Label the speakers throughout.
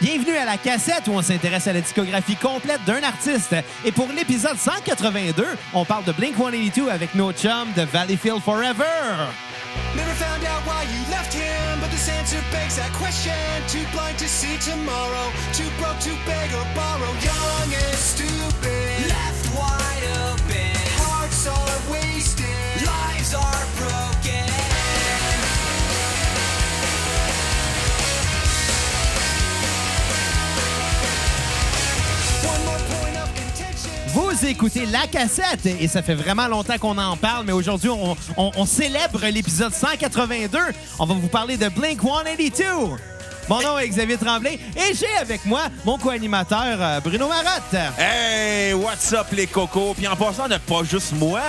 Speaker 1: Bienvenue à la cassette où on s'intéresse à la discographie complète d'un artiste. Et pour l'épisode 182, on parle de Blink 182 avec nos chums de Valleyfield Forever.
Speaker 2: Never found out why you left him, but this answer begs that question. Too blind to see tomorrow, too broke to beg or borrow. Young and stupid, left wide open. Hearts are wasted, lives are broken. One more point of contention.
Speaker 1: Vous écoutez La Cassette et ça fait vraiment longtemps qu'on en parle, mais aujourd'hui, on, on- on célèbre l'épisode 182. On va vous parler de Blink 182. Mon nom est Xavier Tremblay et j'ai avec moi mon co-animateur euh, Bruno Marotte.
Speaker 3: Hey, what's up les cocos? Puis en passant, on n'a pas juste moi.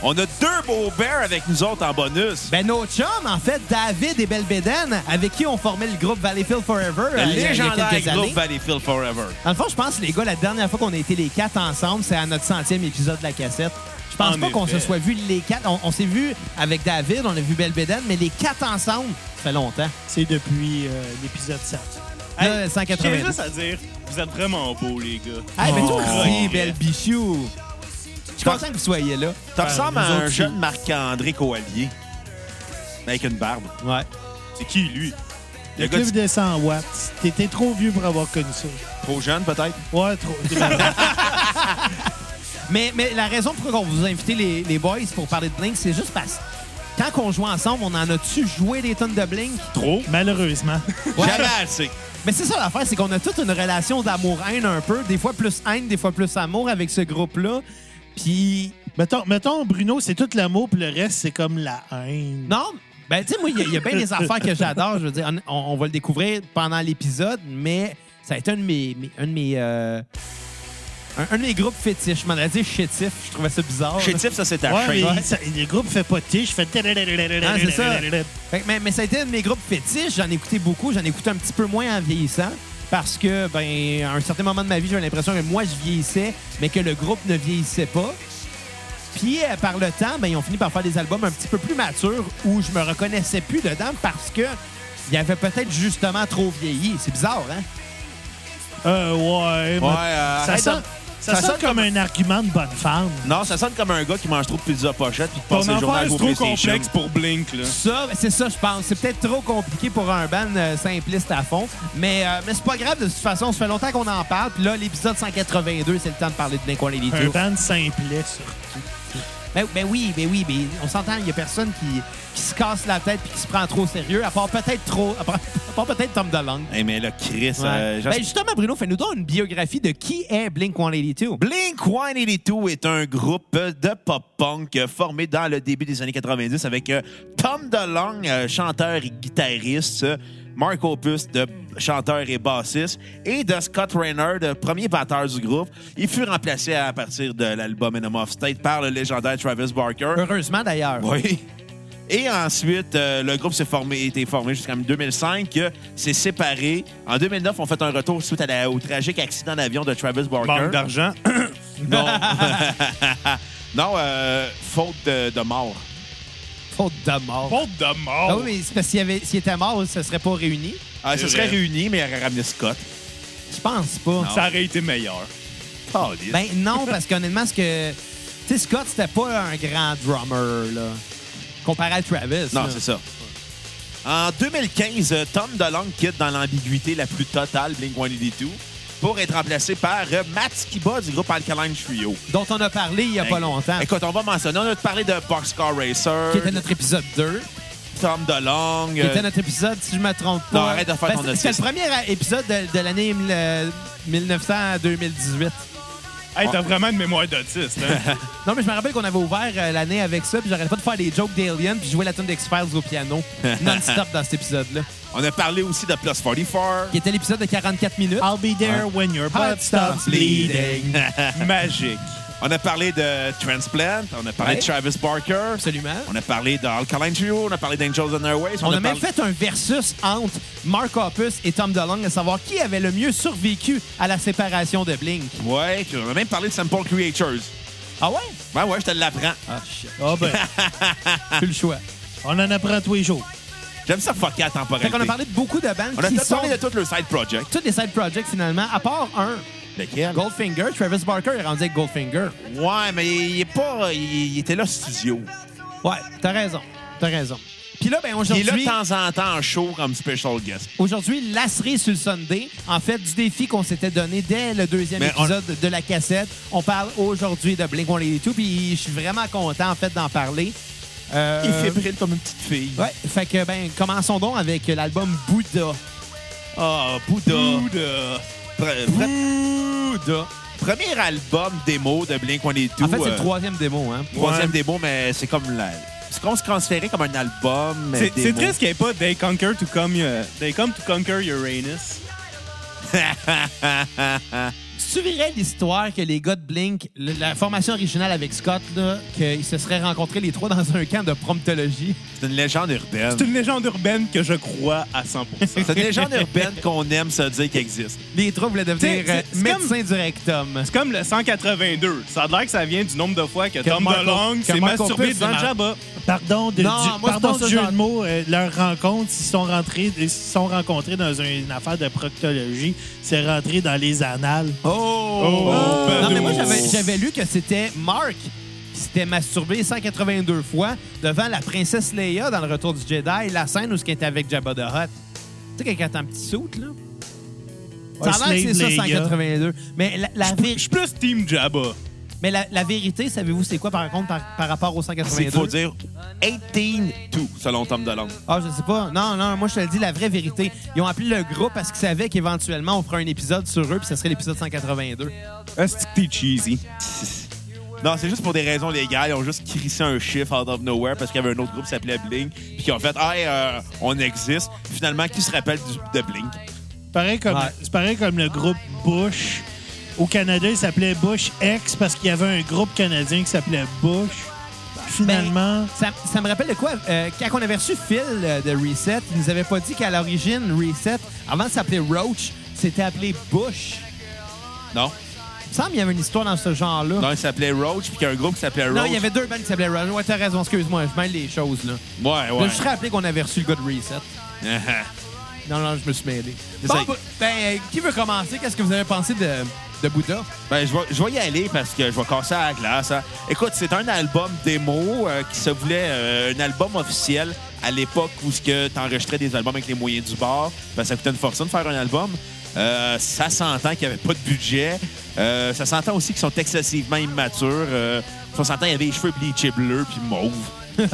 Speaker 3: On a deux beaux bears avec nous autres en bonus.
Speaker 1: Ben, nos chums, en fait, David et Belbéden, avec qui on formait le groupe Valleyfield Forever euh, il y a-
Speaker 3: le
Speaker 1: il y a
Speaker 3: légendaire
Speaker 1: quelques années.
Speaker 3: groupe Valleyfield Forever.
Speaker 1: Dans le fond, je pense, les gars, la dernière fois qu'on a été les quatre ensemble, c'est à notre centième épisode de la cassette. Je pense
Speaker 3: En
Speaker 1: pas qu'on se
Speaker 3: effet.
Speaker 1: soit vu les quatre. On, on s'est vu avec David, on a vu Belbéden, mais les quatre ensemble, ça fait longtemps.
Speaker 4: C'est depuis euh, l'épisode 7.
Speaker 1: Là,
Speaker 5: J'ai
Speaker 1: 182.
Speaker 5: juste à dire, vous êtes vraiment beaux, les gars.
Speaker 1: Hey, mais toi aussi,
Speaker 5: Oh.
Speaker 1: belle Bichou. Je suis content que vous soyez là.
Speaker 3: Ça ressemble à
Speaker 4: nous
Speaker 3: un
Speaker 4: autres,
Speaker 3: jeune Marc-André Coallier. Avec une barbe.
Speaker 1: Ouais.
Speaker 3: C'est qui, lui? Le
Speaker 4: Le
Speaker 3: gars
Speaker 4: club
Speaker 3: du
Speaker 4: de 100 watts. T'étais trop vieux pour avoir connu ça.
Speaker 3: trop jeune, peut-être?
Speaker 4: Ouais, trop.
Speaker 1: Mais, mais la raison pour laquelle on vous a invité les, les boys pour parler de Blink, c'est juste parce que quand on joue ensemble, on en a-tu joué des tonnes de Blink?
Speaker 3: Trop?
Speaker 4: Malheureusement.
Speaker 1: Ouais.
Speaker 3: Jamais assez.
Speaker 1: Mais c'est ça l'affaire, c'est qu'on a toute une relation d'amour-haine un peu. Des fois plus haine, des fois plus amour avec ce groupe-là. Puis,
Speaker 4: mettons, mettons, Bruno, c'est tout l'amour, puis le reste, c'est comme la haine.
Speaker 1: non, ben tu sais, moi, il y a- il y, a bien des affaires que j'adore. Je veux dire, on, on va le découvrir pendant l'épisode, mais ça a été un de mes... mes- un de mes... euh, un, un de mes groupes fétiches. Je m'en allais dire chétif. Je trouvais ça bizarre.
Speaker 3: Chétif, ça, c'est ta
Speaker 4: Ouais, mais
Speaker 3: chaîne.
Speaker 4: ça- le groupe fait pas tiche, fait.
Speaker 1: Ah, c'est ça. Fait que- mais, mais ça a été un de mes groupes fétiches. J'en ai écouté beaucoup. J'en écoute un petit peu moins en vieillissant. Parce que, ben, à un certain moment de ma vie, j'avais l'impression que moi, je vieillissais, mais que le groupe ne vieillissait pas. Puis, euh, par le temps, ben, ils ont fini par faire des albums un petit peu plus matures où je me reconnaissais plus dedans parce que il avait peut-être justement trop vieilli. C'est bizarre, hein?
Speaker 4: Euh, ouais. mais-
Speaker 3: Ouais, euh,
Speaker 4: ça,
Speaker 3: arrête
Speaker 4: sonne,
Speaker 3: de-
Speaker 4: ça
Speaker 3: ça
Speaker 4: sonne
Speaker 3: sonne
Speaker 4: comme, un argument de bonne femme.
Speaker 3: Non, ça sonne comme un gars qui mange trop de pizza pochette puis qui passe
Speaker 5: Ton
Speaker 3: ses journées à
Speaker 5: affaire,
Speaker 3: jouer
Speaker 5: c'est
Speaker 3: au
Speaker 5: trop
Speaker 3: PlayStation.
Speaker 5: complexe pour Blink, là.
Speaker 1: Ça, ben, c'est ça, je pense. C'est peut-être trop compliqué pour un band euh, simpliste à fond. Mais, euh, mais c'est pas grave, de toute façon, ça fait longtemps qu'on en parle. Puis là, l'épisode 182, c'est le temps de parler de Blink
Speaker 4: Un
Speaker 1: 182.
Speaker 4: band simplet, surtout.
Speaker 1: Ben, ben oui, ben oui, mais on s'entend, il n'y a personne qui, qui se casse la tête puis qui se prend trop au sérieux, à part peut-être trop, à part, à part peut-être Tom DeLonge.
Speaker 3: Eh, mais là, Chris,
Speaker 1: Ouais.
Speaker 3: euh, j'espère-
Speaker 1: ben justement, Bruno, fais-nous donc une biographie de qui est Blink-182.
Speaker 3: Blink 182 est un groupe de pop-punk euh, formé dans le début des années 90 avec euh, Tom DeLonge, euh, chanteur et guitariste, euh, Mark Opus, de chanteur et bassiste, et de Scott Raynard, euh, premier batteur du groupe. Il fut remplacé à partir de l'album In of State par le légendaire Travis Barker.
Speaker 5: Euh.
Speaker 1: Heureusement d'ailleurs.
Speaker 3: Oui. Et ensuite, euh, le groupe s'est formé, été formé jusqu'en 2005, euh, s'est séparé. En 2009, on fait un retour suite à la- au tragique accident d'avion de Travis Barker.
Speaker 5: Manque d'argent.
Speaker 3: Non. non, euh, faute de, de mort.
Speaker 1: Faute de mort.
Speaker 5: Porte de
Speaker 1: Ah
Speaker 5: mort.
Speaker 1: oui, mais c'est parce qu'il y avait- s'il était mort, ça serait pas réuni.
Speaker 3: Ah,
Speaker 5: C'est
Speaker 3: se serait
Speaker 5: vrai.
Speaker 3: réunis, mais elle aurait ramené Scott.
Speaker 1: Je pense pas.
Speaker 5: Ça aurait été meilleur.
Speaker 1: Ben non, parce qu'honnêtement, ce que. Tu sais, Scott, c'était pas un grand drummer, là. Comparé à Travis.
Speaker 3: non,
Speaker 1: là.
Speaker 3: c'est ça. En 2015, euh, Tom DeLonge quitte dans l'ambiguïté la plus totale Blink-182 pour être remplacé par euh, Matt Skiba du groupe Alkaline Trio.
Speaker 1: Dont on a parlé il y a pas longtemps.
Speaker 3: Ben, Écoute, on va mentionner, on a parlé de Boxcar Racer,
Speaker 1: Qui était notre épisode 2.
Speaker 3: Tom DeLonge.
Speaker 1: qui était
Speaker 3: euh,
Speaker 1: notre épisode, si je me trompe pas. Ben,
Speaker 3: Non, arrête de faire ton
Speaker 1: c'est- C'est le
Speaker 3: autisme.
Speaker 1: premier euh, épisode de, de l'année euh, 1900-2018.
Speaker 5: Hey, t'as vraiment une mémoire d'autiste, hein?
Speaker 1: Non, mais je me rappelle qu'on avait ouvert euh, l'année avec ça, puis j'arrêtais pas de faire des jokes d'Alien, puis jouer la tune d'X-Files au piano non-stop dans cet épisode-là.
Speaker 3: On a parlé aussi de Plus 44.
Speaker 1: Qui était l'épisode de 44 minutes.
Speaker 4: I'll be there when your butt
Speaker 1: Hot Stop
Speaker 4: stops bleeding.
Speaker 1: Bleeding.
Speaker 5: Magique.
Speaker 3: On a parlé de Transplant. On a parlé
Speaker 1: Ouais.
Speaker 3: de Travis Barker.
Speaker 1: Absolument.
Speaker 3: On a parlé d'Alkaline Trio, on a parlé d'Angels and Airways.
Speaker 1: On a même
Speaker 3: parlé-
Speaker 1: fait un versus entre Mark Hoppus et Tom DeLonge à savoir qui avait le mieux survécu à la séparation de Blink.
Speaker 3: Ouais, puis on a même parlé de Sample Creatures. Ben
Speaker 1: Ah ouais?
Speaker 3: Ouais, ouais, je te l'apprends.
Speaker 1: Ah shit.
Speaker 4: Ah ben,
Speaker 1: Plus le choix.
Speaker 4: on en apprend tous les jours.
Speaker 3: J'aime ça fucker la
Speaker 1: Fait
Speaker 3: temporalité.
Speaker 1: qu'on a parlé de beaucoup de bandes
Speaker 3: On a
Speaker 1: qui
Speaker 3: tout
Speaker 1: sont
Speaker 3: parlé de tout le side project.
Speaker 1: toutes des side projects finalement, à part un,
Speaker 3: Lequel?
Speaker 1: Goldfinger. Travis Barker est rendu avec Goldfinger.
Speaker 3: Ouais, mais il est pas. Il, il était là studio.
Speaker 1: Ouais, t'as raison. T'as raison. Puis là, ben
Speaker 3: Il est là de
Speaker 1: aujourd'hui,
Speaker 3: temps en temps en show comme special guest.
Speaker 1: aujourd'hui, la cerise sur le Sunday, en fait, du défi qu'on s'était donné dès le deuxième
Speaker 3: Mais on-
Speaker 1: épisode de la cassette. On parle aujourd'hui de Blink-182, puis je suis vraiment content, en fait, d'en parler. Euh,
Speaker 3: fébrile comme une petite fille.
Speaker 1: Ouais, fait que, ben, commençons donc avec l'album Bouddha.
Speaker 3: Ah, Bouddha.
Speaker 5: euh,
Speaker 3: Pre- pre-
Speaker 1: Bouddha.
Speaker 3: premier album démo de Blink On est tout.
Speaker 1: En fait, c'est le troisième démo, hein.
Speaker 3: euh, troisième démo, mais c'est comme la. C'est qu'on se transférait comme un album. mais
Speaker 5: C'est c'est
Speaker 3: démo.
Speaker 5: triste qu'il n'y ait pas They Conquer to Come, euh, They Come to Conquer Uranus.
Speaker 1: Tu verrais l'histoire que les gars de Blink, le- la formation originale avec Scott, là, qu'ils se seraient rencontrés les trois dans un camp de promptologie.
Speaker 3: C'est une légende urbaine.
Speaker 5: C'est une légende urbaine que je crois à 100
Speaker 3: C'est une légende urbaine qu'on aime se dire qu'elle existe.
Speaker 1: Les trois voulaient
Speaker 5: T'sais,
Speaker 1: devenir
Speaker 5: c'est-
Speaker 1: euh,
Speaker 5: c'est
Speaker 1: médecins du rectum.
Speaker 5: C'est comme le 182. Ça a l'air que ça vient du nombre de fois que,
Speaker 1: Que
Speaker 5: Tom
Speaker 1: Marco-
Speaker 5: DeLonge
Speaker 1: que
Speaker 5: s'est
Speaker 1: Marco
Speaker 5: masturbé
Speaker 1: Pierce
Speaker 5: devant
Speaker 1: dans-
Speaker 5: Jabba.
Speaker 4: Pardon,
Speaker 1: Non,
Speaker 4: de, du,
Speaker 1: moi, c'est
Speaker 4: pardon
Speaker 1: pas ça,
Speaker 4: du jeu
Speaker 1: genre-
Speaker 4: de mots, euh, leur rencontre, ils sont rentrés, ils se sont rencontrés dans une affaire de proctologie, c'est rentré dans les annales.
Speaker 1: Oh!
Speaker 5: Oh!
Speaker 1: non, mais moi,
Speaker 5: Oh.
Speaker 1: j'avais, j'avais lu que c'était Mark qui s'était masturbé 182 fois devant la princesse Leia dans Le Retour du Jedi, la scène où ce qui était avec Jabba the Hutt. Tu sais, quelqu'un a un petit soute, là? ça a l'air que c'est ça,
Speaker 4: Slave Leia.
Speaker 1: 182. Mais la, la
Speaker 5: Je
Speaker 1: vér-
Speaker 5: suis plus Team Jabba.
Speaker 1: mais la, la vérité, savez-vous, c'est quoi, par contre, par, par rapport
Speaker 5: Ah,
Speaker 1: au 182?
Speaker 3: Il faut dire 18-2, selon Tom DeLonge.
Speaker 1: Ah, je sais pas. Non, non, moi, je te le dis, la vraie vérité. Ils ont appelé le groupe parce qu'ils savaient qu'éventuellement, on ferait un épisode sur eux, puis ça serait l'épisode 182.
Speaker 5: Est-ce que t'es cheesy?
Speaker 3: Non, c'est juste pour des raisons légales. Ils ont juste crissé un chiffre out of nowhere parce qu'il y avait un autre groupe qui s'appelait Blink. Puis qui ont fait, hey, euh, on existe. Finalement, qui se rappelle du- de Blink?
Speaker 4: C'est pareil comme,
Speaker 1: Ouais.
Speaker 4: c'est pareil comme le groupe Bush. Au Canada, il s'appelait Bush X parce qu'il y avait un groupe canadien qui s'appelait Bush. Finalement,
Speaker 1: Ben, Ça, ça me rappelle de quoi? euh, quand on avait reçu Phil euh, de Reset, il nous avait pas dit qu'à l'origine, Reset, avant de s'appeler Roach, c'était appelé Bush.
Speaker 3: Non?
Speaker 1: Il me semble qu'il y avait une histoire dans ce genre-là.
Speaker 3: Non, il s'appelait Roach. Puis qu'il y a un groupe qui s'appelait Roach.
Speaker 1: Non, il y avait deux bandes qui s'appelaient Roach. Ouais, t'as raison, excuse-moi, je mêle les choses, là.
Speaker 3: Ouais,
Speaker 1: Je
Speaker 3: ouais. Uh-huh.
Speaker 1: me suis rappelé qu'on avait reçu le gars de Reset. Non, non, je me suis mêlé.
Speaker 3: C'est
Speaker 1: Bon,
Speaker 3: ça.
Speaker 1: bah, ben, euh, qui veut commencer? Qu'est-ce que vous avez pensé de, de Bouddha?
Speaker 3: Ben, je vais, je vais y aller parce que je vais casser la glace. hein. Écoute, c'est un album démo euh, qui se voulait euh, un album officiel à l'époque où tu enregistrais des albums avec les moyens du bord. Ben, ça coûtait une fortune de faire un album. Euh, ça s'entend qu'il n'y avait pas de budget. Euh, ça s'entend aussi qu'ils sont excessivement immatures. Euh, ça s'entend qu'il y avait les cheveux bleachés bleus puis mauve.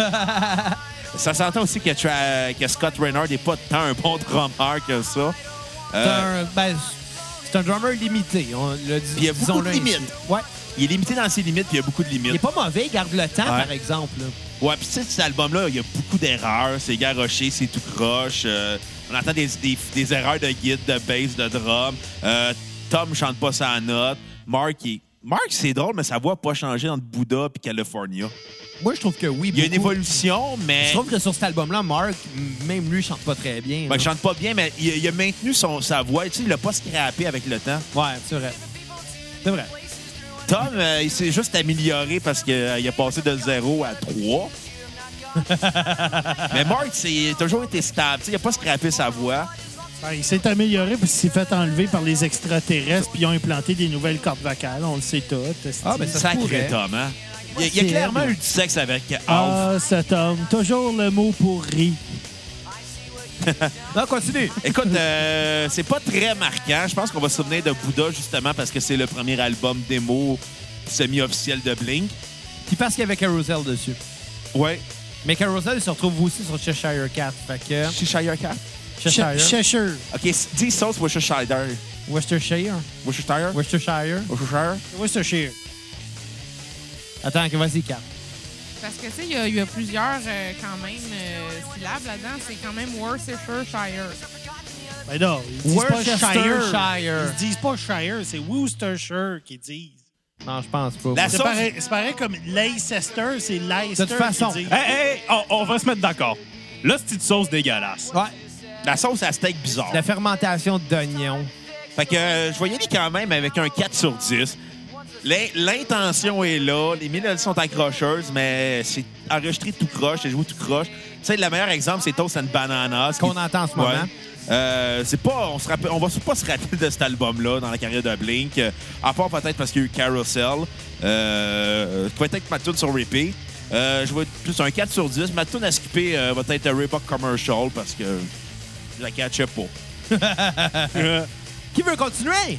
Speaker 3: ça s'entend aussi que, Tra- que Scott Reynard n'est pas tant un bon drummer que ça.
Speaker 1: C'est
Speaker 3: Euh,
Speaker 1: un, ben, c'est un drummer limité. On le dis-
Speaker 3: Il y a beaucoup
Speaker 1: disons-le
Speaker 3: de
Speaker 1: ainsi.
Speaker 3: limites.
Speaker 1: Ouais.
Speaker 3: il est limité dans ses limites, puis il y a beaucoup de limites.
Speaker 1: Il est pas mauvais, il garde le temps,
Speaker 3: Ouais.
Speaker 1: par exemple. là.
Speaker 3: Ouais, puis tu sais, cet album-là, il y a beaucoup d'erreurs. C'est garoché, c'est tout croche. Euh, on entend des, des- des erreurs de guide, de bass, de drum. Euh, Tom chante pas sa note. Mark, il- Mark c'est drôle, mais sa voix a pas changé entre Buddha et California.
Speaker 1: Moi, je trouve que oui.
Speaker 3: Il y a une
Speaker 1: beaucoup.
Speaker 3: évolution, mais...
Speaker 1: Je trouve que sur cet album-là, Mark, m- même lui, chante pas très bien.
Speaker 3: Ben,
Speaker 1: là.
Speaker 3: il chante pas bien, mais il, a- il a maintenu son, sa voix. Tu sais, il l'a pas scrappé avec le temps.
Speaker 1: Ouais, c'est vrai. C'est vrai.
Speaker 3: Tom, euh, il s'est juste amélioré parce qu'il a passé de 0 à 3. mais Mark, c'est il a toujours été stable. Tu sais, il a pas scrappé sa voix.
Speaker 4: ben, il s'est amélioré parce qu'il s'est fait enlever par les extraterrestres puis ils ont implanté des nouvelles cordes vocales, on le sait tout.
Speaker 1: Ah, ben, ça se
Speaker 3: Sacré
Speaker 1: pourrait.
Speaker 3: Tom, hein? Il y a, il y a
Speaker 1: C'est
Speaker 3: clairement
Speaker 1: elle.
Speaker 3: eu du sexe avec Alf.
Speaker 4: Ah, ça tombe. Toujours le mot pour rire.
Speaker 1: Non, continue.
Speaker 3: Écoute, euh, c'est pas très marquant. Je pense qu'on va se souvenir de Bouddha justement parce que c'est le premier album démo semi-officiel de Blink.
Speaker 1: Puis parce qu'il y avait Carousel dessus.
Speaker 3: Ouais.
Speaker 1: Mais Carousel, il se retrouve aussi sur Cheshire Cat. Fait que.
Speaker 3: Cheshire Cat.
Speaker 1: Cheshire.
Speaker 4: Cheshire.
Speaker 3: OK, s- dis sauce Worcestershire.
Speaker 1: Worcestershire.
Speaker 3: Worcestershire?
Speaker 1: Worcestershire.
Speaker 3: Worcestershire?
Speaker 4: Worcestershire.
Speaker 1: Attends, que vas-y, Cat.
Speaker 6: Parce que, tu sais, il y, a- il y a plusieurs, euh, quand même, euh, syllabes là-dedans. C'est quand même Worcestershire.
Speaker 4: Ben non, ils disent pas
Speaker 1: Worcestershire.
Speaker 4: Shire. Ils disent pas Shire, c'est Worcestershire qu'ils disent.
Speaker 1: Non, je pense pas.
Speaker 3: La
Speaker 4: C'est
Speaker 3: sauce-
Speaker 4: pareil, c'est pareil comme Leicester, c'est Leicester.
Speaker 1: De toute façon,
Speaker 4: qu'ils disent.
Speaker 5: Hey, hey, hey, on, on va se mettre d'accord. Là, c'est une sauce dégueulasse.
Speaker 1: Ouais.
Speaker 3: La sauce à steak bizarre.
Speaker 1: La fermentation d'oignons.
Speaker 3: Fait que euh, je voyais aller quand même avec un 4 sur 10. L'in- L'intention est là, les mélodies sont accrocheuses, mais c'est enregistré tout croche, c'est joué tout croche. Tu sais, le meilleur exemple, c'est Toast and Bananas.
Speaker 1: Qu'on
Speaker 3: qui-
Speaker 1: entend en ce moment.
Speaker 3: Euh, c'est pas, on se rappelle, on va pas se rappeler de cet album-là dans la carrière de Blink, euh, à part peut-être parce qu'il y a eu Carousel. Euh, peut-être ma tune sur repeat. Euh, je vais plus un 4 sur 10. Ma tune à skipper euh, va être Reebok Commercial parce que je la catch pas.
Speaker 1: Qui veut continuer?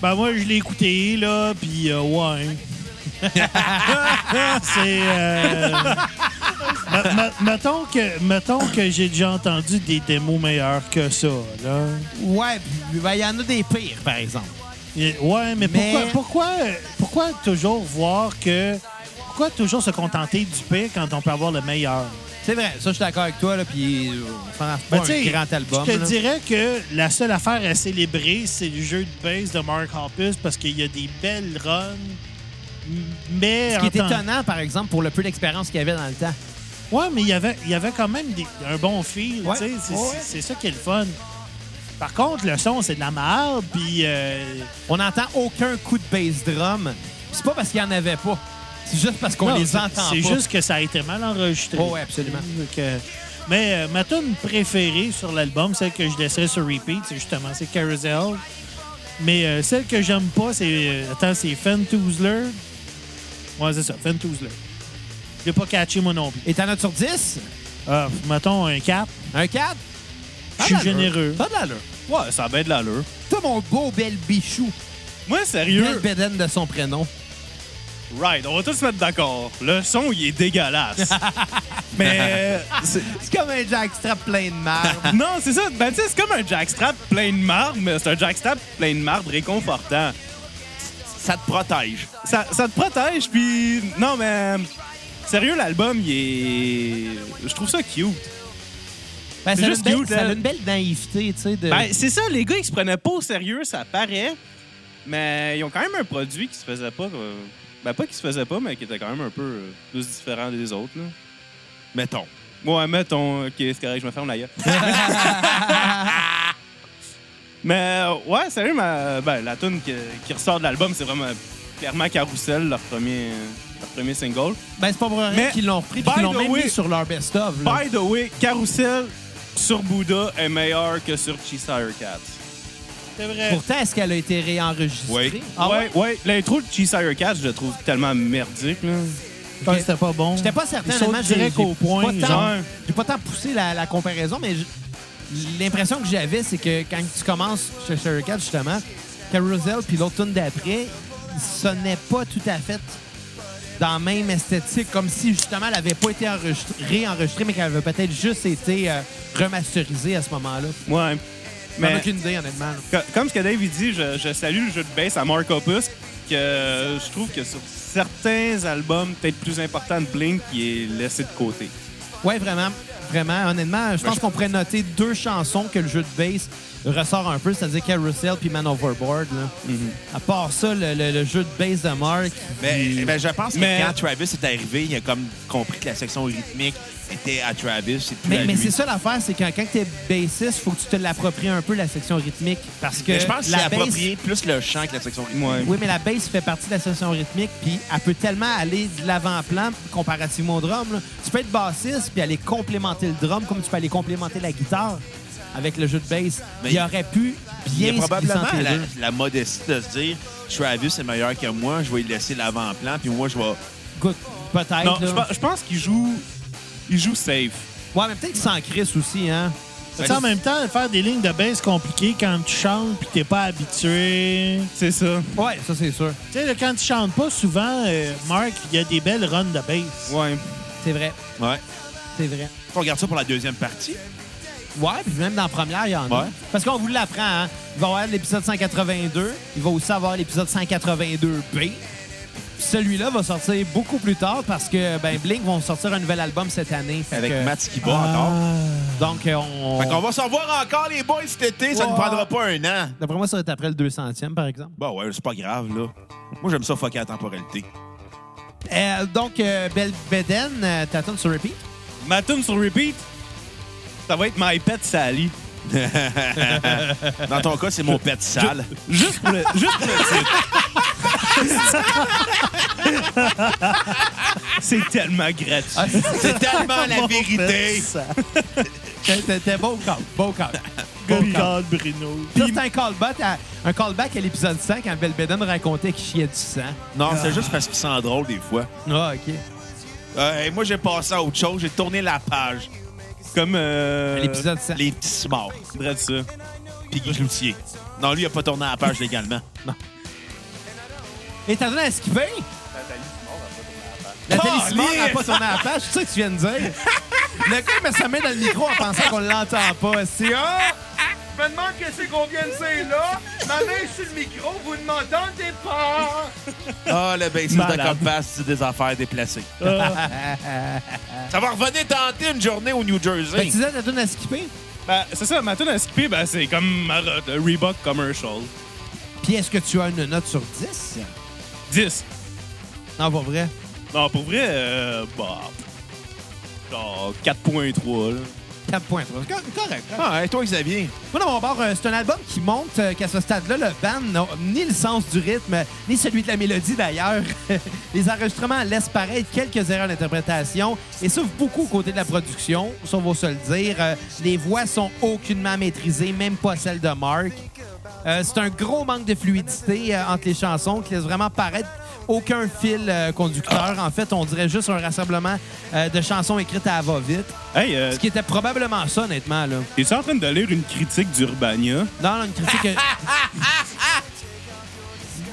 Speaker 4: Ben moi, je l'ai écouté, là, puis euh, ouais. c'est... euh, me- me- mettons que, mettons que j'ai déjà entendu des démos meilleurs que ça, là.
Speaker 1: Ouais, ben, il y en a des pires, par exemple.
Speaker 4: Et- Ouais, mais,
Speaker 1: Mais-
Speaker 4: Pourquoi, pourquoi, pourquoi toujours voir que... Pourquoi toujours se contenter du pire quand on peut avoir le meilleur?
Speaker 1: C'est vrai, ça, je suis d'accord avec toi, là, puis euh, ça n'en fait pas
Speaker 4: Ben, tu sais,
Speaker 1: un grand album.
Speaker 4: Je te
Speaker 1: là.
Speaker 4: dirais que la seule affaire à célébrer, c'est le jeu de base de Mark Hoppus parce qu'il y a des belles runs. Mais
Speaker 1: Ce qui est
Speaker 4: en tant-
Speaker 1: étonnant, par exemple, pour le peu d'expérience qu'il y avait dans le temps.
Speaker 4: Ouais, mais il y avait, il y avait quand même des- un bon feel.
Speaker 1: Ouais.
Speaker 4: tu sais, C'est
Speaker 1: Ouais, ouais.
Speaker 4: c'est- c'est ça qui est le fun. Par contre, le son, c'est de la merde. Puis, euh,
Speaker 1: On n'entend aucun coup de bass drum. C'est pas parce qu'il n'y en avait pas. C'est juste parce qu'on
Speaker 4: non,
Speaker 1: les
Speaker 4: c'est-
Speaker 1: entend pas.
Speaker 4: C'est juste que ça a été mal enregistré.
Speaker 1: Oh, ouais, absolument.
Speaker 4: Donc, euh, mais euh, ma tune préférée sur l'album, celle que je laisserai sur repeat, c'est justement c'est Carousel. Mais euh, celle que j'aime pas, c'est euh, attends, c'est Fentoozler. Ouais, c'est ça, Fentoozler. Je l'ai pas catché moi non plus.
Speaker 1: Et t'en as sur 10?
Speaker 4: Ah, mettons un 4.
Speaker 1: Un 4?
Speaker 4: Je suis généreux.
Speaker 1: Pas de l'allure.
Speaker 7: Ouais, ça a bien de l'allure.
Speaker 1: Toi, mon beau bel bichou. Bien
Speaker 7: Moi,
Speaker 5: Ben,
Speaker 7: sérieux.
Speaker 1: bédaine de son prénom.
Speaker 7: Right, on va tous se mettre d'accord. Le son, il est dégueulasse. Mais. euh, c'est-
Speaker 1: C'est comme un jackstrap plein de marbre.
Speaker 7: Non, c'est ça. Ben, tu sais, c'est comme un jackstrap plein de marbre, mais c'est un jackstrap plein de marbre réconfortant.
Speaker 3: Ça te protège.
Speaker 7: ça, ça te protège, puis... Non, mais... Sérieux, l'album, il est... Je trouve ça cute.
Speaker 1: Ben,
Speaker 7: C'est
Speaker 1: ça a
Speaker 7: juste
Speaker 1: une belle-
Speaker 7: cute,
Speaker 1: ça a
Speaker 7: elle.
Speaker 1: une belle naïveté, tu sais. De...
Speaker 7: Ben, c'est ça, les gars, ils se prenaient pas au sérieux, ça paraît, mais ils ont quand même un produit qui se faisait pas... euh, Ben, pas qui se faisait pas, mais qui était quand même un peu euh, plus différent des autres, là.
Speaker 3: Mettons.
Speaker 7: Ouais, mettons... OK, c'est correct, je me ferme la gueule. mais, euh, ouais, sérieux, ma... ben, la tune que- qui ressort de l'album, c'est vraiment euh, clairement Carousel, leur premier, leur premier single.
Speaker 1: Ben, c'est pas pour rien
Speaker 7: Mais,
Speaker 1: qu'ils l'ont repris,
Speaker 7: by
Speaker 1: qu'ils l'ont
Speaker 7: the
Speaker 1: même
Speaker 7: way-
Speaker 1: mis sur leur best-of. là.
Speaker 7: By the way, Carousel sur Bouddha est meilleur que sur Cheesire Cat.
Speaker 4: C'est vrai.
Speaker 1: Pourtant, est-ce qu'elle a été réenregistrée?
Speaker 3: Oui.
Speaker 1: Ah ouais?
Speaker 7: L'intro de Cheesire Cat, je le trouve tellement merdique. Là.
Speaker 4: Je pense que c'était pas bon.
Speaker 1: J'étais pas certain,
Speaker 4: Ils
Speaker 1: honnêtement,
Speaker 4: sautent
Speaker 1: j'ai-
Speaker 4: direct
Speaker 1: j'ai
Speaker 4: au point,
Speaker 1: pas tant-
Speaker 7: genre.
Speaker 1: J'ai pas tant poussé la, la comparaison, mais j- l'impression que j'avais, c'est que quand tu commences chez Sherry Cat, justement, Carousel puis l'autre tune d'après, ils sonnaient pas tout à fait dans la même esthétique, comme si justement elle avait pas été enregistrée- réenregistrée, mais qu'elle avait peut-être juste été euh, remasterisée à ce moment-là.
Speaker 7: Ouais.
Speaker 1: J'en ai
Speaker 7: Mais
Speaker 1: aucune idée, honnêtement. là.
Speaker 7: co- comme ce que Dave il dit, je, je salue le jeu de bass à Mark Opus, que euh, je trouve que sur certains albums, peut-être plus importants de Blink, il est laissé de côté.
Speaker 1: Ouais, vraiment. Vraiment, honnêtement, je pense qu'on pourrait noter deux chansons que le jeu de bass ressort un peu, c'est-à-dire Carousel puis Man Overboard. Là.
Speaker 3: Mm-hmm.
Speaker 1: À part ça, le, le- le jeu de bass de Mark.
Speaker 3: Mais,
Speaker 1: il-
Speaker 3: mais je pense que
Speaker 7: Mais-
Speaker 3: quand Travis est arrivé, il a comme compris que la section rythmique était à Travis. C'est plus à
Speaker 1: mais, mais
Speaker 3: lui.
Speaker 1: c'est ça l'affaire, c'est que quand t'es bassiste, faut que tu te l'appropries un peu la section rythmique. Parce que
Speaker 3: Mais je pense que c'est
Speaker 1: la bass,
Speaker 3: approprié plus le chant que la section rythmique.
Speaker 7: Ouais.
Speaker 1: Oui, mais la bass fait partie de la section rythmique, puis elle peut tellement aller de l'avant-plan comparativement au drum. là. Tu peux être bassiste puis aller complémenter le drum comme tu peux aller complémenter la guitare avec le jeu de bass.
Speaker 3: Mais
Speaker 1: il aurait pu
Speaker 3: Il y
Speaker 1: bien
Speaker 3: a
Speaker 1: se
Speaker 3: probablement
Speaker 1: glisser entre les
Speaker 3: la,
Speaker 1: deux.
Speaker 3: la modestie de se dire Travis est meilleur que moi, je vais lui laisser l'avant-plan, puis moi, je vais.
Speaker 1: Écoute, peut-être. là.
Speaker 7: Non, je, pe- je pense qu'il joue... Il joue safe.
Speaker 1: Ouais, mais peut-être qu'il s'en crisse aussi, hein.
Speaker 3: Ben,
Speaker 4: Tu sais, en même temps, faire des lignes de baisse compliquées quand tu chantes puis que t'es pas habitué.
Speaker 7: C'est ça.
Speaker 1: Ouais, ça c'est sûr.
Speaker 4: Tu sais, là, quand tu chantes pas souvent, euh, Marc, il y a des belles runs de bass.
Speaker 7: Ouais.
Speaker 1: C'est vrai,
Speaker 3: Ouais.
Speaker 1: c'est vrai.
Speaker 3: On regarde ça pour la deuxième partie.
Speaker 1: Ouais, puis même dans la première, il y en a.
Speaker 3: Ouais.
Speaker 1: Parce qu'on vous l'apprend, hein. Il va y avoir l'épisode 182, il va aussi avoir l'épisode 182B. Celui-là va sortir beaucoup plus tard parce que ben, Blink vont sortir un nouvel album cette année. Fait
Speaker 3: Avec
Speaker 1: que-
Speaker 3: Matt Skiba
Speaker 1: Ah.
Speaker 3: encore.
Speaker 1: Donc, euh, on.
Speaker 3: Fait qu'on va s'en voir encore les boys cet été, ça ne
Speaker 1: Ouais.
Speaker 3: prendra pas un an.
Speaker 1: D'après moi, ça va être après le 200e, par exemple.
Speaker 3: Bah ouais, c'est pas grave, là. Moi, j'aime ça fucker la temporalité.
Speaker 1: Euh, donc, euh, Belle Beden, euh, ta tune sur repeat.
Speaker 7: Ma tune sur repeat, ça va être My Pet Sally.
Speaker 3: Dans ton cas, c'est mon pet sale.
Speaker 7: Juste pour le, juste pour le titre.
Speaker 5: C'est tellement gratuit.
Speaker 1: Ah, c'est-
Speaker 3: C'est tellement la
Speaker 4: Fait
Speaker 3: vérité.
Speaker 4: ça.
Speaker 1: c'est- C'était beau call. Beau call. Beau call.
Speaker 4: Picard Bruno.
Speaker 1: Ça, c'est un callback à, un callback à l'épisode 5 quand Belbeden racontait qu'il chiait du sang.
Speaker 3: Non, c'est juste parce qu'il sent drôle des fois.
Speaker 1: Ah, OK.
Speaker 3: Euh, et moi, j'ai passé à autre chose. J'ai tourné la page.
Speaker 5: Comme. Euh,
Speaker 1: L'épisode 5.
Speaker 3: Les petits morts.
Speaker 5: Drette ça.
Speaker 3: Puis Guy Cloutier. Non, lui, il a pas tourné la page légalement.
Speaker 1: Et t'as donné à skipper? Nathalie
Speaker 3: Oh,
Speaker 1: Simard n'a
Speaker 3: yes!
Speaker 1: pas tourné la page. C'est ça que tu viens de dire? Le gars met sa main dans le micro en pensant qu'on l'entend pas. C'est ah!
Speaker 2: Je me demande qu'est-ce qu'on vient de dire là. Ma main est sur le micro, vous ne m'entendez pas.
Speaker 3: Ah, le bassiste de
Speaker 4: Malade.
Speaker 3: Compass, c'est des affaires déplacées.
Speaker 4: Ah,
Speaker 3: Ça va revenir tenter une journée au New
Speaker 1: Fait que tu
Speaker 3: Jersey.
Speaker 1: disais, t'as donné à skipper?
Speaker 5: Ben, c'est ça, ma tune à skipper, ben, c'est comme ma re- de Reebok Commercial.
Speaker 1: Puis est-ce que tu as une note sur 10?
Speaker 5: 10.
Speaker 1: Non, pas vrai.
Speaker 5: Non, pour vrai, euh, bah. Genre 4.3, là.
Speaker 1: 4.3. C'est cor- Correct.
Speaker 3: Ah, et toi, Xavier?
Speaker 1: Moi, dans mon bord, euh, c'est un album qui montre euh, qu'à ce stade-là, le band n'a ni le sens du rythme, ni celui de la mélodie d'ailleurs. Les enregistrements laissent paraître quelques erreurs d'interprétation et sauf beaucoup au côté de la production, si on va se le dire. Euh, les voix sont aucunement maîtrisées, même pas celles de Mark. Euh, c'est un gros manque de fluidité euh, entre les chansons qui laisse vraiment paraître aucun fil euh, conducteur. En fait, on dirait juste un rassemblement euh, de chansons écrites à va-vite,
Speaker 5: Hey, euh,
Speaker 1: ce qui était probablement ça, honnêtement. Là.
Speaker 5: es-tu en train de lire une critique d'Urbania?
Speaker 1: Non, non, une critique.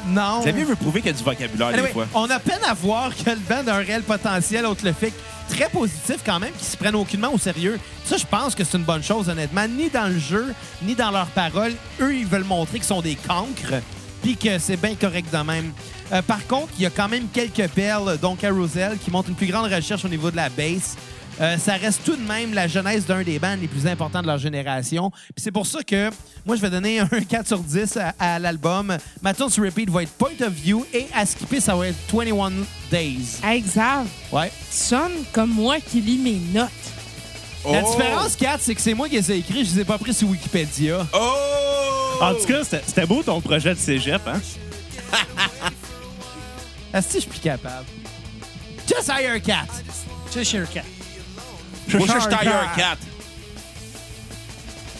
Speaker 1: non.
Speaker 3: Xavier veut prouver qu'il y a du vocabulaire
Speaker 1: Anyway,
Speaker 3: des fois.
Speaker 1: on a peine à voir que le band a un réel potentiel, autre le fait que très positif quand même, qui se prennent aucunement au sérieux. Ça, je pense que c'est une bonne chose, honnêtement. Ni dans le jeu, ni dans leurs paroles, eux, ils veulent montrer qu'ils sont des cancres, puis que c'est bien correct de même. Euh, par contre, il y a quand même quelques perles, dont Carousel, qui montre une plus grande recherche au niveau de la bass. Euh, ça reste tout de même la jeunesse d'un des bands les plus importants de leur génération. Puis c'est pour ça que moi, je vais donner un 4 sur 10 à, à l'album. Ma tune sur repeat va être Point of View et à skipper, ça va être 21 Days.
Speaker 6: Hey, Xav,
Speaker 1: Ouais.
Speaker 6: tu sonnes comme moi qui lis mes notes.
Speaker 1: La
Speaker 3: Oh!
Speaker 1: différence, 4, c'est que c'est moi qui les ai écrits, je les ai pas pris sur Wikipédia.
Speaker 3: Oh!
Speaker 5: En tout cas, c'était c'était beau ton projet de cégep, hein?
Speaker 1: Est-ce que je suis plus capable? Just hire a cat.
Speaker 4: Cheshire Cat.
Speaker 3: moi, je suis Tire Cat.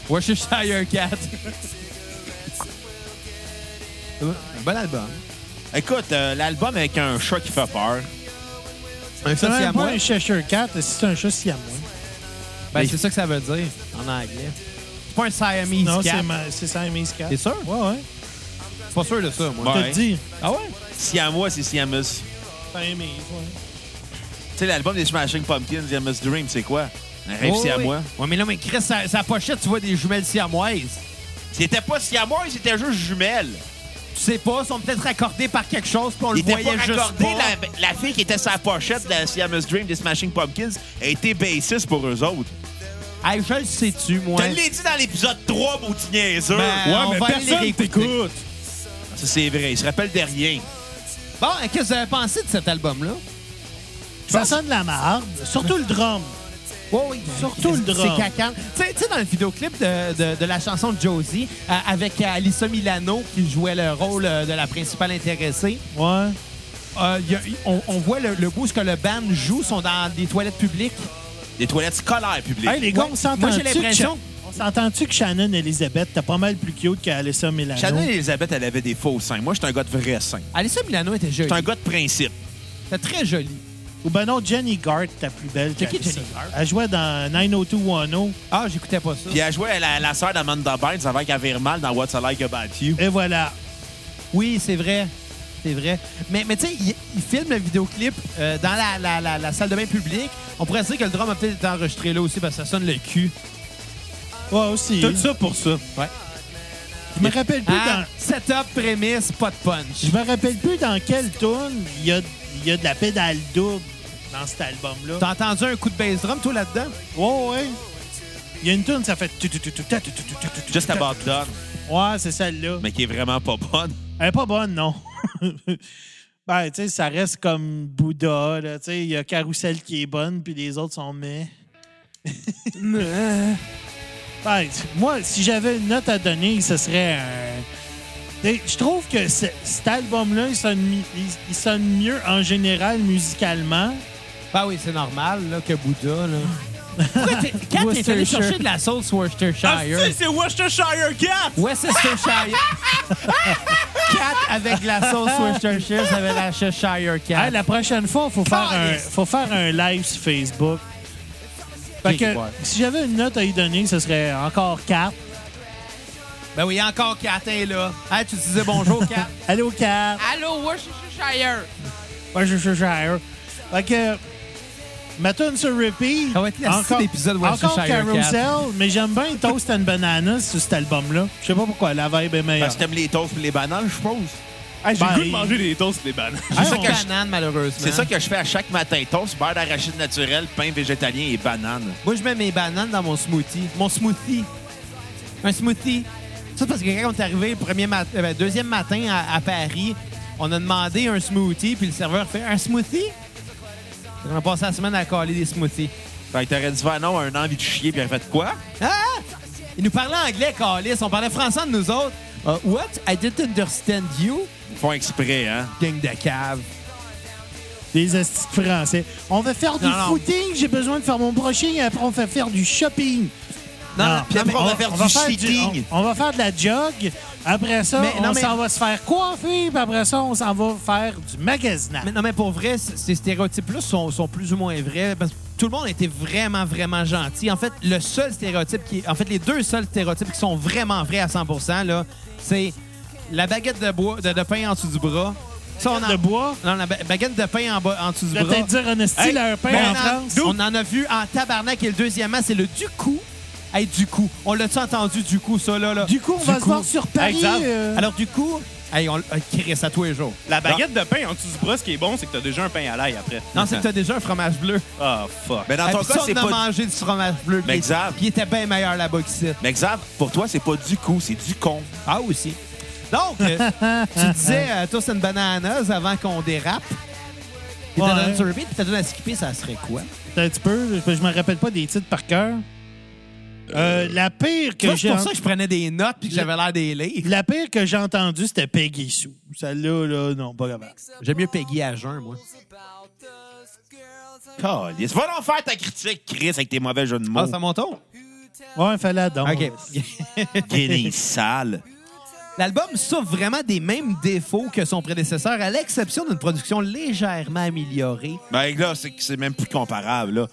Speaker 1: Ouais, je suis hire a cat. un bon album.
Speaker 3: Écoute, euh, l'album avec un chat qui fait peur.
Speaker 1: Un
Speaker 4: C'est
Speaker 1: chat
Speaker 4: même
Speaker 1: siamois.
Speaker 4: pas un Cheshire Cat, c'est un chat siamois.
Speaker 1: Ben, c'est ça que ça veut dire en anglais. C'est pas un Siamese
Speaker 4: Non,
Speaker 1: cat.
Speaker 4: c'est ma- c'est Siamese Cat.
Speaker 1: T'es sûr?
Speaker 4: Ouais, ouais.
Speaker 1: Je suis pas sûr de ça, moi.
Speaker 4: Je te
Speaker 3: Ouais.
Speaker 4: le dis.
Speaker 1: Ah ouais?
Speaker 3: Siamois, c'est Siamus.
Speaker 4: Siamese, ouais.
Speaker 3: Tu sais, l'album des Smashing Pumpkins, Siamus Dream, c'est quoi? Un rêve
Speaker 1: Oh,
Speaker 3: siamois.
Speaker 1: oui. Ouais, mais là, mais Chris, sa, sa pochette, tu vois des jumelles siamoises.
Speaker 3: C'était pas siamois, c'était juste jumelles.
Speaker 1: Tu sais pas, sont peut-être raccordées par quelque chose, puis on le
Speaker 3: Il était
Speaker 1: voyait
Speaker 3: pas
Speaker 1: juste
Speaker 3: raccordé.
Speaker 1: pas.
Speaker 3: La, la fille qui était sa pochette de la Siamus Dream des Smashing Pumpkins a été bassiste pour eux autres.
Speaker 1: Hey, je le sais-tu, moi.
Speaker 3: Je te l'ai dit dans l'épisode 3, mon petit niaiseux.
Speaker 1: Ben,
Speaker 5: Ouais,
Speaker 1: on
Speaker 5: mais
Speaker 1: va aller les
Speaker 5: personne
Speaker 1: réécouter.
Speaker 5: t'écoute.
Speaker 3: Ça, c'est vrai. Il se rappelle de rien.
Speaker 1: Bon, qu'est-ce que vous avez pensé de cet album-là?
Speaker 4: Ça sonne de la marde, surtout le drum.
Speaker 1: Oui, oui.
Speaker 4: Surtout le drum.
Speaker 1: C'est cacan. Tu sais- tu sais, dans le vidéoclip de, de- de la chanson de Josie, euh, avec euh, Alyssa Milano qui jouait le rôle euh, de la principale intéressée,
Speaker 4: Ouais.
Speaker 1: euh, y a- y- on, on voit le, le goût ce que le band joue, sont dans des toilettes publiques.
Speaker 3: Des toilettes scolaires publiques.
Speaker 4: Hey, les gars,
Speaker 1: Ouais.
Speaker 4: on s'entend.
Speaker 1: Moi, j'ai l'impression-
Speaker 4: On s'entend-tu que Shannon Elizabeth, t'as pas mal plus cute qu'Alessa Milano?
Speaker 3: Chanel et Elisabeth, elle avait des faux seins. Moi, j'étais un gars de vrai seins.
Speaker 1: Alyssa Milano était jolie.
Speaker 3: J'étais un gars de principe.
Speaker 1: C'était très jolie.
Speaker 4: Ou ben non, Jenny Gart, t'as plus belle
Speaker 1: C'est qui,
Speaker 4: qu'Alyssa.
Speaker 1: Jenny Gart?
Speaker 4: Elle jouait dans 90210.
Speaker 1: Ah, j'écoutais pas ça.
Speaker 3: Puis elle jouait à la, la sœur d'Amanda Bynes avant qu'elle vire mal dans What's I Like About You.
Speaker 4: Et voilà.
Speaker 1: Oui, c'est vrai. C'est vrai. Mais, mais tu sais, il, il filme le vidéoclip euh, dans la, la- la- la salle de bain publique. On pourrait se dire que le drum a peut-être été enregistré là aussi parce que ça sonne le cul.
Speaker 4: Ouais, aussi.
Speaker 5: Tout ça pour ça.
Speaker 4: Je me rappelle plus
Speaker 1: Ah,
Speaker 4: dans...
Speaker 1: setup, prémisse, pas de punch.
Speaker 4: Je me rappelle plus dans quelle tune il y a, il y a de la pédale double dans cet album-là.
Speaker 1: T'as entendu un coup de bass drum, toi, là-dedans?
Speaker 4: Ouais, ouais. Il y a une tune, ça fait... tu, tu, tu, tu, ta, tu, tu, tu, tu, tu, tu,
Speaker 3: Just
Speaker 4: ta,
Speaker 3: About
Speaker 4: tu, tu.
Speaker 3: Done,
Speaker 4: Ouais, c'est celle-là.
Speaker 3: mais qui est vraiment pas bonne.
Speaker 4: Elle est pas bonne, non. ben, tu sais, ça reste comme Bouddha, là. Tu sais, il y a Carousel qui est bonne, puis les autres sont mais. ben, tu- moi, si j'avais une note à donner, ce serait un, Et Je trouve que ce- cet album-là, il sonne, mi- il- il sonne mieux en général musicalement.
Speaker 1: Ben oui, c'est normal là, que Bouddha. Là. Pourquoi t'es- Kat, t'es allé
Speaker 4: Worcestershire.
Speaker 1: chercher de la sauce Worcestershire?
Speaker 5: c'est Worcestershire Cat!
Speaker 1: Worcestershire. Cat avec la sauce Worcestershire, ça avait Ah, la Cheshire Cat.
Speaker 4: Hey, la prochaine fois, il faut, faire un- faut faire un live sur Facebook. Fait que,
Speaker 1: Ok, ouais.
Speaker 4: si j'avais une note à y donner, ce serait encore 4.
Speaker 1: Ben oui, encore Cat est là. Hey, tu disais bonjour, Cat.
Speaker 4: Allô, 4.
Speaker 6: Allô, Worcestershire.
Speaker 4: Moi, je suis Shire. Fait que, ma tune sur repeat.
Speaker 1: Ça va être la suite d'épisode
Speaker 4: Encore
Speaker 1: Worcestershire
Speaker 4: Carousel, mais j'aime bien Toast and Banana sur cet album-là. Je sais pas pourquoi, la vibe est meilleure.
Speaker 3: Parce que t'aimes les toasts et les bananes, je suppose.
Speaker 5: Hey, J'ai
Speaker 4: Ben,
Speaker 5: le goût de
Speaker 4: il-
Speaker 5: manger des toasts les bananes.
Speaker 4: Hey,
Speaker 1: C'est
Speaker 4: on-
Speaker 1: banane, malheureusement.
Speaker 3: C'est ça que je fais à chaque matin. Toast, beurre d'arachide naturel, pain végétalien et banane.
Speaker 1: Moi, je mets mes bananes dans mon smoothie. Mon smoothie. Un smoothie. Ça, parce que quand on est arrivé le premier mat- euh, ben, deuxième matin à, à Paris, on a demandé un smoothie, puis le serveur fait un smoothie. On a passé la semaine à caler des smoothies.
Speaker 3: Fait que t'aurais dû faire non à un envie de chier, puis elle fait quoi?
Speaker 1: Ah! Ils nous parlaient anglais, Calis. On parlait français de nous autres. Euh, what? I didn't understand you.
Speaker 3: Ils font exprès, hein?
Speaker 1: Gang de cave.
Speaker 4: Des astuces français. On va faire du
Speaker 1: Non, non.
Speaker 4: footing, j'ai besoin de faire mon brushing, et après on va faire du shopping.
Speaker 1: Non,
Speaker 4: Non,
Speaker 1: non,
Speaker 3: Puis après,
Speaker 1: mais-
Speaker 3: on va faire du cheating.
Speaker 4: on, on va faire de la jog. Après ça,
Speaker 1: Mais- non,
Speaker 4: on
Speaker 1: mais-
Speaker 4: s'en va se faire coiffer. Puis après ça, on s'en va faire du magasinage.
Speaker 1: Mais non, mais pour vrai, c- ces stéréotypes-là sont, sont plus ou moins vrais. Parce que tout le monde était vraiment, vraiment gentil. En fait, le seul stéréotype qui. En fait, les deux seuls stéréotypes qui sont vraiment vrais à 100 là, c'est la baguette de, bois, de, de pain en dessous du bras. Ça, on en-
Speaker 4: de bois.
Speaker 1: Non, la ba- baguette de pain en, bas, en dessous du
Speaker 4: Je
Speaker 1: bras.
Speaker 4: vais peut-être dire un style
Speaker 1: Hey,
Speaker 4: à un pain
Speaker 1: mais
Speaker 4: en
Speaker 1: on en-
Speaker 4: France.
Speaker 1: On en a vu en tabarnak. Et le deuxièmement, c'est le du coup. Hey, du coup. On l'a-tu entendu, du coup, ça, là? là?
Speaker 4: Du coup, on va se voir sur Paris.
Speaker 5: Xav,
Speaker 4: euh,
Speaker 1: Alors, du coup, hey, on euh, Chris, à tous les jours.
Speaker 5: La baguette de pain en dessous du bras, ce qui est bon, c'est que t'as déjà un pain à l'ail après.
Speaker 1: Non, c'est que t'as déjà un fromage bleu.
Speaker 5: Ah, fuck.
Speaker 3: Mais Ben, dans
Speaker 1: Ah,
Speaker 3: ton
Speaker 1: puis
Speaker 3: cas,
Speaker 1: ça,
Speaker 3: c'est
Speaker 1: on a
Speaker 3: pas. Ben,
Speaker 1: mangé du fromage bleu.
Speaker 3: Mais
Speaker 1: puis-
Speaker 3: Xav-
Speaker 1: puis il était bien meilleur là-bas qu'ici.
Speaker 3: Mais Xav, pour toi, c'est pas du coup, c'est du con.
Speaker 1: Ah, aussi. Donc, euh, tu disais, euh, toi, c'est une bananeuse avant qu'on dérape. Puis
Speaker 4: Ouais.
Speaker 1: t'as donné sur repeat, puis t'as donné à skipper, ça serait quoi?
Speaker 4: un petit peu, je je me rappelle pas des titres par cœur. Euh, la pire
Speaker 1: Tu vois,
Speaker 4: que
Speaker 1: C'est
Speaker 4: j'ai
Speaker 1: pour ça que je prenais des notes puis que j'avais l'air des lire.
Speaker 4: la pire que j'ai entendue, c'était Peggy Sue. Celle-là, là, non, pas grave.
Speaker 1: J'aime mieux Peggy à jeun, moi.
Speaker 3: Calisse. Va donc faire ta critique, Chris, avec tes mauvais jeux de mots.
Speaker 1: Ah, c'est à mon tour?
Speaker 4: Ouais, fallait donc.
Speaker 1: OK.
Speaker 3: Guinée sale.
Speaker 1: L'album souffre vraiment des mêmes défauts que son prédécesseur, à l'exception d'une production légèrement améliorée.
Speaker 3: Ben là, c'est c'est même plus comparable, là.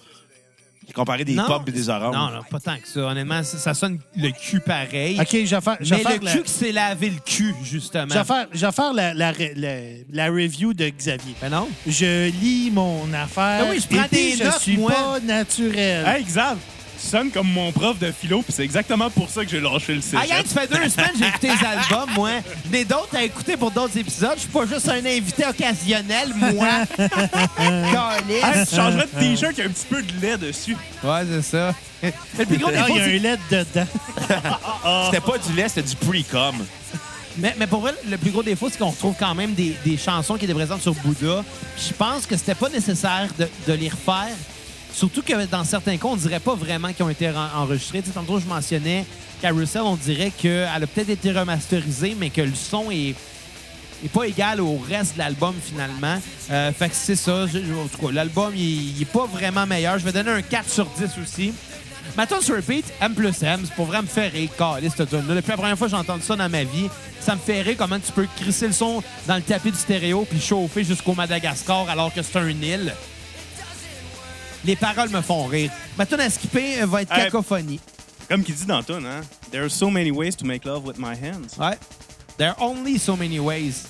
Speaker 3: Comparer des
Speaker 1: Non.
Speaker 3: pommes et des oranges.
Speaker 1: Non, non, pas tant que ça. Honnêtement, ça, ça sonne le cul pareil.
Speaker 4: OK, je vais faire, je vais
Speaker 1: Mais
Speaker 4: faire
Speaker 1: le
Speaker 4: la-
Speaker 1: cul qui s'est lavé le cul, justement.
Speaker 4: je vais faire- je vais faire la- la- la- la review de Xavier.
Speaker 1: Ben non.
Speaker 4: je lis mon affaire.
Speaker 1: Ben oui, je prends
Speaker 4: et puis
Speaker 1: des
Speaker 4: je
Speaker 1: notes,
Speaker 4: suis
Speaker 1: moi.
Speaker 4: pas naturel.
Speaker 5: Hey, Xav, tu sonnes comme mon prof de philo, puis c'est exactement pour ça que j'ai lâché le
Speaker 1: Ah, Yann,
Speaker 5: cégep.
Speaker 1: tu fais deux semaines j'ai écouté les albums, moi. J'en ai d'autres à écouter pour d'autres épisodes. Je suis pas juste un invité occasionnel, moi.
Speaker 5: Hey,
Speaker 1: Calice.
Speaker 5: tu changerais de t-shirt, il y a un petit peu de lait dessus.
Speaker 1: Ouais, c'est ça. Le plus gros
Speaker 4: Ah,
Speaker 1: défaut,
Speaker 4: il y a
Speaker 1: c'est-
Speaker 4: un LED dedans.
Speaker 3: C'était pas du lait, c'était du pre-com.
Speaker 1: mais, mais pour vrai, le plus gros défaut, c'est qu'on retrouve quand même des, des chansons qui étaient présentes sur Bouddha. Je pense que c'était pas nécessaire de, de les refaire. Surtout que dans certains cas, on dirait pas vraiment qu'ils ont été en- enregistrés. Tu sais, tantôt, je mentionnais Carousel, on dirait qu'elle a peut-être été remasterisée, mais que le son est est pas égal au reste de l'album finalement. Euh, fait que c'est ça. Je- je- en tout cas, l'album, il, il est pas vraiment meilleur. Je vais donner un 4 sur 10 aussi. Ma tune sur repeat, M plus M, c'est pour vraiment me faire rire, câlisse, cette tune-là. Depuis la première fois que j'entends ça dans ma vie, ça me fait rire comment tu peux crisser le son dans le tapis du stéréo puis chauffer jusqu'au Madagascar alors que c'est un île. Les paroles me font rire. Ma tune à skipper euh, va être
Speaker 5: Hey.
Speaker 1: cacophonie.
Speaker 5: Comme qu'il dit dans Tune, hein? There are so many ways to make love with my hands.
Speaker 1: Ouais. There are only so many ways.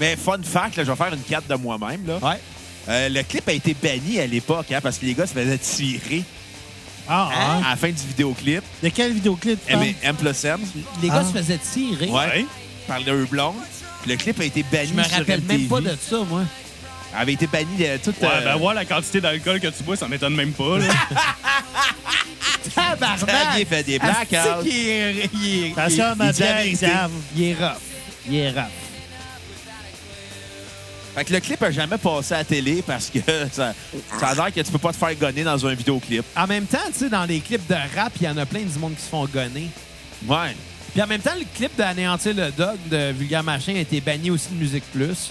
Speaker 3: Mais fun fact, là, je vais faire une carte de moi-même. là.
Speaker 1: Ouais.
Speaker 3: Euh, le clip a été banni à l'époque hein, parce que les gars se faisaient tirer
Speaker 4: Ah,
Speaker 3: à
Speaker 4: ah.
Speaker 3: la fin du vidéoclip.
Speaker 4: De quel vidéoclip
Speaker 1: Ah.
Speaker 4: tu
Speaker 3: M,
Speaker 4: parles?
Speaker 3: M plus M.
Speaker 1: Les gars
Speaker 4: Ah.
Speaker 1: se faisaient tirer.
Speaker 3: Ouais. Par le blond. Le clip a été banni
Speaker 1: Je me
Speaker 3: sur
Speaker 1: rappelle
Speaker 3: MTV.
Speaker 1: même pas de ça, moi.
Speaker 3: avait été banni de toute...
Speaker 5: Ouais,
Speaker 3: euh,
Speaker 5: ben voir la quantité d'alcool que tu bois, ça m'étonne même pas, là.
Speaker 1: Tabarnak!
Speaker 3: Xavier fait des
Speaker 4: Ah,
Speaker 1: Asti
Speaker 3: blackouts.
Speaker 1: qu'il est- Il est...
Speaker 4: Attention à ma
Speaker 3: il dit la
Speaker 4: bière,
Speaker 3: vérité.
Speaker 4: Xav.
Speaker 1: Il est rough. Il est rough.
Speaker 3: Fait que le clip a jamais passé à la télé parce que ça, ça a l'air que tu peux pas te faire gonner dans un vidéoclip.
Speaker 4: Ben,
Speaker 1: En même temps, tu sais, dans les clips de rap, il y en a plein du monde qui se font gonner.
Speaker 3: Ouais.
Speaker 1: Puis en même temps, le clip d'Anéantir le Dog de Vulgaire Machin a été banni aussi de Musique Plus.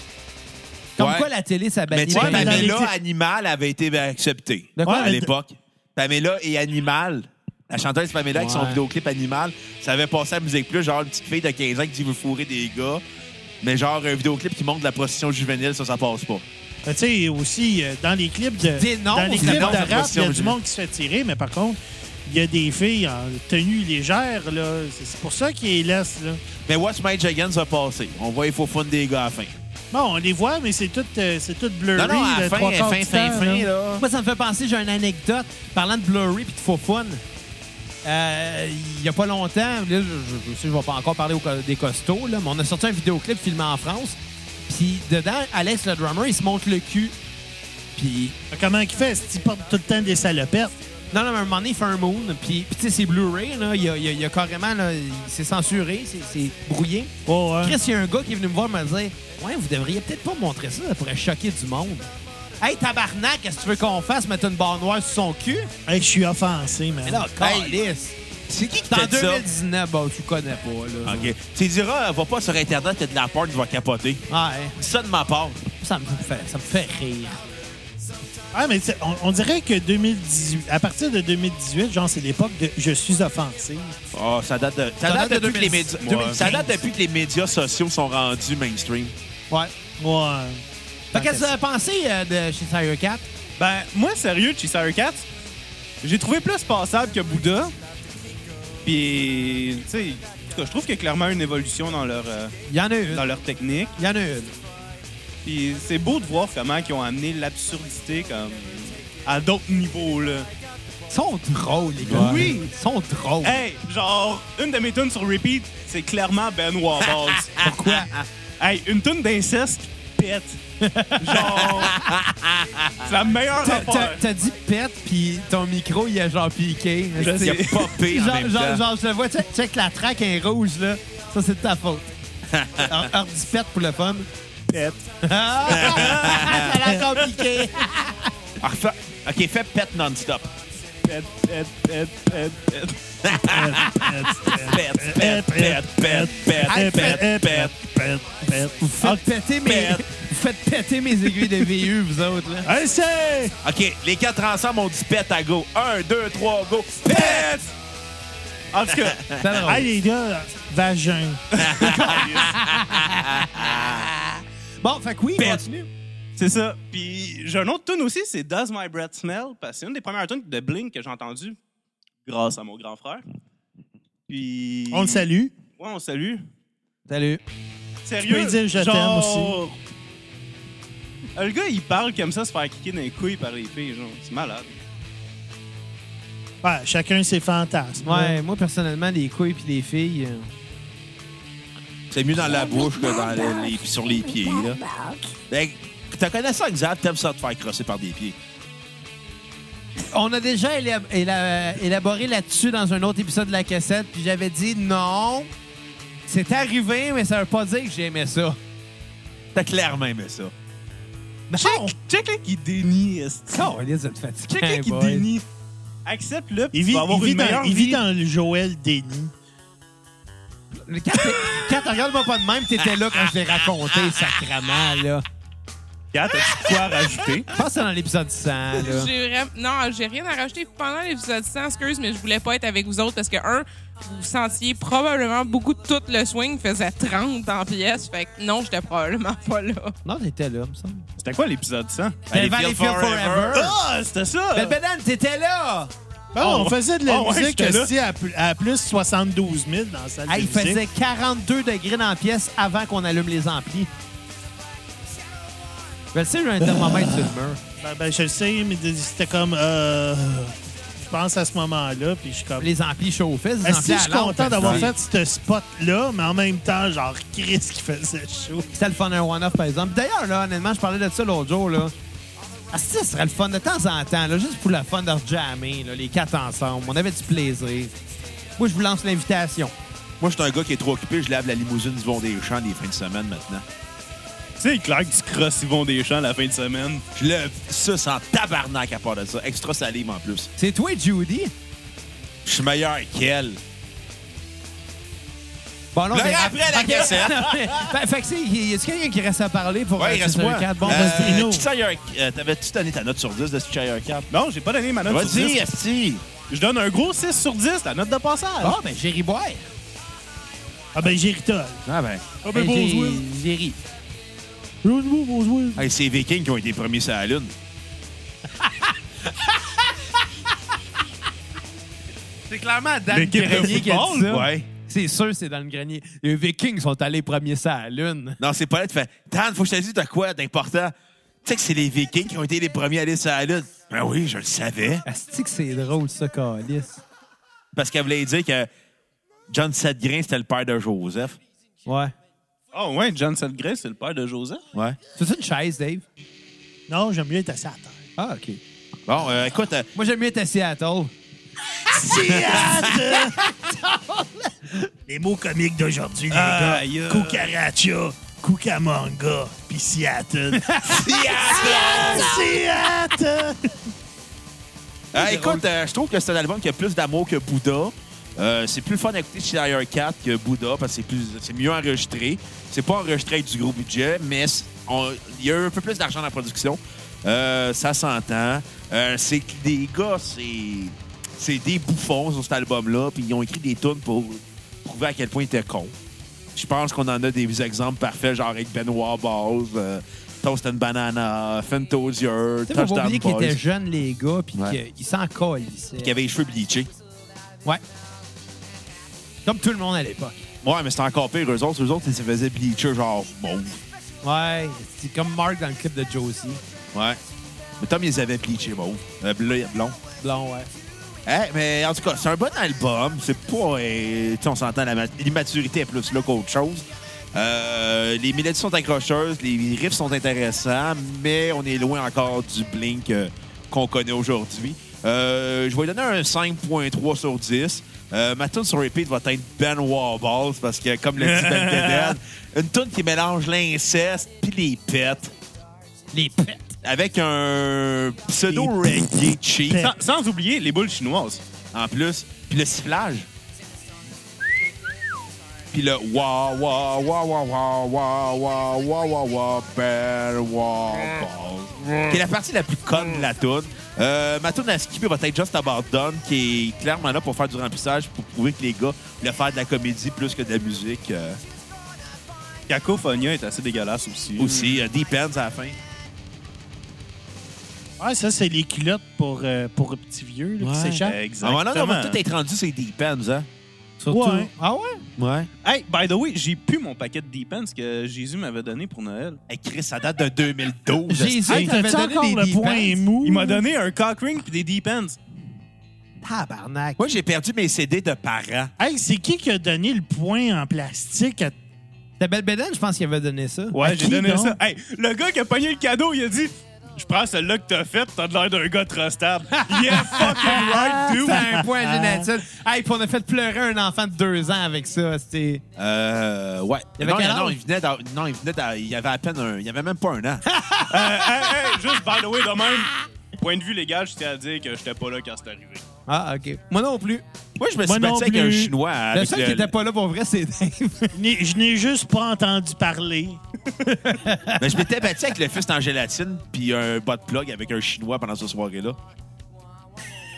Speaker 1: Comme
Speaker 3: Ouais.
Speaker 1: quoi, la télé, ça
Speaker 3: Mais
Speaker 1: bannit.
Speaker 3: tu sais,
Speaker 4: Ouais, mais dans les
Speaker 3: Pamela
Speaker 4: ti-
Speaker 3: Animal avait été ben, acceptée
Speaker 1: De quoi?
Speaker 3: à
Speaker 4: Ouais,
Speaker 3: l'époque. Pamela et Animal, la chanteuse Pamela avec son
Speaker 1: Ouais.
Speaker 3: vidéoclip Animal, ça avait passé à Musique Plus, genre une petite fille de 15 ans qui dit veut fourrer des gars. Mais genre un vidéoclip qui montre de la prostitution juvénile, ça, ça passe pas.
Speaker 4: Ben, tu sais, aussi, euh, dans les clips de,
Speaker 1: dénoncent
Speaker 4: dans les
Speaker 1: la
Speaker 4: clips de
Speaker 3: dénonce de
Speaker 4: rap, il y
Speaker 3: prostitution
Speaker 4: a du
Speaker 3: juvénile.
Speaker 4: monde qui se fait tirer, mais par contre, il y a des filles en tenue légère. là. C'est c'est pour ça qu'ils les laissent. Là.
Speaker 3: Mais Watch My Jagan va passer. On voit il faut fun des gars à la fin.
Speaker 4: Bon, on les voit, mais c'est tout, euh, c'est tout blurry.
Speaker 3: Ah Non, non, à
Speaker 4: le
Speaker 3: la fin,
Speaker 4: trois quarts
Speaker 3: fin,
Speaker 4: du
Speaker 3: fin,
Speaker 4: temps,
Speaker 3: fin,
Speaker 4: là.
Speaker 3: là.
Speaker 1: Moi, ça me fait penser, j'ai une anecdote parlant de Blurry puis de Faux Fun. Euh, Il n'y a pas longtemps, là, je ne sais, je vais pas encore parler au co- des costauds, là, mais on a sorti un vidéoclip filmé en France. Puis dedans, Alex le drummer, il se montre le cul. Puis
Speaker 4: Comment il fait? Est-ce qu'il porte tout le temps des salopettes?
Speaker 1: Non, non, mais à un moment donné, il fait un moon. Puis, puis tu sais, c'est Blu-ray, là. Il y a, il y a- il y a carrément, là, il- c'est censuré, c'est c'est brouillé.
Speaker 4: Oh, ouais.
Speaker 1: Chris, il y a un gars qui est venu me voir me dire Ouais, vous devriez peut-être pas montrer ça, ça pourrait choquer du monde. Hey, tabarnak, qu'est-ce que tu veux qu'on fasse Mettre une barre noire sur son cul
Speaker 4: Hey, je suis offensé, man.
Speaker 1: Mais là,
Speaker 3: Hey.
Speaker 1: calice.
Speaker 3: C'est qui qui
Speaker 1: C'est en
Speaker 3: t'a dit ça?
Speaker 1: 2019, bon, tu connais pas, là.
Speaker 3: OK. Tu diras, euh, va pas sur Internet, t'as de la porte, tu vas capoter.
Speaker 1: Ouais,
Speaker 3: Dis ça de ma part.
Speaker 1: ça me fait, ça me fait rire.
Speaker 4: Ah, mais c'est- on, on dirait que 2018, à partir de 2018, genre, c'est l'époque de je suis offensé.
Speaker 3: Ah, ça date de. Ça, date, depuis que les médias.
Speaker 1: 2015.
Speaker 3: Ça date depuis que les médias sociaux sont rendus mainstream.
Speaker 1: Ouais.
Speaker 4: Ouais.
Speaker 1: Fait qu'est-ce que tu as pensé euh, de chez Sire 4
Speaker 7: Ben, moi, sérieux, Cheesear 4, j'ai trouvé plus passable que Bouddha. Puis, tu sais, en tout cas, je trouve qu'il y a clairement une évolution dans leur, euh,
Speaker 1: Il y en a une.
Speaker 7: dans leur technique.
Speaker 1: Il y en a une.
Speaker 7: Puis, c'est beau de voir comment ils ont amené l'absurdité comme à d'autres niveaux, là.
Speaker 1: Ils sont drôles, les gars.
Speaker 7: Oui.
Speaker 1: Ils sont drôles.
Speaker 7: Hey, genre, une de mes tunes sur repeat, c'est clairement Ben Warballs.
Speaker 1: Pourquoi
Speaker 7: hey, une tune d'inceste pète. Genre, c'est la meilleure
Speaker 1: T'as-
Speaker 7: affaire.
Speaker 1: T'as t'as dit pète, puis ton micro, il a genre piqué.
Speaker 7: Je
Speaker 1: C'est-
Speaker 7: sais.
Speaker 3: Il a popé en
Speaker 1: Genre,
Speaker 3: même
Speaker 1: genre,
Speaker 3: temps.
Speaker 1: genre, je le vois, check, check la traque est rouge, là. Ça, c'est de ta faute. Heure heure du pète pour le fun.
Speaker 4: Pète.
Speaker 1: Ah, ça l'a compliqué.
Speaker 3: Ah, fa- OK, fais pète non-stop.
Speaker 7: Pète, pète, pète, pète, pète.
Speaker 3: Pète, pète, pète, pète, pète, pète, pète.
Speaker 4: pète, pète.
Speaker 1: Vous faites, péter mes,
Speaker 3: Ah, pète.
Speaker 1: vous faites péter mes aiguilles de VU, vous autres, là.
Speaker 4: Hey, c'est...
Speaker 3: OK, les quatre ensemble, on dit pète à go. Un, deux, trois, go. Pète!
Speaker 7: En tout cas,
Speaker 1: C'est drôle.
Speaker 7: Ah,
Speaker 4: Hey, les gars, vagin.
Speaker 1: Bon, fait que oui,
Speaker 3: Pète.
Speaker 1: continue.
Speaker 7: c'est ça. Puis j'ai un autre tune aussi, c'est Does My Breath Smell? Parce que c'est une des premières tunes de Blink que j'ai entendue grâce à mon grand frère. Puis.
Speaker 4: On le salue.
Speaker 7: Ouais, on le salue.
Speaker 1: Salut.
Speaker 7: Sérieux.
Speaker 4: Tu peux dire je t'aime
Speaker 7: genre... Le gars, il parle comme ça, se faire kicker dans les couilles par les filles. Genre, c'est malade.
Speaker 4: Ouais, chacun ses fantasmes.
Speaker 1: Ouais, moi, personnellement, les couilles puis les filles... euh,
Speaker 3: C'est mieux dans la bouche que dans les, les- sur les pieds, là. Ben, t'as connaissance exacte, t'aimes ça te faire crosser par des pieds.
Speaker 1: On a déjà éla- éla- élaboré là-dessus dans un autre épisode de la cassette, puis j'avais dit non. C'est arrivé, mais ça veut pas dire que j'aimais ça.
Speaker 3: T'as clairement aimé ça.
Speaker 1: Non!
Speaker 7: Check là qui dénie, esti.
Speaker 1: Ça, on est vous êtes fatigués,
Speaker 7: Check là qui
Speaker 1: boys.
Speaker 7: dénie. Accepte-le, puis
Speaker 4: Il
Speaker 7: tu
Speaker 4: vit,
Speaker 7: vas avoir
Speaker 4: il vit
Speaker 7: une
Speaker 4: dans,
Speaker 7: meilleure
Speaker 4: il vit
Speaker 7: vie.
Speaker 4: dans le Joël Denis.
Speaker 1: Le- Quand, t'es- quand t'en regardes-moi pas de même, t'étais là quand je l'ai raconté, sacrament, là.
Speaker 7: Kat, as-tu de quoi rajouter?
Speaker 1: Je pense que c'est dans l'épisode 100, là.
Speaker 6: J'ai vraiment- Non, j'ai rien à rajouter. Pendant l'épisode 100, excuse, mais je voulais pas être avec vous autres parce que, un, vous sentiez probablement beaucoup de tout le swing faisait 30 en pièces. Fait que non, j'étais probablement pas là.
Speaker 1: Non, t'étais là, me semble.
Speaker 7: C'était quoi l'épisode 100?
Speaker 4: Ben,
Speaker 1: T'étais
Speaker 3: Allez,
Speaker 1: les
Speaker 3: Feel Forever.
Speaker 7: Ah, c'était ça!
Speaker 1: Belle Bédane, Ben, t'étais là!
Speaker 4: Ah, on
Speaker 7: ouais.
Speaker 4: faisait de la
Speaker 7: Ah, ouais,
Speaker 4: musique
Speaker 7: j'étais là. Ah,
Speaker 4: aussi à, plus- à plus 72 000 dans la salle
Speaker 1: Hey,
Speaker 4: de
Speaker 1: il
Speaker 4: musique.
Speaker 1: faisait 42 degrés dans la pièce avant qu'on allume les amplis. Je le sais, j'ai un thermomètre sur le mur.
Speaker 4: Ben, ben, je le sais, mais c'était comme... euh, je pense à ce moment-là, puis je suis comme...
Speaker 1: Les amplis chauffaient, les
Speaker 4: Est-ce
Speaker 1: amplis
Speaker 4: que
Speaker 1: à
Speaker 4: je suis
Speaker 1: lampe,
Speaker 4: content d'avoir
Speaker 1: parce que-
Speaker 4: fait ce spot-là, mais en même temps, genre, Chris qui faisait chaud.
Speaker 1: C'était le fun un one-off, par exemple. D'ailleurs, là, honnêtement, je parlais de ça l'autre jour, là. Ah, si, ça serait le fun de temps en temps, là, juste pour la fun de jammer, là, les quatre ensemble. On avait du plaisir. Moi, je vous lance l'invitation.
Speaker 3: Moi, je suis un gars qui est trop occupé, je lave la limousine du Vont des Champs les fins de semaine maintenant.
Speaker 7: Tu sais, clair que tu crosses Yvon Deschamps la fin de semaine.
Speaker 3: Je le suce en tabarnak à part de ça. Extra salive en plus.
Speaker 1: C'est toi, Judy.
Speaker 3: Je suis meilleur qu'elle.
Speaker 1: Bon, non,
Speaker 3: Le
Speaker 1: c'est-
Speaker 3: après la
Speaker 1: Ok,
Speaker 3: cassette.
Speaker 1: non, mais- fait- Fait que, c'est- y y a-tu quelqu'un qui reste à parler pour
Speaker 3: Ouais,
Speaker 1: euh,
Speaker 3: il reste
Speaker 1: Cheshire
Speaker 3: moi.
Speaker 1: Cat? Bon,
Speaker 3: Euh,
Speaker 1: vas-y, Trino.
Speaker 3: Cheshire- euh, T'avais-tu donné ta note sur 10 de Cheshire Cap?
Speaker 5: Non, j'ai pas donné ma note sur
Speaker 3: Vas-y,
Speaker 5: 10.
Speaker 3: Esti.
Speaker 5: Je donne un gros 6 sur 10, la note de passage.
Speaker 1: Ah, ben, Jerry Boy.
Speaker 4: Ah ben, j'éritole.
Speaker 3: Ah ben.
Speaker 4: Ah
Speaker 1: Ben,
Speaker 4: ben, bon
Speaker 1: j'ai-
Speaker 4: joué.
Speaker 1: j'ai ri.
Speaker 4: Bonjour, bonjour.
Speaker 3: Hey, c'est les Vikings qui ont été premiers sur la Lune.
Speaker 1: C'est clairement Dan
Speaker 5: L'équipe de
Speaker 1: Grenier qui a dit
Speaker 5: football,
Speaker 1: ça.
Speaker 3: Ouais.
Speaker 1: C'est sûr, c'est dans le grenier. Les Vikings sont allés premiers ça à la Lune.
Speaker 3: Non, c'est pas là. Tu fais, Dan, faut que je te dise de quoi d'important. Tu sais que c'est les Vikings qui ont été les premiers à aller sur la Lune. Ben oui, je le savais.
Speaker 1: Asti que c'est drôle, ça, Calis.
Speaker 3: Parce qu'elle voulait dire que John Sedgrain, c'était le père de Joseph.
Speaker 1: Ouais.
Speaker 5: Ah ouais, John Sedgray, c'est le père de Joseph.
Speaker 3: Ouais.
Speaker 1: C'est ça une chaise, Dave?
Speaker 4: Non, j'aime mieux être assis à terre.
Speaker 1: Ah, OK.
Speaker 3: Bon, euh, écoute, euh,
Speaker 1: Moi, j'aime mieux être à Seattle.
Speaker 4: Les mots comiques d'aujourd'hui, les
Speaker 5: Ah,
Speaker 4: gars.
Speaker 7: euh,
Speaker 5: yeah.
Speaker 4: Cucaracha, Cucamonga, puis Seattle. Seattle! Seattle!
Speaker 3: euh, écoute euh, je trouve que c'est un album qui a plus d'amour que Bouddha. Euh, c'est plus fun d'écouter Shire 4 que Bouddha parce que c'est plus- c'est mieux enregistré. C'est pas enregistré avec du gros budget, mais c'est- on- il y a eu un peu plus d'argent dans la production. Euh, ça s'entend. Euh, c'est que des gars, c'est c'est des bouffons sur cet album-là, puis ils ont écrit des tunes pour prouver à quel point ils étaient cons. Je pense qu'on en a des exemples parfaits, genre avec Benoit Balls, euh, Toast and Banana,
Speaker 1: Tu sais,
Speaker 3: Fantosier,
Speaker 1: faut pas
Speaker 3: Touchdown
Speaker 1: oublier qu'ils
Speaker 3: Boys,
Speaker 1: étaient jeunes, les gars, puis
Speaker 3: Ouais.
Speaker 1: qu'ils s'en colissaient.
Speaker 3: qui avaient les cheveux bleachés.
Speaker 1: Ouais. Comme tout le monde à l'époque.
Speaker 3: Ouais, mais c'était encore pire. Eux autres, eux autres, ils se faisaient bleacher genre mauve.
Speaker 1: Ouais. C'est comme Mark dans le clip de Josie.
Speaker 3: Ouais. Mais Tom, ils les avaient bleachés mauve. Euh, bleu- blond.
Speaker 1: Blond, ouais.
Speaker 3: Hein, mais en tout cas, c'est un bon album. C'est pas. euh, tu sais, on s'entend, la ma- l'immaturité est plus là qu'autre chose. Euh, les mélodies sont accrocheuses, les riffs sont intéressants, mais on est loin encore du Blink euh, qu'on connaît aujourd'hui. Euh, je vais lui donner un 5.3 sur 10. Euh, ma tune sur repeat va être Ben Warballs parce que, comme le dit Ben Dead, une tune qui mélange l'inceste puis les pets
Speaker 1: Les pets.
Speaker 3: avec un pseudo reggae cheap
Speaker 5: Sans, sans oublier les boules chinoises.
Speaker 3: en plus. Puis le sifflage. Puis le wa wa wa wa wa wa wa wa wa wa bell wa balls. Qui est la partie la plus conne de la toune. Euh, ma toune à skipper va être Just About Done, qui est clairement là pour faire du remplissage, pour prouver que les gars voulaient faire de la comédie plus que de la musique euh,
Speaker 5: Cacophonia est assez dégueulasse aussi.
Speaker 3: aussi. Euh, Deep Ends à la fin.
Speaker 4: Ouais, ça, c'est les culottes pour, euh, pour petit vieux là, qui s'échappent.
Speaker 3: À un
Speaker 5: Exactement.
Speaker 3: moment donné, on va tout être rendu, c'est Deep Ends, hein?
Speaker 1: Surtout.
Speaker 4: Ouais.
Speaker 1: Ah ouais?
Speaker 3: Ouais.
Speaker 5: Hey, by the way, j'ai pu mon paquet de Deep Ends que Jésus m'avait donné pour Noël.
Speaker 3: Hey, Chris, ça date de 2012.
Speaker 1: Jésus,
Speaker 4: Hey,
Speaker 1: t'avais
Speaker 4: t'as-tu
Speaker 1: donné
Speaker 4: encore
Speaker 1: des
Speaker 4: le
Speaker 1: Deep
Speaker 4: point
Speaker 1: Ends?
Speaker 4: mou?
Speaker 5: Il m'a donné un cock ring puis des Deep Ends.
Speaker 1: Tabarnak.
Speaker 3: Moi, j'ai perdu mes CD de parents.
Speaker 4: Hey, c'est qui qui a donné le point en plastique à
Speaker 1: Ta belle bédaine, je pense qu'il avait donné ça.
Speaker 4: À
Speaker 5: Ouais, j'ai
Speaker 4: qui,
Speaker 5: donné
Speaker 4: donc?
Speaker 5: ça. Hey, le gars qui a pogné le cadeau, il a dit Je prends celle-là que t'as faite, t'as de l'air d'un gars trustable. yeah, fucking right, dude.
Speaker 1: C'est un point
Speaker 3: Ah.
Speaker 1: génétique. Hey, puis on a fait pleurer un enfant de deux ans avec ça. C'était.
Speaker 3: Euh, ouais.
Speaker 1: Il avait
Speaker 3: non,
Speaker 1: quel
Speaker 3: non,
Speaker 1: âge?
Speaker 3: il venait d'a- non, il venait d'a- il avait à peine un, il avait même pas un an.
Speaker 5: Euh, hey, hey, juste by the way, de même, point de vue légal, j'étais à dire que j'étais pas là quand c'est arrivé.
Speaker 1: Ah, OK. Moi non plus.
Speaker 3: Moi, je me
Speaker 4: Moi
Speaker 3: suis
Speaker 4: non
Speaker 3: battu avec un
Speaker 4: plus.
Speaker 3: Chinois.
Speaker 1: Le
Speaker 3: avec
Speaker 1: seul
Speaker 3: le-
Speaker 1: qui était pas là pour vrai, c'est Dave.
Speaker 4: Je n'ai- Je n'ai juste pas entendu parler.
Speaker 3: Ben, je m'étais battu avec le fist en gélatine puis un bas de plug avec un Chinois pendant cette soirée-là.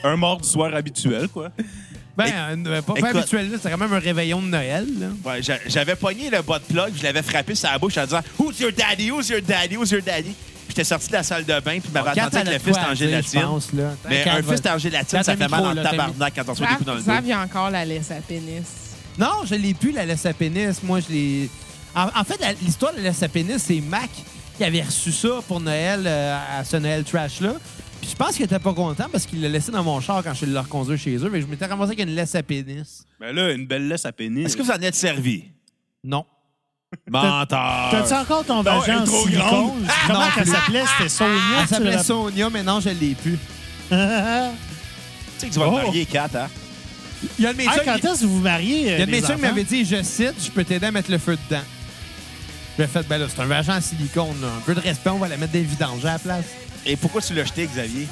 Speaker 5: Un mort du soir habituel, quoi.
Speaker 1: Ben,
Speaker 3: Éc-
Speaker 1: euh, pas, pas
Speaker 3: écoute-
Speaker 1: habituel, là. C'est quand même un réveillon de Noël, là.
Speaker 3: Ouais, j'a- j'avais pogné le bas de plug, je l'avais frappé sur la bouche en disant Who's your daddy? Who's your daddy? Who's your daddy? Puis j'étais sorti de la salle de bain puis m'avait
Speaker 1: Quatre
Speaker 3: attendu avec
Speaker 1: à
Speaker 3: le
Speaker 1: la
Speaker 3: fist
Speaker 1: fois,
Speaker 3: en
Speaker 1: tu sais,
Speaker 3: gélatine.
Speaker 1: je pense, là.
Speaker 3: Mais
Speaker 1: Quatre
Speaker 3: un
Speaker 1: votes.
Speaker 3: fist en gélatine,
Speaker 1: Quatre
Speaker 3: ça fait mal
Speaker 1: micros,
Speaker 3: en
Speaker 1: là, t'as mis-
Speaker 3: tabarnak quand on se met des coups dans le
Speaker 6: Zav,
Speaker 3: dos.
Speaker 6: il y a encore la laisse à pénis.
Speaker 1: Non, je l'ai plus, la laisse à pénis. Moi, je l'ai. En, en fait, la- l'histoire de la laisse à pénis, c'est Mac qui avait reçu ça pour Noël, euh, à ce Noël trash-là. Puis je pense qu'il était pas content parce qu'il l'a laissé dans mon char quand je l'ai reconduit chez eux. Mais je m'étais ramassé avec une laisse à pénis.
Speaker 5: Mais là, une belle laisse à pénis.
Speaker 3: Est-ce que vous en êtes servi?
Speaker 1: Non.
Speaker 4: T'as-tu
Speaker 7: Ah.
Speaker 3: Menteur!
Speaker 4: encore ton
Speaker 5: elle est
Speaker 4: vagin en
Speaker 5: trop
Speaker 4: silicone?
Speaker 5: grande.
Speaker 4: Comment
Speaker 1: non
Speaker 4: elle
Speaker 1: plus.
Speaker 4: s'appelait? C'était Sonia?
Speaker 1: Elle
Speaker 4: tu
Speaker 1: s'appelait
Speaker 4: l'as-
Speaker 1: Sonia, mais non, je l'ai plus.
Speaker 3: Tu sais que tu vas te
Speaker 4: Oh.
Speaker 3: marier quatre, hein?
Speaker 1: Il y a le médecin
Speaker 4: Ah,
Speaker 1: qui-
Speaker 4: quand est-ce que vous vous mariez? euh,
Speaker 1: Il y a
Speaker 4: les
Speaker 1: le médecin qui
Speaker 4: enfants?
Speaker 1: m'avait dit, je cite, je peux t'aider à mettre le feu dedans. J'ai fait, ben là, c'est un vagin en silicone. là. Un peu de respect, on va la mettre des vidanges à la place.
Speaker 3: Et pourquoi tu l'as jeté, Xavier?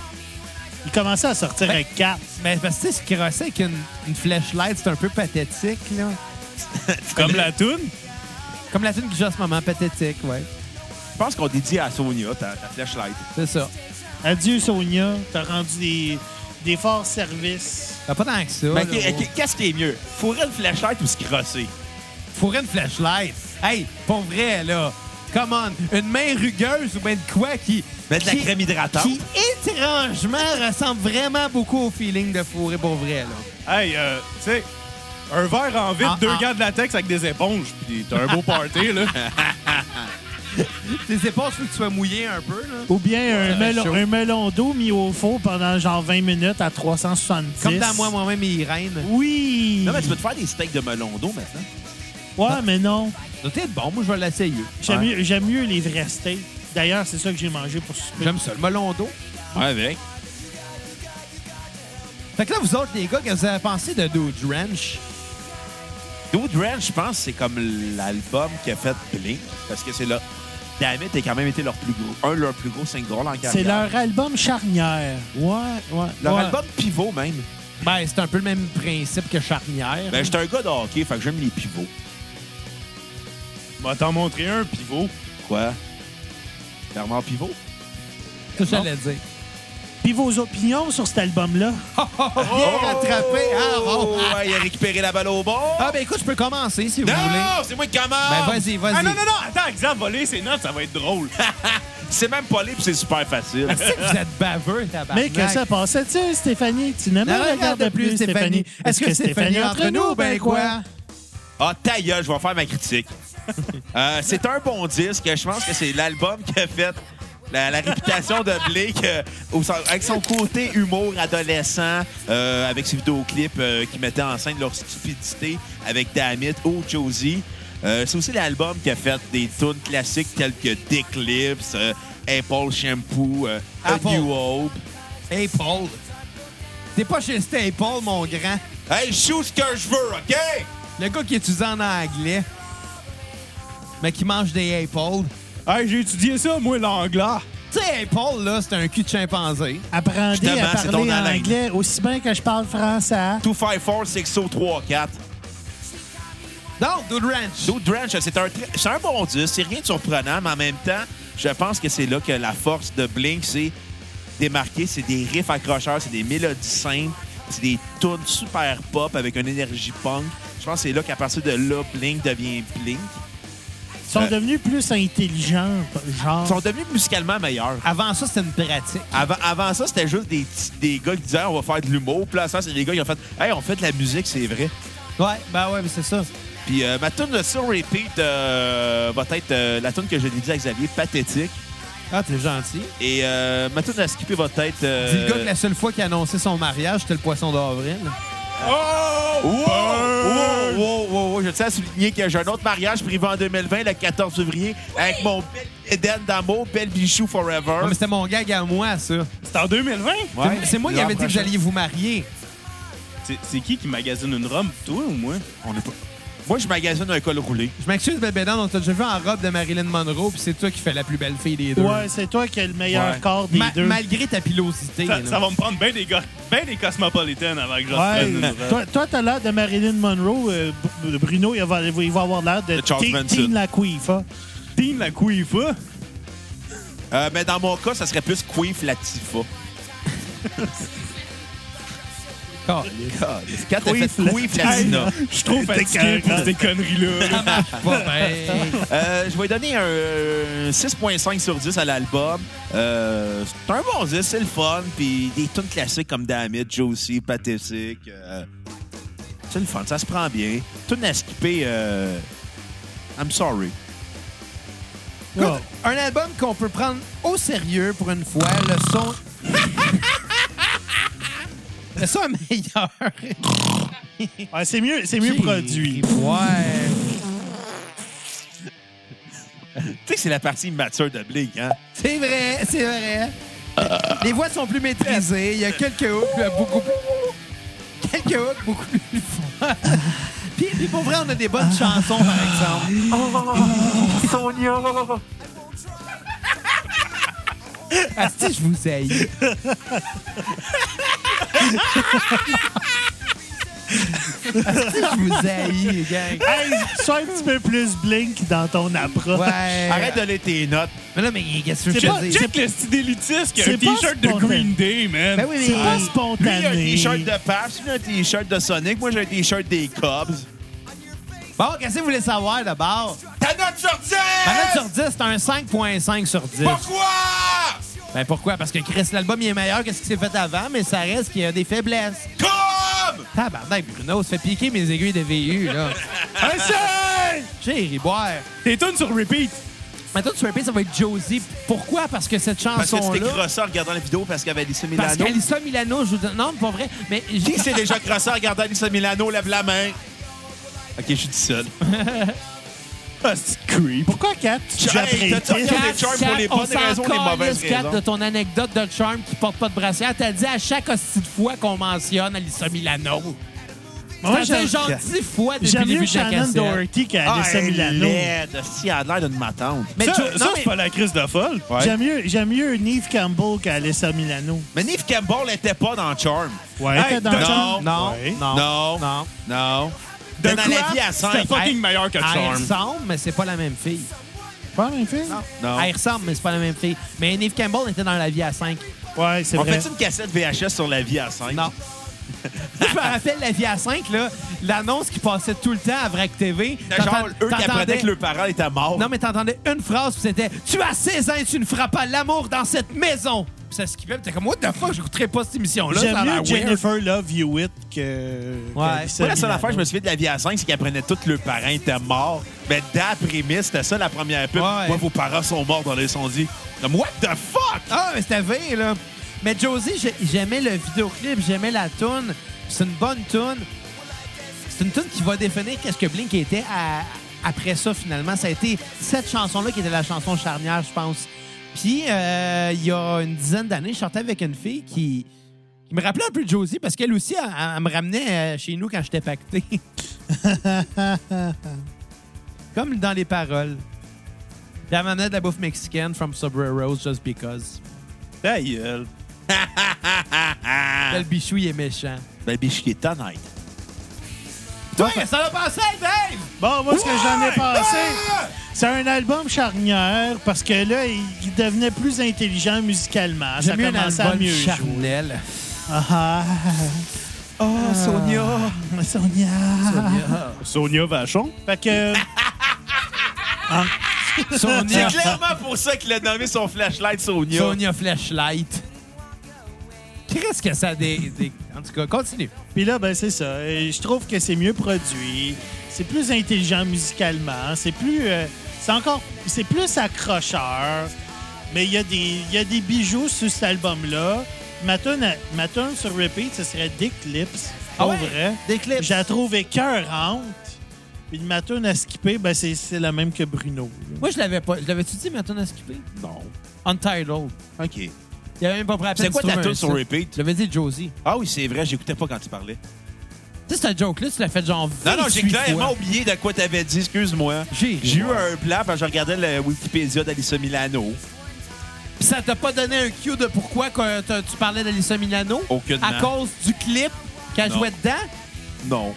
Speaker 4: Il commençait à sortir avec quatre.
Speaker 1: Mais parce que, tu sais, se crosser avec une, une flashlight, c'est un peu pathétique, là.
Speaker 7: Comme la toune.
Speaker 1: Comme la tune qui joue en ce moment, pathétique, ouais.
Speaker 3: Je pense qu'on dédie à Sonia ta, ta flashlight.
Speaker 1: C'est ça.
Speaker 4: Adieu, Sonia. T'as rendu des, des forts services.
Speaker 1: T'as Ben, pas tant que ça.
Speaker 3: Mais
Speaker 1: là,
Speaker 3: qu'est-
Speaker 1: ouais.
Speaker 3: qu'est- Ben, qu'est-ce qui est mieux? Fourrer une flashlight ou se crosser?
Speaker 1: Fourrer une flashlight. Hey, pour vrai, là. Come on. Une main rugueuse ou ben de quoi qui.
Speaker 3: Mettre de la
Speaker 1: qui-
Speaker 3: crème hydratante?
Speaker 1: Qui, étrangement, ressemble vraiment beaucoup au feeling de fourrer pour vrai, là.
Speaker 7: Hey, euh, tu sais, un verre en vide,
Speaker 1: Ah,
Speaker 7: deux
Speaker 1: ah.
Speaker 7: gants de latex avec des éponges, puis t'as un beau party, là.
Speaker 1: Tes épaules, faut que tu sois mouillé un peu, là.
Speaker 4: Ou bien un,
Speaker 1: Ouais,
Speaker 4: melon,
Speaker 1: chaud.
Speaker 4: un melon d'eau mis au four pendant genre 20 minutes à 370.
Speaker 1: Comme dans moi, moi-même et Irène.
Speaker 4: Oui.
Speaker 3: Non, mais tu peux te faire des steaks de melon d'eau maintenant.
Speaker 4: Ouais, mais non.
Speaker 1: Ça doit être bon, moi, je vais l'essayer.
Speaker 4: J'aime
Speaker 1: Ouais.
Speaker 4: mieux, j'aime mieux les vrais steaks. D'ailleurs, c'est ça que j'ai mangé pour souper.
Speaker 1: J'aime ça, le melon d'eau.
Speaker 3: Ouais, avec.
Speaker 1: Fait que là, vous autres, les gars, qu'est-ce que vous avez pensé de Dude Ranch?
Speaker 3: Dude Ranch, je pense, c'est comme l'album qu'a fait Blink. Parce que c'est là. Damit a quand même été leur plus gros, un de leurs plus gros singles en carrière.
Speaker 4: C'est leur album charnière. Ouais, ouais.
Speaker 3: Leur
Speaker 4: ouais.
Speaker 3: album pivot, même.
Speaker 1: Ben, c'est un peu le même principe que Charnière.
Speaker 3: Ben, j'étais un gars de hockey, fait que j'aime les pivots.
Speaker 7: Va t'en montrer un pivot.
Speaker 3: Quoi? Clairement pivot?
Speaker 1: C'est ça que j'allais dire.
Speaker 4: Puis vos opinions sur cet album-là?
Speaker 7: Oh,
Speaker 1: Bien rattrapé,
Speaker 7: Ah,
Speaker 1: hein, bon.
Speaker 3: Oh, ouais, il a récupéré la balle au bord.
Speaker 1: Ah, ben écoute, je peux commencer si vous voulez.
Speaker 3: non, c'est moi qui commence.
Speaker 1: Ben, vas-y, vas-y.
Speaker 7: Ah non, non, non, attends, Xav, voler ses notes, ça va être drôle.
Speaker 3: C'est même pas libre, c'est super facile.
Speaker 1: C'est que vous êtes baveux, tabarnak.
Speaker 4: Mais que ça passait-tu, Stéphanie? Tu n'aimes
Speaker 1: Non,
Speaker 4: pas regarde plus, Stéphanie.
Speaker 1: Est-ce que Stéphanie entre nous, ben quoi?
Speaker 3: Ah, ta gueule, je vais faire ma critique. Euh, c'est un bon disque. Je pense que c'est l'album qui a fait la, la réputation de Blake euh, au- avec son côté humour adolescent, euh, avec ses vidéoclips euh, qui mettaient en scène leur stupidité avec Damit ou Josie. Euh, c'est aussi l'album qui a fait des tunes classiques telles que D'Eclipse, euh, Apple Shampoo, euh, A
Speaker 1: Apple.
Speaker 3: New Hope.
Speaker 1: Hey, Paul. T'es pas chez Staple, mon grand.
Speaker 3: Hey, je joue ce que je veux, OK?
Speaker 1: Le gars qui étudie en anglais, mais qui mange des apples.
Speaker 7: hey, j'ai étudié ça, moi, l'anglais.
Speaker 1: Tu sais, apple, là, c'est un cul de chimpanzé.
Speaker 4: Apprendez
Speaker 3: Justement,
Speaker 4: à
Speaker 3: c'est ton
Speaker 4: parler en
Speaker 3: haleine.
Speaker 4: anglais aussi bien que je parle français.
Speaker 3: 254 6034.
Speaker 1: Donc, Dude Ranch.
Speaker 3: Dude Ranch, c'est un, tr- c'est un bon disque, c'est rien de surprenant, mais en même temps, je pense que c'est là que la force de Blink, c'est démarqué, c'est des riffs accrocheurs, c'est des mélodies simples, c'est des tunes super pop avec une énergie punk. Je pense que c'est là qu'à partir de là, Blink devient Blink.
Speaker 4: Ils sont
Speaker 3: Euh,
Speaker 4: devenus plus intelligents, genre.
Speaker 3: Ils sont devenus musicalement meilleurs.
Speaker 1: Avant ça, c'était une pratique.
Speaker 3: Avant, avant ça, c'était juste des, petits- des gars qui disaient on va faire de l'humour. Puis là, ça, c'est des gars qui ont fait Hey, on fait de la musique, c'est vrai.
Speaker 1: Ouais, ben ouais, mais c'est ça.
Speaker 3: Puis euh, ma tune sur repeat euh, va être euh, la tune que je dédie à Xavier, Pathétique.
Speaker 1: Ah, t'es gentil.
Speaker 3: Et euh, ma tune à skipper va être. euh,
Speaker 1: C'est le gars que la seule fois qu'il a annoncé son mariage, c'était le poisson d'avril.
Speaker 3: Wow! Wow! Wow! Wow! wow! Je tiens à souligner que j'ai un autre mariage privé en 2020, le 14 février, avec mon bel Eden d'amour, bel bichou
Speaker 1: Ouais,
Speaker 3: forever.
Speaker 1: mais c'était mon gag à moi, ça.
Speaker 7: C'est en 2020?
Speaker 3: Ouais.
Speaker 1: C'est- C'est moi qui
Speaker 3: L'an
Speaker 1: avais dit que
Speaker 3: prochain.
Speaker 1: j'alliez vous marier.
Speaker 5: C'est- C'est qui qui magasine une robe, toi ou moi?
Speaker 3: On est pas- Moi, je magasine un col roulé.
Speaker 1: Je m'excuse, bébé Dan, on t'a déjà vu en robe de Marilyn Monroe, puis c'est toi qui fais la plus belle fille des deux.
Speaker 4: Ouais, c'est toi qui as le meilleur
Speaker 3: Ouais.
Speaker 4: corps des
Speaker 1: Ma-
Speaker 4: deux.
Speaker 1: Malgré ta pilosité.
Speaker 7: Ça,
Speaker 1: là.
Speaker 7: ça va me prendre bien des, gars, ben des cosmopolitaines avant que je
Speaker 4: Ouais.
Speaker 7: reprenne une vraie.
Speaker 4: Toi, toi, t'as l'air de Marilyn Monroe. euh, Br- Bruno, il va, il va avoir l'air de
Speaker 3: De Charles
Speaker 4: Te-
Speaker 3: Manson.
Speaker 4: Teen la Queef, hein.
Speaker 7: Team la Cuifa.
Speaker 3: Euh, mais dans mon cas, ça serait plus Queef Latifa.
Speaker 1: Caliste.
Speaker 3: Quand t'as fait
Speaker 4: Queef la-
Speaker 3: Queef Latina.
Speaker 7: Je suis trop fatigué pour ces conneries-là.
Speaker 1: Ça marche pas bien.
Speaker 3: Euh, je vais donner un 6.5 sur 10 à l'album. Euh, c'est un bon disque, c'est le fun. Puis des tunes classiques comme Damit, Josie, Pathétique. euh, c'est le fun, ça se prend bien. Tunes à skipper, euh, I'm sorry.
Speaker 1: Écoute,
Speaker 4: Wow.
Speaker 1: un album qu'on peut prendre au sérieux pour une fois. Le son. le son est meilleur.
Speaker 4: Ouais, c'est mieux, c'est mieux produit.
Speaker 1: Ouais.
Speaker 3: Tu sais que c'est la partie mature de Blink, hein?
Speaker 1: C'est vrai, c'est vrai. Les voix sont plus maîtrisées. Il y a quelques hooks euh, beaucoup plus. Quelques hooks beaucoup plus fort. puis, puis pour vrai, on a des bonnes
Speaker 4: Ah.
Speaker 1: chansons, par exemple. Oh, Sonia! Asti, je vous aille. Ah, Je vous haïs, les gars.
Speaker 4: Hey, sois un petit peu plus blink dans ton approche.
Speaker 1: Ouais.
Speaker 3: Arrête de lire tes notes.
Speaker 1: Mais là, mais qu'est-ce que
Speaker 4: C'est
Speaker 1: tu veux
Speaker 4: pas-
Speaker 1: que je te dise?
Speaker 7: Check le style d'élitiste qui a
Speaker 4: C'est
Speaker 7: un
Speaker 4: pas
Speaker 7: t-shirt de
Speaker 4: spontané.
Speaker 7: Green Day, man.
Speaker 1: Ben oui, mais-
Speaker 4: C'est
Speaker 3: Lui, il
Speaker 4: pas
Speaker 3: a un
Speaker 4: spontané.
Speaker 3: t-shirt de Pabst, lui, il a un t-shirt de Sonic, moi, j'ai un t-shirt des Cubs.
Speaker 1: Bon, qu'est-ce que vous voulez savoir d'abord?
Speaker 3: Ta note sur 10!
Speaker 1: Ma note sur 10, c'est un 5.5 sur 10.
Speaker 3: Pourquoi?
Speaker 1: Ben pourquoi? Parce que Chris, l'album, il est meilleur que ce qui s'est fait avant, mais ça reste qu'il y a des faiblesses.
Speaker 3: Comme!
Speaker 1: Tabarnak, Bruno, se fait piquer mes aiguilles de VU, là.
Speaker 7: Essaye!
Speaker 1: J'ai ri boire.
Speaker 7: T'es tunes sur repeat.
Speaker 1: Maintenant, tu repeat, ça va être Josie. Pourquoi? Parce que cette
Speaker 3: Parce que c'était
Speaker 1: chanson-là...
Speaker 3: crossé en regardant la vidéo parce qu'il y avait Alissa
Speaker 1: Parce
Speaker 3: Milano.
Speaker 1: qu'Alissa Milano, je vous dis... Non, pas vrai, mais...
Speaker 3: Qui c'est déjà crossé en regardant Alissa Milano? Lève la main. Ok, je suis tout seul.
Speaker 7: Ah, c'est creep.
Speaker 4: Pourquoi 4? Tu
Speaker 3: Hey,
Speaker 4: apprends
Speaker 3: t'as-tu
Speaker 4: Chris?
Speaker 3: regardé-
Speaker 1: Kat,
Speaker 3: des charms pour
Speaker 1: Kat,
Speaker 3: les bonnes
Speaker 1: on s'en
Speaker 3: raisons, les mauvaises
Speaker 1: calisse, Kat,
Speaker 3: raisons.
Speaker 1: de ton anecdote de charme qui porte pas de brassière. T'as dit à chaque hostie de fois qu'on mentionne Alissa Milano.
Speaker 4: Moi,
Speaker 1: T'as
Speaker 4: j'aime-
Speaker 1: dit genre 10 fois depuis le
Speaker 4: J'aime mieux
Speaker 1: début de la
Speaker 4: Shannon
Speaker 1: cassette.
Speaker 4: Doherty qu'Alissa
Speaker 3: Ah, elle
Speaker 4: Milano.
Speaker 3: l'aide. Si, elle a l'air d'une matante.
Speaker 1: Mais
Speaker 7: ça,
Speaker 1: Jo-
Speaker 7: ça,
Speaker 1: non,
Speaker 7: c'est
Speaker 1: mais-
Speaker 7: pas la crise de folle.
Speaker 4: J'aime mieux, j'aime mieux Neve Campbell qu'Alissa Milano.
Speaker 3: Mais Neve Campbell n'était pas dans Charm.
Speaker 4: Ouais,
Speaker 7: Hey,
Speaker 4: t'es dans
Speaker 7: non.
Speaker 4: le genre-
Speaker 1: Non,
Speaker 4: Ouais.
Speaker 1: non,
Speaker 3: Non.
Speaker 1: non.
Speaker 3: Non.
Speaker 7: De
Speaker 3: Dans la
Speaker 7: quoi?
Speaker 3: vie à
Speaker 7: C'était
Speaker 3: 5.
Speaker 7: fucking meilleur que
Speaker 1: Elle
Speaker 7: Charm.
Speaker 1: ressemble, mais c'est pas la même fille.
Speaker 4: Pas un film?
Speaker 3: Non.
Speaker 1: Elle ressemble, mais c'est pas la même fille. Mais Neve Campbell était dans la vie à 5.
Speaker 4: Ouais, c'est
Speaker 3: On
Speaker 4: vrai.
Speaker 3: fait une cassette VHS sur la vie à 5?
Speaker 1: Non. Moi, je me rappelle la vie à 5, là, l'annonce qui passait tout le temps à Vrac TV.
Speaker 3: Genre,
Speaker 1: T'entends-
Speaker 3: eux qui apprenaient
Speaker 1: t'entendais-
Speaker 3: que leurs parents étaient morts.
Speaker 1: Non, mais t'entendais une phrase, puis c'était Tu as 16 ans et tu ne feras pas l'amour dans cette maison. Puis ça skippait, puis t'es comme What the fuck, j'écouterai pas cette émission-là. ça
Speaker 4: J'aime
Speaker 1: a l'air
Speaker 4: mieux
Speaker 1: weird.
Speaker 4: Jennifer Love Hewitt que. qu'Alissa
Speaker 3: Moi, la seule
Speaker 4: Milano.
Speaker 3: affaire que je me souviens de la vie à 5, c'est qu'ils apprenaient tous que leurs parents étaient morts. Mais d'après midi c'était ça la première pub.
Speaker 1: Ouais.
Speaker 3: Moi, vos parents sont morts dans l'incendie. Comme, what the fuck?
Speaker 1: Ah, mais c'était vrai, là. Mais Josie, j'ai- j'aimais le vidéoclip, j'aimais la toune. C'est une bonne toune. C'est une toune qui va définir qu'est-ce que Blink était à- après ça, finalement. Ça a été cette chanson-là qui était la chanson charnière, je pense. Puis, euh, il y a une dizaine d'années, je sortais avec une fille qui, qui me rappelait un peu Josie parce qu'elle aussi, elle, elle me ramenait euh, chez nous quand j'étais pacté. Comme dans les paroles. Puis elle m'amenait de la bouffe mexicaine from Sobreros just because.
Speaker 7: Ta gueule.
Speaker 1: Ah. Le bichou, il est méchant.
Speaker 3: Ben, biche qui est honnête.
Speaker 1: Toi, mais ça l'a passé, Dave!
Speaker 4: Bon, moi, ce que j'en ai pensé, c'est un album charnière parce que là, il il devenait plus intelligent musicalement. Ça
Speaker 1: mieux un
Speaker 4: commençait à
Speaker 1: album
Speaker 4: mieux jouer.
Speaker 1: charnel.
Speaker 4: Ah, ah,
Speaker 1: Oh, Sonia!
Speaker 4: ah, Sonia.
Speaker 7: Sonia Vachon.
Speaker 4: Fait que.
Speaker 1: Sonia!
Speaker 3: C'est clairement pour ça qu'il a nommé son flashlight Sonia.
Speaker 1: Sonia Flashlight. Qu'est-ce que ça des, des- En tout cas, continue.
Speaker 4: Puis là, ben, c'est ça. Euh, Je trouve que c'est mieux produit. C'est plus intelligent musicalement. C'est plus. euh, c'est encore. C'est plus accrocheur. Mais il y, a des- il y a des bijoux sur cet album-là. Ma tune à- ma tune sur repeat, ce serait Dick Lips.
Speaker 1: Ah
Speaker 4: Pour
Speaker 1: ouais?
Speaker 4: vrai.
Speaker 1: Des clips.
Speaker 4: Je la trouve écœurante. Puis ma tune à skipper, ben, c'est c'est la même que Bruno.
Speaker 1: Moi, je l'avais pas. Je l'avais-tu dit, mais on a skippé?
Speaker 3: Non.
Speaker 1: Untitled.
Speaker 3: OK.
Speaker 1: Il avait même pas pris la peine
Speaker 3: C'est quoi
Speaker 1: de
Speaker 3: ta
Speaker 1: trouver
Speaker 3: tune
Speaker 1: un
Speaker 3: sur
Speaker 1: titre.
Speaker 3: repeat?
Speaker 1: Je l'avais dit Josie.
Speaker 3: hein, Ah oui, c'est vrai, j'écoutais pas quand tu parlais.
Speaker 1: Tu sais, cette joke-là, tu l'as fait genre.
Speaker 3: Non, non, j'ai
Speaker 1: 28
Speaker 3: clairement
Speaker 1: fois.
Speaker 3: oublié de quoi t'avais dit, excuse-moi.
Speaker 1: J'ai
Speaker 3: J'ai eu un plan parce que je regardais la Wikipédia d'Alissa Milano.
Speaker 1: Puis ça t'a pas donné un cue de pourquoi que t'as- tu parlais d'Alissa Milano?
Speaker 3: Aucunement.
Speaker 1: À cause du clip qu'elle
Speaker 3: Non.
Speaker 1: jouait dedans?
Speaker 3: Non.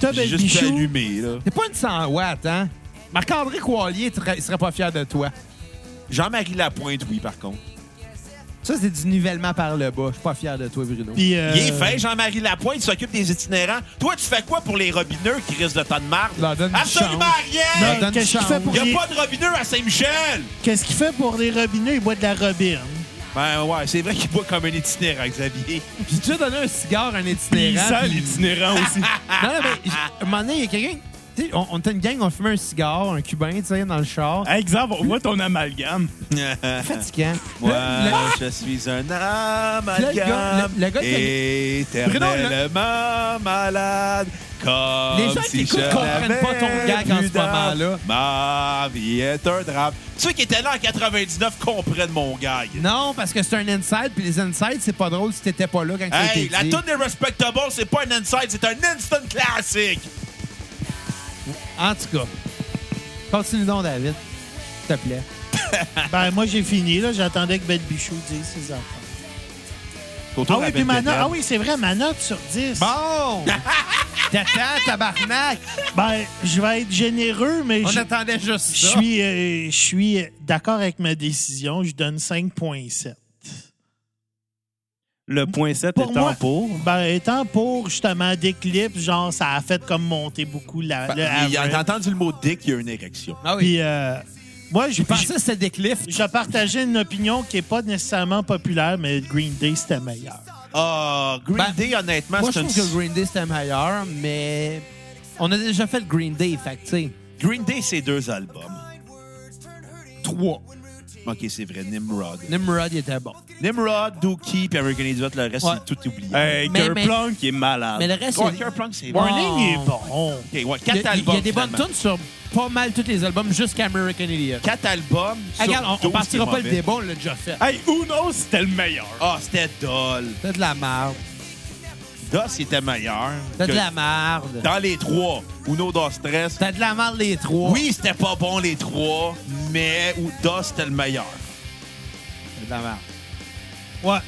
Speaker 4: T'as
Speaker 3: J'ai
Speaker 4: belle
Speaker 3: juste
Speaker 4: bichou.
Speaker 3: allumé, là.
Speaker 1: T'es pas une 100 watts, hein? Marc-André Coilier tra- serait pas fier de toi.
Speaker 3: Jean-Marie Lapointe, oui, par contre.
Speaker 1: Ça, c'est du nivellement par le bas. Je suis pas fier de toi, Bruno.
Speaker 4: Puis, euh,
Speaker 3: Il est fin, Jean-Marie Lapointe, il s'occupe des itinérants. Toi, tu fais quoi pour les robineux qui risquent de tant de marde?
Speaker 1: Leur donne du
Speaker 3: Absolument
Speaker 1: Leur
Speaker 3: rien!
Speaker 1: donne
Speaker 4: qu'est-ce qu'il
Speaker 1: chance.
Speaker 4: fait pour-
Speaker 3: Il n'y a pas de robineux à Saint-Michel!
Speaker 4: Qu'est-ce qu'il fait pour les robinets? Il boit de la robine.
Speaker 3: Ben ouais, c'est vrai qu'il boit comme un itinérant, Xavier.
Speaker 1: J'ai déjà donné un cigare à un
Speaker 7: Puis il
Speaker 1: itinérant.
Speaker 7: sent
Speaker 1: puis-
Speaker 7: l'itinérant aussi.
Speaker 1: Non, non, mais j- à un moment donné, il y a quelqu'un... tu sais, On, on était une gang, on fumait un cigare, un cubain, tu sais, dans le char.
Speaker 7: Hey, Xav, on voit ton amalgame.
Speaker 1: Fatigant.
Speaker 3: Moi,
Speaker 1: Là, le-
Speaker 3: je suis
Speaker 1: Le
Speaker 3: un
Speaker 1: gars-
Speaker 3: amalgame
Speaker 1: le- le gars qui
Speaker 3: éternellement malade. Comme
Speaker 1: Les gens qui
Speaker 3: si
Speaker 1: écoutent
Speaker 3: je
Speaker 1: comprennent
Speaker 3: n'avais
Speaker 1: pas ton gag en
Speaker 3: plus
Speaker 1: ce moment-là.
Speaker 3: d'âme. Ma vie est un drame. Ceux qui étaient là en 99 comprennent mon gag.
Speaker 1: Non, parce que c'est un inside, puis les insides, c'est pas drôle si t'étais pas là quand ça a été
Speaker 3: Hey, la
Speaker 1: dit.
Speaker 3: tune des Respectable, c'est pas un inside, c'est un instant classique.
Speaker 1: Ah En tout cas, continue donc, David. S'il te plaît.
Speaker 4: Ben, moi, j'ai fini. là. J'attendais que Belle Bichou dise ses enfants.
Speaker 3: Autour de
Speaker 4: Ah oui,
Speaker 3: la
Speaker 4: puis
Speaker 3: peine
Speaker 4: ma
Speaker 3: de
Speaker 4: note-
Speaker 3: garde.
Speaker 4: ah oui, c'est vrai, ma note sur 10.
Speaker 1: Bon! T'attends, tabarnak!
Speaker 4: Ben, je vais être généreux, mais
Speaker 1: On
Speaker 4: je
Speaker 1: attendait juste ça.
Speaker 4: je suis, euh, je suis d'accord avec ma décision. Je donne 5,7.
Speaker 5: Le point 7
Speaker 4: Pour
Speaker 5: étant
Speaker 4: moi-
Speaker 5: pour.
Speaker 4: Ben, étant pour justement des clips, genre, ça a fait comme monter beaucoup la. le
Speaker 3: Ben, il-
Speaker 4: average.
Speaker 3: J'ai entendu le mot dick, il y a une érection.
Speaker 1: Ah oui.
Speaker 4: Puis, euh, moi, je,
Speaker 1: Je pensais que c'était des cliffs.
Speaker 4: je- je partageais une opinion qui n'est pas nécessairement populaire, mais Green Day, c'était meilleur.
Speaker 3: Ah, Green
Speaker 1: Ben,
Speaker 3: Day, honnêtement,
Speaker 1: Moi, je
Speaker 3: c'est une...
Speaker 1: trouve que Green Day, c'était meilleur, mais on a déjà fait le Green Day, fait que, tu sais,
Speaker 3: Green Day, c'est deux albums.
Speaker 1: trois.
Speaker 3: OK, c'est vrai, Nimrod.
Speaker 1: Nimrod, il était bon.
Speaker 3: Nimrod, Dookie, puis American Idiot, le reste,
Speaker 1: Ouais.
Speaker 3: c'est tout oublié.
Speaker 7: Hey,
Speaker 1: Mais- mais-
Speaker 7: Kerplunk qui est malade.
Speaker 1: Mais le reste,
Speaker 3: Ouais,
Speaker 1: il y a-
Speaker 3: Kerplunk, c'est
Speaker 1: Oh.
Speaker 3: bon.
Speaker 4: Burning est bon.
Speaker 3: OK, ouais,
Speaker 1: il
Speaker 3: quatre
Speaker 1: y a, il y
Speaker 3: albums,
Speaker 1: a des bonnes
Speaker 3: finalement.
Speaker 1: tunes sur pas mal tous les albums jusqu'à American Idiot.
Speaker 3: Quatre albums.
Speaker 1: Hey, Ah,
Speaker 3: sur
Speaker 1: regarde, on- on,
Speaker 3: 12,
Speaker 1: partira
Speaker 3: c'est
Speaker 1: pas le
Speaker 3: mauvais.
Speaker 1: débat, on l'a déjà fait.
Speaker 7: Hey, Uno, c'était le meilleur.
Speaker 3: Ah, c'était Doll.
Speaker 1: C'est de la merde.
Speaker 3: DOS était meilleur.
Speaker 1: C'est de
Speaker 3: que-
Speaker 1: la merde.
Speaker 3: Dans les trois, Uno DOS Stress.
Speaker 1: T'as de la merde les trois.
Speaker 3: Oui, c'était pas bon les trois, mais ou- DOS c'était le meilleur.
Speaker 1: C'est de la merde. Ouais.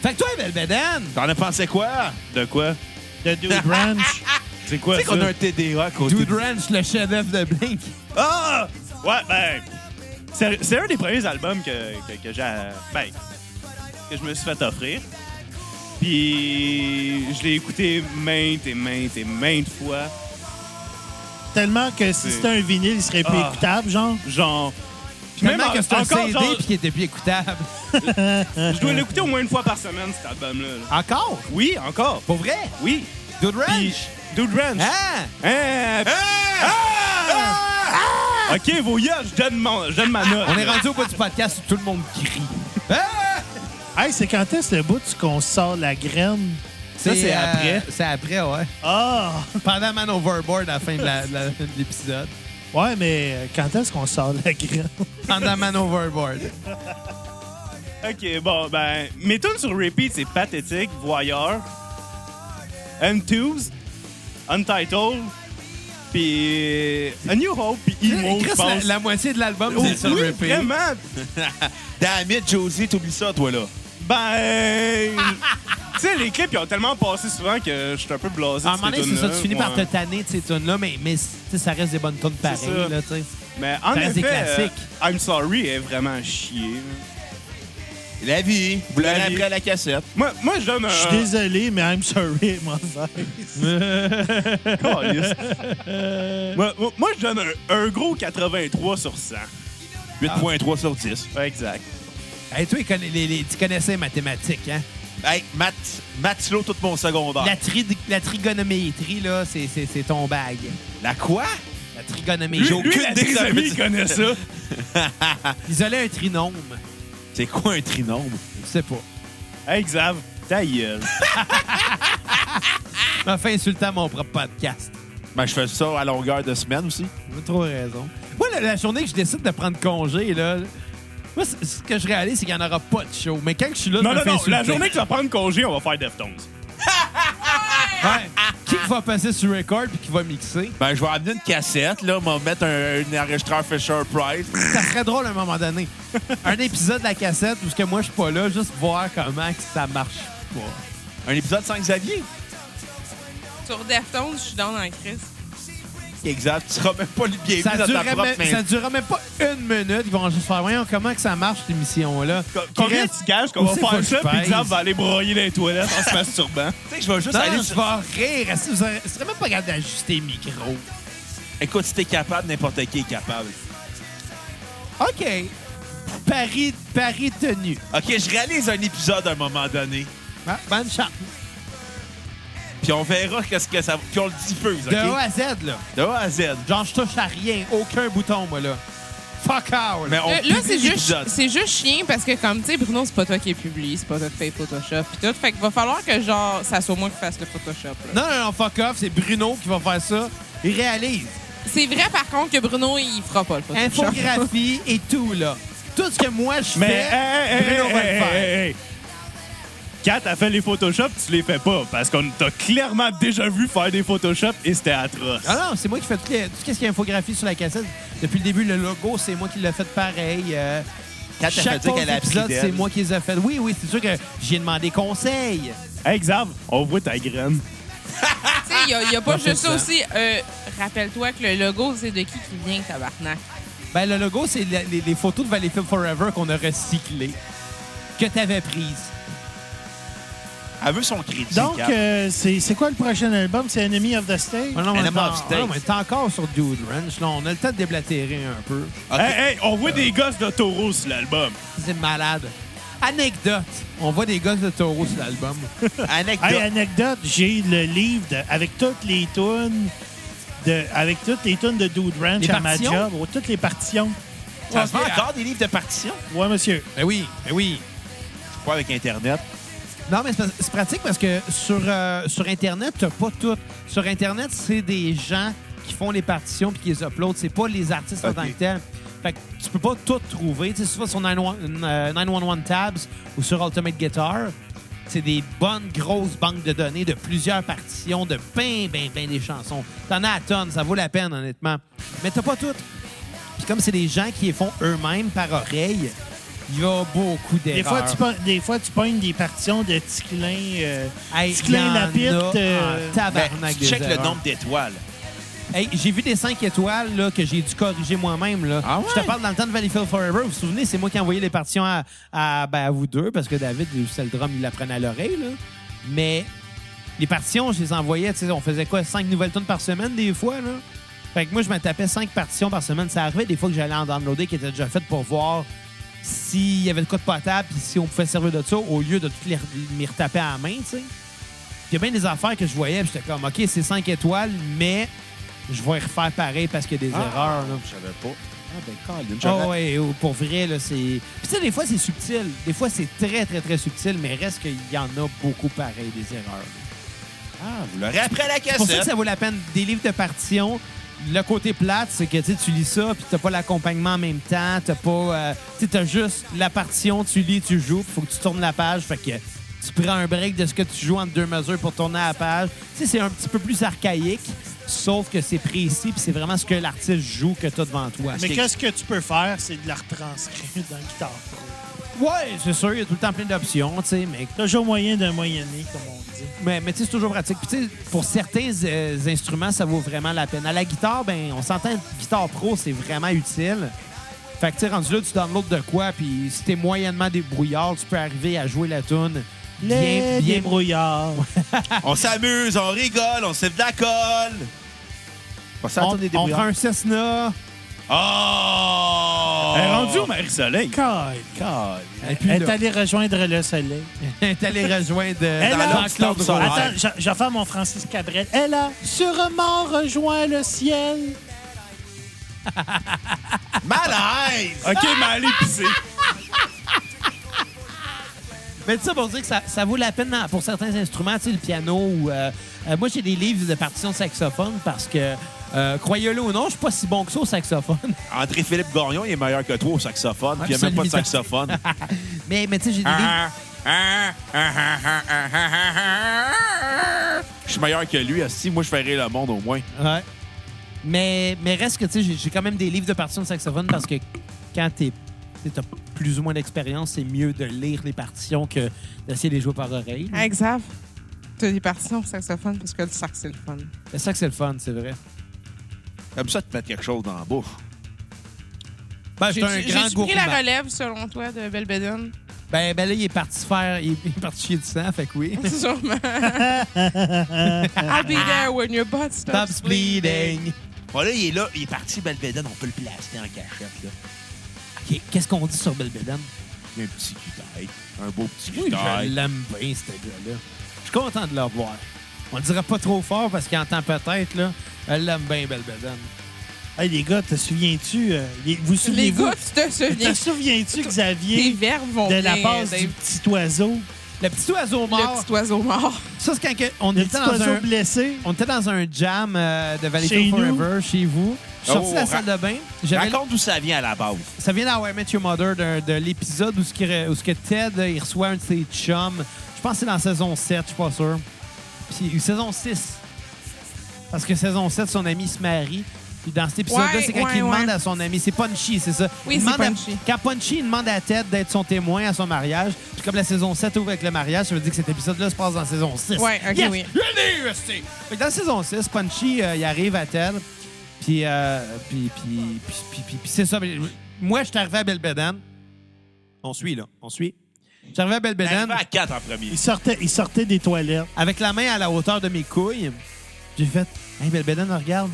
Speaker 1: Fait que toi, Belbeden,
Speaker 3: T'en as pensé quoi?
Speaker 7: De quoi?
Speaker 4: De Dude Ranch.
Speaker 7: C'est quoi
Speaker 3: Tu sais
Speaker 7: ça?
Speaker 3: qu'on a un TDA à côté.
Speaker 1: Dude
Speaker 3: de-
Speaker 1: Ranch, le chef-d'œuvre de Blink.
Speaker 7: Ah! Ouais, ben. C'est c'est un des premiers albums que, que, que j'ai. Ben. que je me suis fait offrir. Puis. je l'ai écouté maintes et maintes et maintes fois.
Speaker 4: Tellement que si
Speaker 7: C'est-
Speaker 4: c'était un vinyle, il serait plus
Speaker 7: Ah.
Speaker 4: écoutable, genre.
Speaker 7: Genre. Puis
Speaker 1: Même
Speaker 7: en-
Speaker 1: que c'est un
Speaker 7: encore,
Speaker 1: CD
Speaker 7: genre,
Speaker 1: puis qui était plus écoutable.
Speaker 7: je dois l'écouter au moins une fois par semaine, cet album-là. là.
Speaker 1: Encore?
Speaker 7: Oui, encore.
Speaker 1: Pour vrai?
Speaker 7: Oui.
Speaker 1: Dude
Speaker 7: Puis,
Speaker 1: Ranch?
Speaker 7: Dude Ranch.
Speaker 1: Hein?
Speaker 7: Hein? Ah! Ok, vos yeux, je donne, mon- je donne ma note.
Speaker 1: On est rendu au bout du podcast où tout le monde crie. Ah!
Speaker 4: Hey, c'est quand est-ce le bout qu'on sort la graine?
Speaker 1: Ça,
Speaker 7: c'est après.
Speaker 1: C'est après, ouais.
Speaker 4: Ah!
Speaker 1: Pendant Man Overboard à la fin de la- de la- de l'épisode.
Speaker 4: Ouais, mais euh, quand est-ce qu'on sort la graine?
Speaker 1: Pendant Man Overboard.
Speaker 7: Ok, bon, ben, mes tunes sur repeat, c'est Pathétique, Voyeur, M2s, Untitled, puis A New Hope, puis
Speaker 1: Eh,
Speaker 7: Emo, je
Speaker 1: Chris, la,
Speaker 7: pense.
Speaker 1: la moitié de l'album,
Speaker 7: Oh,
Speaker 1: c'est sur
Speaker 7: oui,
Speaker 1: repeat.
Speaker 7: vraiment?
Speaker 3: Damn it, Josie, t'oublies ça, toi, là.
Speaker 7: Ben... tu sais, les clips, ils ont tellement passé souvent que je suis un peu blasé
Speaker 1: À un
Speaker 7: de
Speaker 1: moment
Speaker 7: ces
Speaker 1: donné, c'est ça,
Speaker 7: tunes-là,
Speaker 1: tu finis par te
Speaker 7: ouais.
Speaker 1: tanner de ces tunes-là, mais, mais tu sais, ça reste des bonnes tunes pareilles,
Speaker 7: ça.
Speaker 1: là, tu sais.
Speaker 7: Mais en
Speaker 1: reste des
Speaker 7: effet, euh,
Speaker 1: classiques.
Speaker 7: I'm Sorry est vraiment à chier. là.
Speaker 3: La vie. Vous
Speaker 7: La
Speaker 3: l'avez
Speaker 7: vie.
Speaker 3: appris à la cassette.
Speaker 7: Moi, moi, je donne un...
Speaker 4: Je suis désolé, mais I'm sorry, mauvaise.
Speaker 7: Caliste. moi, moi- moi, je donne un, un gros 83 sur 100.
Speaker 3: 8.3 sur 10.
Speaker 7: exact.
Speaker 1: Hey, toi, il connaît- les- les- tu connaissais les mathématiques, hein?
Speaker 3: Hey, Matt, Matilo, tout mon secondaire.
Speaker 1: La, tri la trigonométrie, là, c'est- c'est c'est ton bag.
Speaker 3: La quoi?
Speaker 1: La trigonométrie.
Speaker 3: J'ai aucune
Speaker 7: Lui, la
Speaker 3: idée que ça veut
Speaker 7: trisomie,
Speaker 3: dire.
Speaker 7: il connaît ça.
Speaker 1: Isoler un trinôme,
Speaker 3: C'est quoi un trinôme?
Speaker 1: je sais pas.
Speaker 7: Hey, Xav, ta gueule.
Speaker 1: m'a fait insulter à mon propre podcast.
Speaker 3: Ben, je fais ça à longueur de semaine aussi.
Speaker 1: Vous avez trop raison. Moi, la, la journée que je décide de prendre congé, là, moi, c- ce que je réalise, c'est qu'il n'y en aura pas de show. Mais quand je suis là,
Speaker 7: Non,
Speaker 1: je me
Speaker 7: non,
Speaker 1: fais
Speaker 7: non.
Speaker 1: insulter.
Speaker 7: La journée que tu vas prendre congé, on va faire Deftones.
Speaker 1: Ouais. Qui va passer sur record puis qui va mixer?
Speaker 3: Ben, je vais amener une cassette, là. m'en mettre un, un enregistreur Fisher Price.
Speaker 1: Ça serait drôle à un moment donné. Un épisode de la cassette où ce que moi, je suis pas là, juste voir comment que ça marche pas.
Speaker 3: Un épisode sans Xavier.
Speaker 6: Sur Deftones, je suis dans la crise.
Speaker 3: Exact. Tu seras même pas le bienvenu
Speaker 1: Ça
Speaker 3: dans ta
Speaker 1: durerait,
Speaker 3: propre
Speaker 1: même,
Speaker 3: main.
Speaker 1: ça durerait même pas une minute. Ils vont juste faire, voyons, comment que ça marche, cette émission-là.
Speaker 7: Combien
Speaker 1: Reste-
Speaker 7: tu gages qu'on va
Speaker 1: Où c'est faut
Speaker 7: faire
Speaker 1: que
Speaker 7: ça,
Speaker 1: je
Speaker 7: puis
Speaker 1: pèse?
Speaker 7: Xav va aller broyer dans les toilettes en se masturbant?
Speaker 3: Tu sais que je vais juste
Speaker 1: Non,
Speaker 3: aller
Speaker 1: tu vas rire. Est-ce que Vous aurez- vous serez même pas capable d'ajuster le micro.
Speaker 3: Écoute, si t'es capable, n'importe qui est capable.
Speaker 1: OK. Paris, Paris tenu.
Speaker 3: OK, je réalise un épisode à un moment donné.
Speaker 1: Hein? Bonne chance.
Speaker 3: Puis on verra qu'est-ce que ça... Puis on le diffuse, OK?
Speaker 1: De A à Z, là.
Speaker 3: De A à Z.
Speaker 1: Genre, je touche à rien. Aucun bouton, moi, là. Fuck out.
Speaker 3: Mais on
Speaker 6: Euh, Là, là,
Speaker 3: publie
Speaker 6: c'est juste,
Speaker 3: l'épisode.
Speaker 6: c'est juste chien parce que, comme, tu sais, Bruno, c'est pas toi qui publie, c'est pas toi qui fais Photoshop pis tout. Fait qu'il va falloir que, genre, ça soit moi qui fasse le Photoshop, là.
Speaker 1: Non, non, non, fuck off. C'est Bruno qui va faire ça. Il réalise.
Speaker 6: C'est vrai, par contre, que Bruno, il fera pas le Photoshop.
Speaker 1: Infographie et tout, là. Tout ce que moi, je fais,
Speaker 7: Mais, hey, hey, hey,
Speaker 1: Bruno va
Speaker 7: hey,
Speaker 1: le faire.
Speaker 7: hey, hey, hey. Kat a fait les Photoshop, tu les fais pas, parce qu'on t'a clairement déjà vu faire des Photoshop et c'était atroce.
Speaker 1: Ah non, c'est moi qui fais tout, les, tout ce qui est infographie sur la cassette. Depuis le début, le logo, c'est moi qui l'ai fait pareil. Euh,
Speaker 3: Quand elle fait
Speaker 1: Chaque
Speaker 3: dire
Speaker 1: pause
Speaker 3: qu'elle a appris
Speaker 1: épisode,
Speaker 3: d'elle.
Speaker 1: c'est moi qui les ai fait. Oui, oui, c'est sûr que j'ai demandé conseil.
Speaker 7: Hey, Xav, on voit ta graine.
Speaker 6: Tu sais, il y a- il y a pas juste ça aussi. euh, Rappelle-toi que le logo, c'est de qui qui vient, tabarnak?
Speaker 1: Ben, le logo, c'est la- les, les photos de Valley Film Forever qu'on a recyclées, que t'avais prises.
Speaker 3: Elle veut son crédit.
Speaker 4: Donc,
Speaker 3: Gab.
Speaker 4: euh, c'est c'est quoi le prochain album? C'est Enemy of the State?
Speaker 1: Ah non, mais
Speaker 3: Enemy
Speaker 1: t'en-
Speaker 3: of State.
Speaker 1: ah non, mais t'es encore sur Dude Ranch. Là, on a le temps de déblatérer un peu.
Speaker 3: OK.
Speaker 7: Hey, hey, on voit des gosses de taureau sur l'album.
Speaker 1: C'est malade. Anecdote. On voit des gosses de taureau sur l'album.
Speaker 3: Anecdote.
Speaker 4: Hey, anecdote, j'ai le livre de- avec toutes les tunes de, avec toutes les tunes de Dude Ranch
Speaker 1: Les
Speaker 4: à ma
Speaker 1: partitions?
Speaker 4: job, ou toutes les partitions.
Speaker 3: Ça se vend encore des livres de partition?
Speaker 4: Ouais, monsieur.
Speaker 1: Ben oui, ben oui.
Speaker 3: Pas avec Internet.
Speaker 1: Non, mais c'est parce- c'est pratique parce que sur, euh, sur Internet, t'as pas tout. Sur Internet, c'est des gens qui font les partitions puis qui les uploadent. C'est pas les artistes en
Speaker 3: Ok.
Speaker 1: tant que tels. Fait que tu peux pas tout trouver. Tu sais, souvent sur 911 euh, 911 Tabs ou sur Ultimate Guitar, c'est des bonnes grosses banques de données de plusieurs partitions, de ben, ben, ben des chansons. T'en as à tonnes, ça vaut la peine, honnêtement. Mais t'as pas toutes. Puis comme c'est des gens qui les font eux-mêmes par oreille, il y a beaucoup d'erreurs.
Speaker 4: Des fois, tu, pognes- des fois, tu pognes des partitions de Ticlin, euh,
Speaker 1: Hey,
Speaker 4: Ticlin
Speaker 1: y en
Speaker 4: Lapitte,
Speaker 1: a
Speaker 4: euh,
Speaker 1: en
Speaker 3: Ben,
Speaker 1: tabarnak
Speaker 3: tu
Speaker 1: des
Speaker 3: check le
Speaker 1: erreurs.
Speaker 3: nombre d'étoiles.
Speaker 1: Hey, j'ai vu des 5 étoiles là, que j'ai dû corriger moi-même. là.
Speaker 3: Ah ouais?
Speaker 1: Je te parle dans le temps de Valleyfield Forever. Vous vous souvenez, c'est moi qui ai envoyé les partitions à, à- ben, à vous deux parce que David, lui, c'est le drum, il la prenait à l'oreille. là. Mais les partitions, je les envoyais. tu sais, On faisait quoi? 5 nouvelles tunes par semaine des fois. Là. Fait que moi, je me tapais 5 partitions par semaine. Ça arrivait des fois que j'allais en downloader qui étaient déjà faites pour voir s'il y avait de quoi de potable puis si on pouvait se servir de ça au lieu de toutes les m'y retaper à la main. tu sais. Il y a bien des affaires que je voyais, puis j'étais comme, OK, c'est 5 étoiles, mais je vais y refaire pareil parce qu'il y a
Speaker 3: Ah.
Speaker 1: des erreurs. Là.
Speaker 3: Je savais pas. Ah, ben, Colin,
Speaker 1: Ah
Speaker 3: j'avais-
Speaker 1: ouais, oh, pour vrai, là, c'est... Puis tu sais, des fois, c'est subtil. Des fois, c'est très, très, très subtil, mais reste qu'il y en a beaucoup pareil, des erreurs.
Speaker 3: Ah, vous l'aurez après la
Speaker 1: C'est pour ça que
Speaker 3: cassette.
Speaker 1: ça vaut la peine. Des livres de partition, le côté plate, c'est que tu sais, tu lis ça, puis t'as pas l'accompagnement en même temps, t'as pas... euh, tu sais, t'as juste la partition, tu lis, tu joues, puis faut que tu tournes la page, fait que... Tu prends un break de ce que tu joues entre deux mesures pour tourner la page. Tu sais, c'est un petit peu plus archaïque, sauf que c'est précis, puis c'est vraiment ce que l'artiste joue que t'as devant toi.
Speaker 4: Mais qu'est-ce que tu peux faire? C'est de la retranscrire dans Guitar Pro.
Speaker 1: Ouais, c'est sûr, il y a tout le temps plein d'options, tu sais, mais,
Speaker 4: Toujours moyen d'un moyenné, comme on dit.
Speaker 1: mais, mais tu sais, c'est toujours pratique. Puis, tu sais, pour certains euh, instruments, ça vaut vraiment la peine. À la guitare, ben, on s'entend, guitare pro, c'est vraiment utile. Fait que, tu sais, rendu là, tu downloads de quoi, puis si t'es moyennement débrouillard, tu peux arriver à jouer la tune bien,
Speaker 4: Les
Speaker 1: bien
Speaker 4: débrouillards.
Speaker 3: On s'amuse, on rigole, on se fait de la colle. On
Speaker 1: On,
Speaker 3: s'entend des
Speaker 1: on prend
Speaker 3: débrouillards.
Speaker 1: un Cessna.
Speaker 3: Oh!
Speaker 7: Elle est rendue au Marie-Soleil.
Speaker 4: Calme.
Speaker 1: Et puis,
Speaker 4: Elle est
Speaker 1: là,
Speaker 4: allée rejoindre le soleil.
Speaker 1: t'es allé rejoindre euh, dans
Speaker 4: Elle a-
Speaker 1: Jean-Claude
Speaker 3: Attends,
Speaker 1: Roy.
Speaker 4: Attends, je- je vais faire mon Francis Cabrel. Elle a sûrement rejoint le ciel.
Speaker 3: Malaise!
Speaker 7: OK, mais allez pisser.
Speaker 1: Mais tout ça pour dire que ça, ça vaut la peine dans- pour certains instruments, tu sais, le piano ou. euh, euh, moi, j'ai des livres de partitions de saxophone parce que, euh, croyez-le ou non, je suis pas si bon que ça au saxophone.
Speaker 3: André-Philippe Gagnon, il est meilleur que toi au saxophone, puis il n'y a même pas de
Speaker 1: Absolument.
Speaker 3: saxophone.
Speaker 1: mais mais tu sais,
Speaker 3: Hein,
Speaker 1: j'ai
Speaker 3: Ah,
Speaker 1: des livres.
Speaker 3: hein, Je suis meilleur que lui, si moi je ferais le monde au moins.
Speaker 1: Ouais. Mais, mais reste que, tu sais, j'ai- j'ai quand même des livres de partitions de saxophone parce que quand t'es. T'as plus ou moins d'expérience, c'est mieux de lire les partitions que d'essayer de les jouer par oreille.
Speaker 6: Hey, Xav, t'as des partitions au saxophone parce que le sax, c'est le fun.
Speaker 1: C'est ça que c'est le fun, c'est vrai.
Speaker 3: Comme ça, te mettre quelque chose dans la bouche.
Speaker 1: Ben,
Speaker 6: J'ai
Speaker 1: j'étais un grand
Speaker 6: pris la
Speaker 1: gourmand.
Speaker 6: relève, selon toi, de Belbédène?
Speaker 1: Ben, ben là, il est parti faire. Il est parti chier du sang, fait que oui.
Speaker 6: Sûrement. I'll be there when your butt stops,
Speaker 1: Stops bleeding.
Speaker 3: Bon, là, il est là, il est parti, Belvedere, on peut le placer en cachette, là.
Speaker 1: OK, Qu'est-ce qu'on dit sur Belbédène?
Speaker 3: Il y a un petit cul un beau petit
Speaker 1: Oui,
Speaker 3: cul
Speaker 1: je l'aime bien, ce gars-là. Je suis content de le revoir. On le dira pas trop fort parce qu'il entend peut-être, là. Elle l'aime bien, belle bedaine.
Speaker 4: Hey, les gars, te souviens-tu? euh, les- vous
Speaker 6: Les
Speaker 4: souvenez-vous?
Speaker 6: gars, tu te souviens
Speaker 4: Te souviens-tu,
Speaker 6: Les
Speaker 4: Xavier,
Speaker 6: verbes vont
Speaker 4: de la
Speaker 6: bien,
Speaker 4: passe
Speaker 6: Dave.
Speaker 4: du petit oiseau?
Speaker 1: Le petit oiseau
Speaker 6: Le
Speaker 1: mort.
Speaker 6: petit oiseau mort.
Speaker 1: Ça, c'est quand que- on,
Speaker 4: Le
Speaker 1: était
Speaker 4: petit
Speaker 1: dans
Speaker 4: oiseau
Speaker 1: un,
Speaker 4: blessé?
Speaker 1: on était dans un jam euh, de Valley
Speaker 4: Chez
Speaker 1: Field
Speaker 4: nous.
Speaker 1: Forever chez vous. Je suis
Speaker 3: Oh,
Speaker 1: sorti de la
Speaker 3: ra-
Speaker 1: salle de bain. J'avais-
Speaker 3: Raconte d'où ça vient à la base.
Speaker 1: Ça vient d'How I Met Your Mother, de, de l'épisode où, ce qui re- où ce que Ted euh, il reçoit un de ses chums. Je pense que c'est dans saison 7, je suis pas sûr. Puis saison 6. Parce que saison 7, son ami se marie. Puis dans cet épisode-là,
Speaker 6: Ouais,
Speaker 1: c'est quand
Speaker 6: ouais,
Speaker 1: il demande
Speaker 6: ouais.
Speaker 1: à son ami. C'est Punchy, c'est ça.
Speaker 6: Oui,
Speaker 1: Il
Speaker 6: c'est
Speaker 1: demande à-
Speaker 6: Punchy.
Speaker 1: Quand Punchy il demande à Ted d'être son témoin à son mariage, puis comme la saison 7 ouvre avec le mariage, ça veut dire que cet épisode-là se passe dans la saison 6.
Speaker 6: Ouais, ok,
Speaker 1: Yes!
Speaker 6: oui.
Speaker 1: Je l'ai, esti! Fait que dans la saison 6, Punchy, euh, il arrive à Ted, puis, euh, puis, puis, puis, puis, puis- puis c'est ça. Mais Moi, je suis arrivé à Belbédane. On suit, là. On suit. Je suis arrivé à Belbédane
Speaker 3: Arrivé à 4 en premier.
Speaker 4: Il sortait, il sortait des toilettes.
Speaker 1: avec la main à la hauteur de mes couilles. J'ai fait Hey, Belbédane, regarde.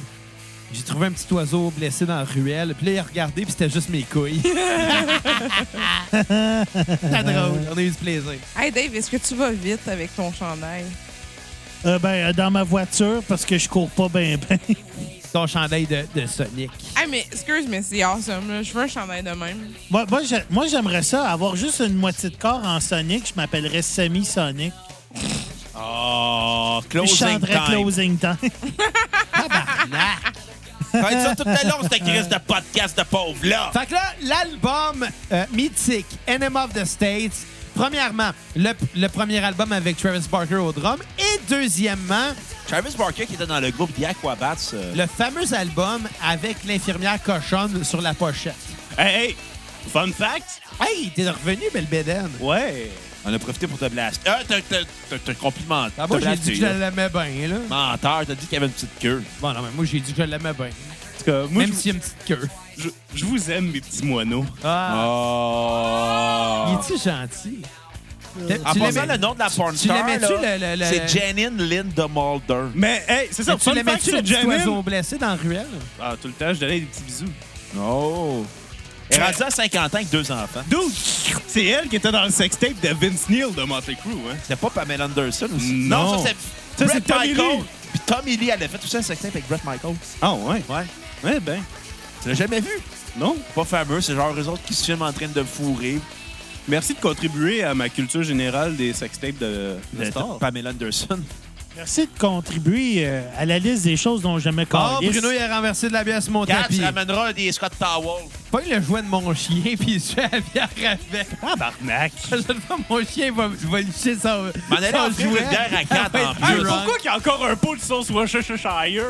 Speaker 1: J'ai trouvé un petit oiseau blessé dans la ruelle. Puis là, il a regardé, puis c'était juste mes couilles. C'était drôle. On a eu du plaisir.
Speaker 6: Hey Dave, est-ce que tu vas vite avec ton chandail?
Speaker 4: Euh, ben, euh, dans ma voiture, parce que je cours pas bien, ben.
Speaker 1: Ton chandail de, de Sonic.
Speaker 6: Ah, mais excuse, mais c'est awesome. Là. Je veux un chandail de même.
Speaker 4: Moi, moi, j'ai- moi, j'aimerais ça, avoir juste une moitié de corps en Sonic. Je m'appellerais Sammy Sonic.
Speaker 3: Oh,
Speaker 4: Puis je
Speaker 3: closing
Speaker 4: chanterais
Speaker 3: time.
Speaker 4: Closing Time.
Speaker 3: Faites Ben, ça tout le long, cette crise de podcast de pauvre-là.
Speaker 1: Fait que là, l'album euh, mythique, Enemy of the States, premièrement, le, le premier album avec Travis Barker au drum. Et deuxièmement,
Speaker 3: Travis Barker, qui était dans le groupe The Aquabats. euh,
Speaker 1: le fameux album avec l'infirmière cochonne sur la pochette.
Speaker 7: Hey, hey, fun fact.
Speaker 1: Hey, t'es revenu, Belbédane.
Speaker 7: Ouais.
Speaker 3: On a profité pour te blaster. Ah, t'as- t'as t'as- t'as complimenté.
Speaker 1: Ah, moi,
Speaker 3: T'as
Speaker 1: j'ai
Speaker 3: blasté,
Speaker 1: dit que je
Speaker 3: là.
Speaker 1: l'aimais bien, là.
Speaker 3: Menteur, t'as dit qu'il y avait une petite queue.
Speaker 1: Bon, non, mais moi, j'ai dit que je l'aimais bien.
Speaker 7: En tout cas, moi,
Speaker 1: Même
Speaker 7: je-
Speaker 1: s'il y a une petite queue.
Speaker 7: je, je vous aime, mes petits moineaux.
Speaker 1: Ah,
Speaker 3: Oh!
Speaker 1: il est-tu gentil?
Speaker 3: En
Speaker 1: Tu
Speaker 3: passant,
Speaker 1: l'aimais-
Speaker 3: le nom de la porn
Speaker 1: tu l'aimais-tu, le- le- le-
Speaker 3: C'est Janine Linda Mulder.
Speaker 7: Mais, hey, c'est ça,
Speaker 1: Tu
Speaker 7: fun fact
Speaker 1: l'aimais-tu, le
Speaker 7: sur
Speaker 1: petit
Speaker 7: Janine.
Speaker 1: oiseau blessé dans la ruelle?
Speaker 7: Ah, tout le temps, je donnais des petits bisous.
Speaker 3: Oh! Elle est rendue à 50 ans avec deux enfants.
Speaker 7: Dude, c'est elle qui était dans le sextape de Vince Neil de Motley Crue, hein?
Speaker 3: C'était pas Pamela Anderson aussi?
Speaker 7: Non.
Speaker 3: ça, c'est
Speaker 7: Ça, c'est
Speaker 3: Brett
Speaker 7: Tommy
Speaker 3: Michael.
Speaker 7: Lee.
Speaker 3: Puis Tommy Lee, elle a fait tout ça, un sextape avec Brett Michael.
Speaker 7: Ah, ouais.
Speaker 3: Ouais.
Speaker 7: Ouais, ben,
Speaker 3: Tu l'as jamais vu?
Speaker 7: non.
Speaker 3: Pas fameux, c'est genre eux autres qui se filment en train de fourrer.
Speaker 7: Merci de contribuer à ma culture générale des sextapes de, de
Speaker 3: Le-
Speaker 7: Star.
Speaker 3: Pamela Anderson.
Speaker 4: Merci de contribuer euh, à la liste des choses dont jamais
Speaker 1: Ah,
Speaker 4: calisse.
Speaker 1: Bruno, il a renversé de la bière sur mon
Speaker 3: Gab,
Speaker 1: tapis.
Speaker 3: ça amènera des Scott Towel.
Speaker 1: Pas le jouet de mon chien, puis il se fait la bière avec. Ah, ben,
Speaker 7: Tabarnak.
Speaker 1: Je sais pas, mon chien va, va licher son,
Speaker 3: M'en allait
Speaker 1: son
Speaker 3: offrir
Speaker 1: jouet.
Speaker 3: une bière à quatre,
Speaker 1: Ah,
Speaker 3: en
Speaker 1: ouais,
Speaker 3: plus.
Speaker 1: drunk.
Speaker 7: Pourquoi qu'il y a encore un pot de sauce Worcestershire?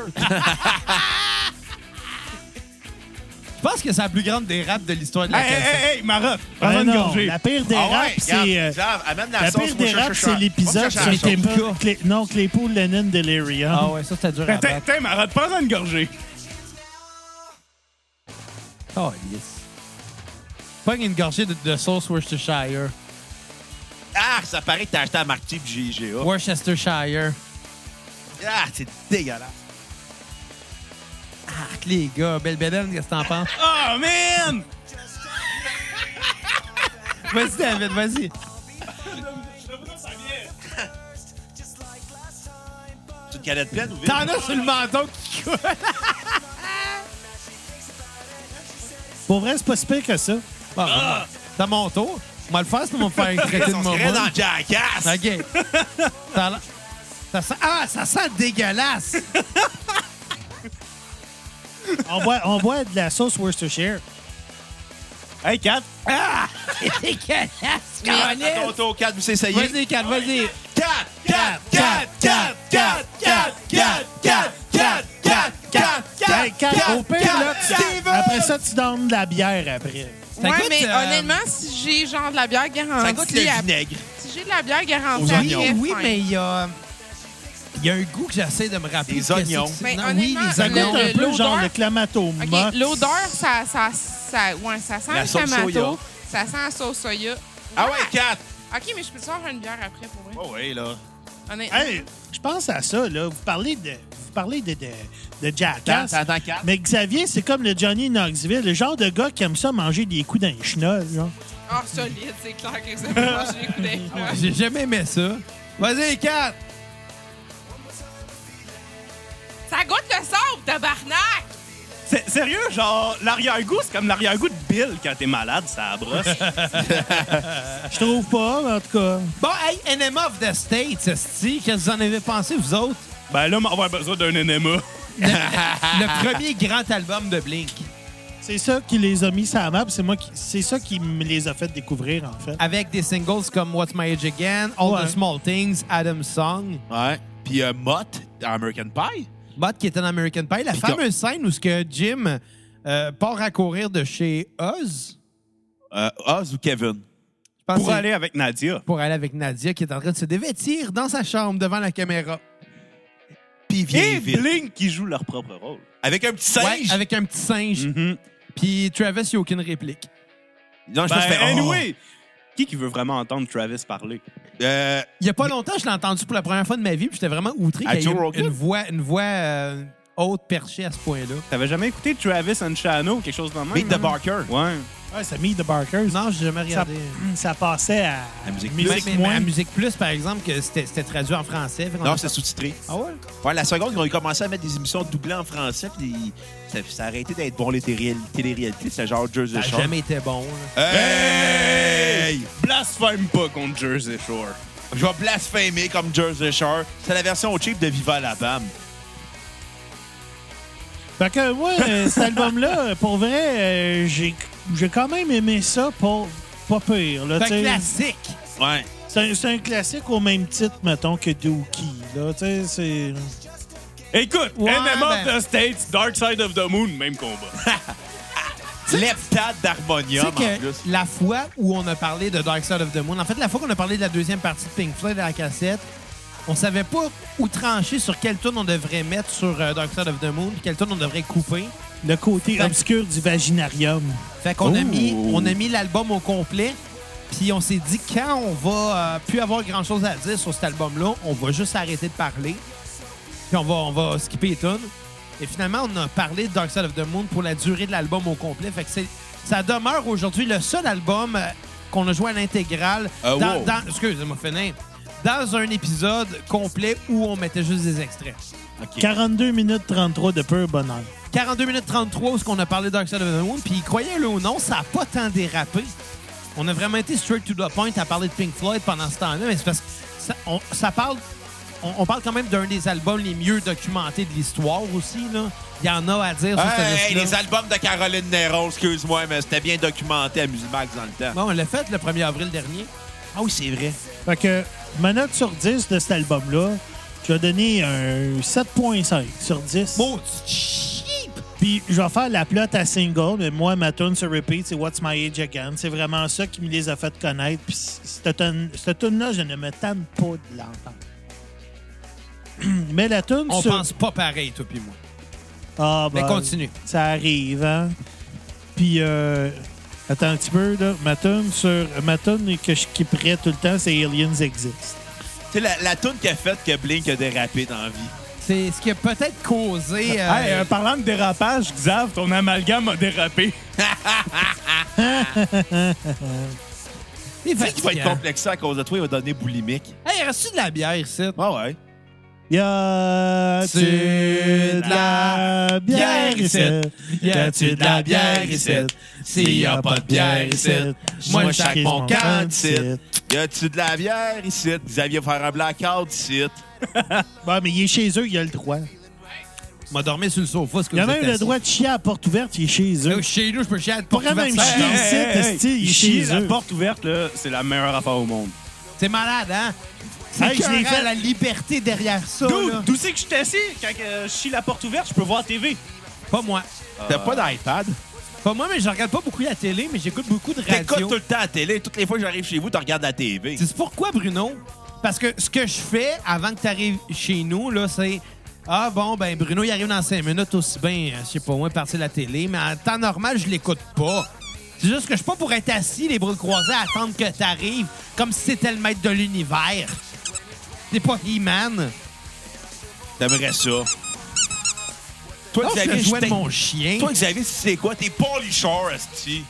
Speaker 1: Je pense que c'est la plus grande dérape de l'histoire de la
Speaker 7: Hey, hey,
Speaker 1: cassette.
Speaker 7: hey, hey, Marotte,
Speaker 4: Ben
Speaker 7: prends une
Speaker 4: non,
Speaker 7: gorgée.
Speaker 4: la pire des
Speaker 3: Ah ouais,
Speaker 4: raps, c'est... euh,
Speaker 3: regarde, Xav, amène la
Speaker 4: la
Speaker 3: sauce
Speaker 4: pire
Speaker 3: moi,
Speaker 4: des
Speaker 3: je
Speaker 4: raps,
Speaker 3: cherche
Speaker 4: c'est
Speaker 3: un- Moi,
Speaker 4: l'épisode
Speaker 3: je cherche un
Speaker 4: sur
Speaker 1: C'était
Speaker 3: sauce.
Speaker 1: Tabitha.
Speaker 4: Claypool, Clay- non, Claypool, Lennon, Delirium.
Speaker 1: Ah ouais, ça, c'était dur à
Speaker 7: Tiens,
Speaker 1: battre.
Speaker 7: tiens, Marotte, prends une gorgée.
Speaker 1: Oh, yes. Pogne une gorgée de, de sauce Worcestershire.
Speaker 3: Ah, ça paraît que t'as acheté à Marty du GIGA.
Speaker 1: Worcestershire.
Speaker 3: Ah, c'est dégueulasse.
Speaker 1: Arc, Ah, les gars. Belle Bédène, qu'est-ce que t'en penses?
Speaker 7: Oh, man!
Speaker 1: vas-y, David, vas-y.
Speaker 3: C'est une canette pleine ou vide?
Speaker 1: T'en as sur le menton qui coule.
Speaker 4: Pour vrai, c'est pas si pire que ça.
Speaker 1: Bon, bon, C'est à mon tour. On va le faire, sinon on va me faire un traité de
Speaker 3: Ah. On
Speaker 1: moment.
Speaker 3: serait dans Jackass!
Speaker 1: OK. Ça, a l'air- ça sent... Ah, ça sent dégueulasse.
Speaker 4: On boit, on boit de la sauce Worcestershire.
Speaker 7: Hey, Kat,
Speaker 1: dégueulasse,
Speaker 3: À ton tour, 4, vous essayez.
Speaker 1: Vas-y, Kat, vas-y.
Speaker 3: 4, 4, 4, 4, 4, 4, 4, 4, 4, 4, 4, 4,
Speaker 4: Hey, Kat, au pire, là,
Speaker 3: Steven!
Speaker 4: après ça, tu donnes de la bière après.
Speaker 1: Ça
Speaker 6: ouais,
Speaker 1: goûte,
Speaker 6: mais
Speaker 1: euh,
Speaker 6: honnêtement, si j'ai genre de la bière garantie.
Speaker 3: Ça goûte le
Speaker 6: à-
Speaker 3: vinaigre.
Speaker 6: Si j'ai de la bière garantie,
Speaker 3: Aux
Speaker 6: à
Speaker 3: oignons.
Speaker 6: pied,
Speaker 1: Oui,
Speaker 6: fine.
Speaker 1: mais il y a... Il y a un goût que j'essaie de me rappeler.
Speaker 3: Des
Speaker 1: Qu'est-ce que
Speaker 3: oignons.
Speaker 1: c'est?
Speaker 6: Mais
Speaker 1: Non, oui,
Speaker 6: honnêtement,
Speaker 1: les
Speaker 4: Ça
Speaker 6: le-
Speaker 4: goûte
Speaker 1: oignons.
Speaker 4: un peu
Speaker 6: l'odeur-
Speaker 4: genre le clamato
Speaker 6: OK,
Speaker 4: mox.
Speaker 6: l'odeur, ça, ça, ça, ouais, ça sent
Speaker 3: La
Speaker 6: le
Speaker 3: sauce soya.
Speaker 6: clamato, ça sent la sauce soya.
Speaker 3: Ah ouais, 4!
Speaker 6: OK, mais je peux te faire une bière après, pour vrai.
Speaker 7: Oh oui, là.
Speaker 6: Honnêtement.
Speaker 4: Hey, je pense à ça, là. Vous parlez de, vous parlez de, de, de Jackass.
Speaker 3: Attends, attends, 4.
Speaker 4: Mais Xavier, c'est comme le Johnny Knoxville, le genre de gars qui aime ça manger des coups dans les chenolles, genre.
Speaker 6: Ah, solide, c'est clair que ça peut manger les coups des doigts.
Speaker 1: J'ai jamais aimé ça. Vas-y, Kat.
Speaker 6: Ça goûte le sable, tabarnak!
Speaker 7: C'est- Sérieux, genre, l'arrière-goût, c'est comme l'arrière-goût de Bill quand t'es malade, ça brosse.
Speaker 4: Je trouve pas, mais en tout cas.
Speaker 1: Bon, hey, NM of the States, esti, qu'est-ce que vous en avez pensé, vous autres?
Speaker 7: ben là, on va avoir besoin d'un enema.
Speaker 1: Le premier grand album de Blink,
Speaker 4: C'est ça qui les a mis sur la map. C'est moi qui, c'est ça qui me les a fait découvrir, en fait.
Speaker 1: avec des singles comme What's My Age Again, All
Speaker 4: Ouais.
Speaker 1: the Small Things, Adam's Song.
Speaker 3: Ouais. Puis euh, Mott, American Pie.
Speaker 1: Bott qui était dans American Pie. La
Speaker 3: Puis
Speaker 1: fameuse scène où ce que Jim euh, part à courir de chez Oz
Speaker 3: Euh, Oz ou Kevin?
Speaker 1: je pense
Speaker 7: Pour
Speaker 1: que c'est-
Speaker 7: aller avec Nadia.
Speaker 1: pour aller avec Nadia qui est en train de se dévêtir dans sa chambre devant la caméra.
Speaker 3: Puis il vient
Speaker 7: Et
Speaker 3: vite.
Speaker 7: Blink qui joue leur propre rôle.
Speaker 3: Avec un petit
Speaker 1: Ouais,
Speaker 3: singe?
Speaker 1: avec un petit singe.
Speaker 7: Mhm.
Speaker 1: Puis Travis, il n'y a aucune réplique.
Speaker 3: Non, je
Speaker 7: Ben,
Speaker 3: pense que je fais, oh.
Speaker 7: anyway, qui qui veut vraiment entendre Travis parler?
Speaker 3: Euh,
Speaker 1: Il n'y a pas longtemps, je l'ai entendu pour la première fois de ma vie, puis j'étais vraiment outré
Speaker 3: À
Speaker 1: qu'il y ait
Speaker 3: Joe Rogan?
Speaker 1: une, une voix, une voix euh, haute perchée à ce point-là.
Speaker 7: T'avais jamais écouté Travis and Chano, quelque chose dans le même?
Speaker 3: Meet the
Speaker 7: hein?
Speaker 3: Barker.
Speaker 7: Ouais.
Speaker 4: Ouais, ça Meet the Barkers.
Speaker 1: Non, j'ai jamais
Speaker 4: ça, hmm,
Speaker 1: regardé.
Speaker 4: ça passait à
Speaker 3: La musique
Speaker 1: Mais,
Speaker 3: plus.
Speaker 1: mais- mais à Musique Plus, par exemple, que c'était c'était traduit en français. fait qu'on
Speaker 3: Non,
Speaker 1: a-
Speaker 3: c'est sous-titré.
Speaker 1: Ah ouais?
Speaker 3: Ouais, la seconde, ils ont commencé à mettre des émissions doublées en français, puis ça, ça a arrêté d'être bon, les télé- télé-réalités. C'est Ah, genre Jersey
Speaker 1: Ça a
Speaker 3: Shore.
Speaker 1: jamais été bon. là.
Speaker 3: Hey!
Speaker 7: Blasphème pas contre Jersey Shore.
Speaker 3: Je vais blasphémer comme Jersey Shore. C'est la version au cheap de Viva Alabama.
Speaker 4: Fait que, ouais, euh, cet album-là, pour vrai, euh, j'ai j'ai quand même aimé ça pour pas pire. là,
Speaker 1: C'est
Speaker 4: tu
Speaker 1: un
Speaker 4: sais.
Speaker 1: classique.
Speaker 3: Ouais.
Speaker 4: C'est un- c'est un classique au même titre, mettons, que Dookie. Là, tu sais, c'est.
Speaker 7: Écoute,
Speaker 1: Ouais,
Speaker 7: NM of
Speaker 1: ben-
Speaker 7: the States, Dark Side of the Moon, même combat.
Speaker 3: Leptade
Speaker 1: Tu sais
Speaker 3: d'harmonium, en plus.
Speaker 1: que la fois où on a parlé de Dark Side of the Moon, en fait, la fois qu'on a parlé de la deuxième partie de Pink Floyd à la cassette, on savait pas où trancher sur quelle tune on devrait mettre sur euh, Dark Side of the Moon, puis quelle tune on devrait couper.
Speaker 4: Le côté
Speaker 1: Fait-
Speaker 4: obscur du vaginarium.
Speaker 1: Fait qu'on a
Speaker 3: Ouh.
Speaker 1: mis, on a mis l'album au complet, puis on s'est dit quand on va euh, plus avoir grand chose à dire sur cet album-là, on va juste arrêter de parler, puis on va, on va skipper les tunes. Et finalement, on a parlé de Dark Side of the Moon pour la durée de l'album au complet. Fait que c'est- ça demeure aujourd'hui le seul album euh, qu'on a joué à l'intégrale.
Speaker 3: Euh,
Speaker 1: dans,
Speaker 3: wow.
Speaker 1: dans- excuse-moi, Fénin. Dans un épisode complet où on mettait juste des extraits.
Speaker 3: Ok.
Speaker 4: 42 minutes 33 de pur bonheur.
Speaker 1: 42 minutes 33 où ce qu'on a parlé de Dark Side of the Moon, puis croyez-le ou non, ça n'a pas tant dérapé. On a vraiment été straight to the point à parler de Pink Floyd pendant ce temps-là, mais c'est parce que ça, on, ça parle... On, on parle quand même d'un des albums les mieux documentés de l'histoire aussi, là. Il y en a à dire sur ce
Speaker 3: Hey, les albums de Caroline Néron, excuse-moi, mais c'était bien documenté à Musimax dans le temps.
Speaker 1: on l'a fait le 1er avril dernier.
Speaker 3: Ah oui, c'est vrai.
Speaker 4: Fait que ma note sur 10 de cet album-là, je vais donner un 7.5 sur 10.
Speaker 1: Maudit cheap!
Speaker 4: Puis je vais faire la plot à single, mais moi, ma tune sur repeat, c'est What's My Age Again. C'est vraiment ça qui me les a fait connaître. Puis c- cette tune- cette tune-là, je ne me tanne pas de l'entendre. mais la tune
Speaker 1: On
Speaker 4: sur...
Speaker 1: pense pas pareil, toi puis moi.
Speaker 4: Ah,
Speaker 1: Mais
Speaker 4: ben,
Speaker 1: continue.
Speaker 4: Ça arrive, hein? Puis, euh, attends un petit peu, là. Ma tune sur... Ma tune que je kipperais tout le temps, c'est Aliens Exist.
Speaker 3: C'est la, la toune qui a fait que Blink a dérapé dans la vie.
Speaker 1: C'est ce qui a peut-être causé... euh,
Speaker 7: Hey, euh, parlant de dérapage, Xav, ton amalgame a dérapé.
Speaker 1: c'est
Speaker 3: Tu sais qu'il va être
Speaker 1: fatigant.
Speaker 3: complexé à cause de toi, il va donner boulimique.
Speaker 1: Hey, reste-tu de la bière ici?
Speaker 3: Ah ouais.
Speaker 4: Y a-tu de la bière ici? Y a-tu de la bière ici? S'il y a pas de bière ici, moi, je chaque mon camp ici.
Speaker 3: Ah, Y a-tu de la bière ici? Xavier va faire un blackout ici.
Speaker 4: Ouais, mais il est chez eux, il a le droit.
Speaker 1: m'a dormi sur le sofa, ce que
Speaker 4: Il a
Speaker 1: vous
Speaker 4: même
Speaker 1: êtes
Speaker 4: le
Speaker 1: assis.
Speaker 4: droit de chier à la porte ouverte, il est chez
Speaker 1: Là,
Speaker 4: eux.
Speaker 1: Chez nous, je peux chier à la porte
Speaker 4: Pas quand même
Speaker 1: ouverte.
Speaker 4: chier.
Speaker 1: Hey, hey,
Speaker 4: ici, esti, il est
Speaker 7: chier
Speaker 4: chez
Speaker 7: la
Speaker 4: eux.
Speaker 7: porte ouverte, là, c'est la meilleure affaire au monde.
Speaker 1: C'est malade, hein? C'est
Speaker 4: Hey, je l'ai
Speaker 1: écœurant,
Speaker 4: fait.
Speaker 1: la liberté derrière ça. là.
Speaker 7: D'où d'où c'est que je suis assis? Quand euh, je chie la porte ouverte, je peux voir TV.
Speaker 1: Pas moi.
Speaker 3: T'as pas d'iPad?
Speaker 1: Pas moi, mais je regarde pas beaucoup la télé, mais j'écoute beaucoup de
Speaker 3: T'écoutes
Speaker 1: radio.
Speaker 3: tout le temps à la télé. Toutes les fois que j'arrive chez vous, tu regardes la TV.
Speaker 1: C'est pourquoi, Bruno? Parce que ce que je fais avant que tu arrives chez nous, là, c'est. Ah bon, ben Bruno, il arrive dans cinq minutes aussi bien, euh, je sais pas moi, partir de la télé, mais en temps normal, je l'écoute pas. C'est juste que je suis pas pour être assis, les bras croisés, à attendre que t'arrives, comme si c'était le maître de l'univers. T'es pas He-Man.
Speaker 3: T'aimerais ça. Toi,
Speaker 1: Non, je
Speaker 3: Xavier,
Speaker 1: jouais de
Speaker 3: t'ai-
Speaker 1: mon chien.
Speaker 3: Toi, Xavier, tu sais quoi? T'es policheur, esti.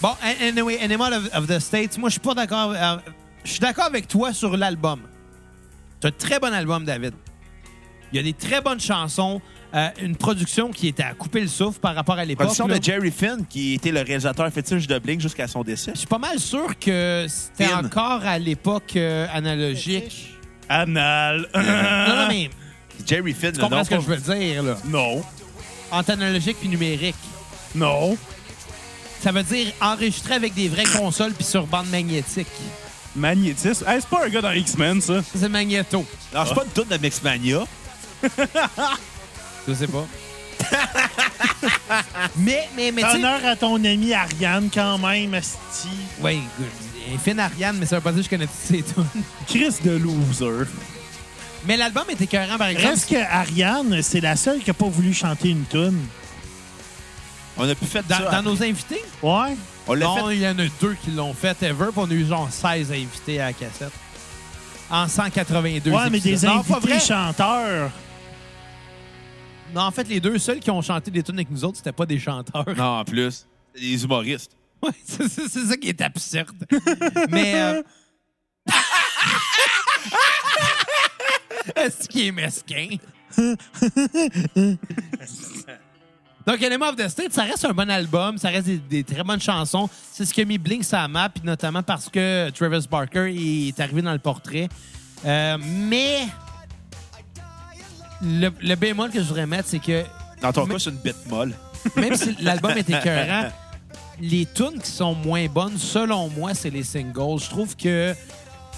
Speaker 1: Bon, an- anyway, Animal of, of the States, moi, je suis pas d'accord. euh, je suis d'accord avec toi sur l'album. C'est un très bon album, David. Il y a des très bonnes chansons. euh, une production qui était à couper le souffle par rapport à l'époque.
Speaker 3: Production
Speaker 1: là.
Speaker 3: de Jerry Finn, qui était le réalisateur fétiche de Blink jusqu'à son décès.
Speaker 1: Je suis pas mal sûr que c'était
Speaker 3: Fine.
Speaker 1: encore à l'époque euh, analogique.
Speaker 7: Anal.
Speaker 1: Non, non, mais
Speaker 3: Jerry Finn,
Speaker 1: tu
Speaker 3: le nom
Speaker 1: comprends ce que je veux dire, là.
Speaker 7: non.
Speaker 1: Entre analogique puis numérique.
Speaker 7: Non.
Speaker 1: Ça veut dire enregistré avec des vraies consoles puis sur bande magnétique.
Speaker 7: Magnétisme. Hey, c'est pas un gars dans X-Men, ça.
Speaker 1: C'est le magnéto.
Speaker 3: Non, c'est pas une toune de Mixmania.
Speaker 1: Je sais pas. mais, mais, mais, tu sais-
Speaker 4: Honneur à ton ami Ariane, quand même, Asti.
Speaker 1: Oui, écoute, Finn Ariane, mais ça veut pas dire que je connais toutes ses tunes.
Speaker 4: Chris de loser.
Speaker 1: Mais l'album est écœurant, par exemple.
Speaker 4: Reste que Ariane, c'est la seule qui a pas voulu chanter une tune.
Speaker 3: On a pu faire
Speaker 1: Dans,
Speaker 3: ça.
Speaker 1: dans nos invités?
Speaker 4: Ouais.
Speaker 3: On l'a
Speaker 1: Non,
Speaker 3: fait.
Speaker 1: il y en a deux qui l'ont fait ever, puis on a eu genre 16 invités à la cassette. En 182
Speaker 4: ouais, mais des
Speaker 1: épisodes. non, pas
Speaker 4: invités
Speaker 1: vrai.
Speaker 4: chanteurs.
Speaker 1: Non, en fait, les deux seuls qui ont chanté des tunes avec nous autres, c'était pas des chanteurs.
Speaker 3: Non, en plus. C'est des humoristes.
Speaker 1: Ouais, c'est c'est- c'est ça qui est absurde. mais... euh, Est-ce qu'il est mesquin? Donc, Element of the State, ça reste un bon album, ça reste des, des très bonnes chansons. C'est ce qui a mis Blink sur la map, puis notamment parce que Travis Barker est arrivé dans le portrait. Euh, mais le, le bémol que je voudrais mettre, c'est que
Speaker 3: Dans ton
Speaker 1: Mais-
Speaker 3: cas, c'est une bête molle.
Speaker 1: même si l'album est écœurant, les tunes qui sont moins bonnes, selon moi, c'est les singles. Je trouve que,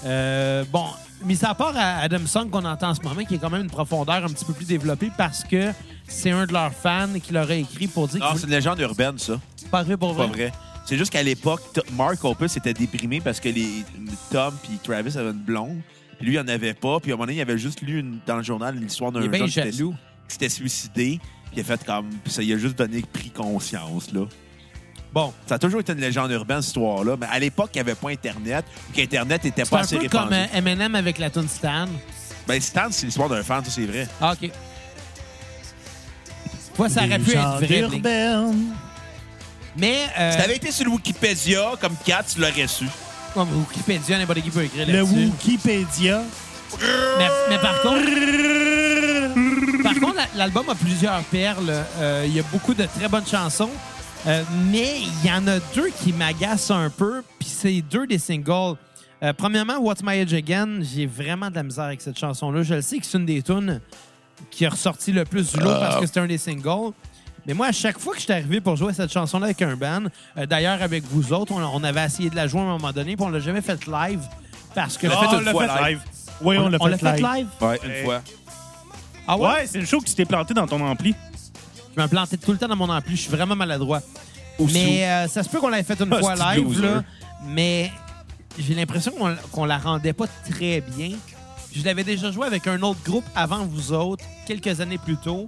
Speaker 1: euh, bon, mis à part à Adam Song qu'on entend en ce moment, qui est quand même une profondeur un petit peu plus développée parce que c'est un de leurs fans qui leur a écrit pour dire
Speaker 3: Non,
Speaker 1: que
Speaker 3: c'est une légende urbaine, ça.
Speaker 1: c'est pas vrai pour
Speaker 3: C'est pas
Speaker 1: vrai.
Speaker 3: vrai. C'est juste qu'à l'époque, T- Mark Opus était déprimé parce que les Tom puis Travis avaient une blonde. Puis lui, il en avait pas. Puis à un moment donné, il avait juste lu une- dans le journal l'histoire d'un
Speaker 1: Il est
Speaker 3: jeune
Speaker 1: bien
Speaker 3: qui s'était-
Speaker 1: jaloux.
Speaker 3: qui s'était suicidé. Puis il a fait comme. Puis ça, il a juste donné pris conscience, là.
Speaker 1: Bon,
Speaker 3: Ça a toujours été une légende urbaine, cette histoire-là. Mais à l'époque, il n'y avait pas Internet. Ou qu'Internet n'était
Speaker 1: c'est
Speaker 3: pas
Speaker 1: un
Speaker 3: assez
Speaker 1: peu
Speaker 3: répandu.
Speaker 1: comme euh, Eminem avec la tune Stan.
Speaker 3: Ben, Stan, c'est l'histoire d'un fan, ça, c'est vrai.
Speaker 1: Ah, OK. Ouais, ça aurait pu être
Speaker 4: Légende
Speaker 1: vrai. Blink.
Speaker 4: urbaine.
Speaker 1: Mais euh,
Speaker 3: Si t'avais été sur le Wikipédia, comme 4, tu l'aurais su.
Speaker 1: comme Wikipédia, n'importe qui peut écrire
Speaker 4: Le
Speaker 1: là-dessus.
Speaker 4: Wikipédia.
Speaker 1: Mais, mais par contre, par contre, la- l'album a plusieurs perles. Euh, Il y a beaucoup de très bonnes chansons, Euh, mais il y en a deux qui m'agacent un peu, puis c'est deux des singles. Euh, premièrement, What's My Age Again, j'ai vraiment de la misère avec cette chanson-là. Je le sais que c'est une des tunes qui a ressorti le plus du lot parce que c'était un des singles. Mais moi, à chaque fois que je suis arrivé pour jouer cette chanson-là avec un band, euh, d'ailleurs avec vous autres, on, on avait essayé de la jouer à un moment donné, puis on l'a jamais fait live parce que
Speaker 3: fait
Speaker 7: Ah,
Speaker 3: une fois live.
Speaker 4: Oui, on l'a
Speaker 1: on l'a
Speaker 4: fait live.
Speaker 3: Ouais, une fois.
Speaker 1: Ah ouais?
Speaker 7: Ouais, c'est le show qui s'était planté dans ton ampli.
Speaker 1: Je me plantais tout le temps dans mon ampli. Je suis vraiment maladroit.
Speaker 3: Aussi.
Speaker 1: Mais euh, ça se peut qu'on l'ait fait une
Speaker 3: Ah,
Speaker 1: fois
Speaker 3: c'est
Speaker 1: live,
Speaker 3: loser.
Speaker 1: là, mais j'ai l'impression qu'on qu'on la rendait pas très bien. Je l'avais déjà joué avec un autre groupe avant vous autres, quelques années plus tôt.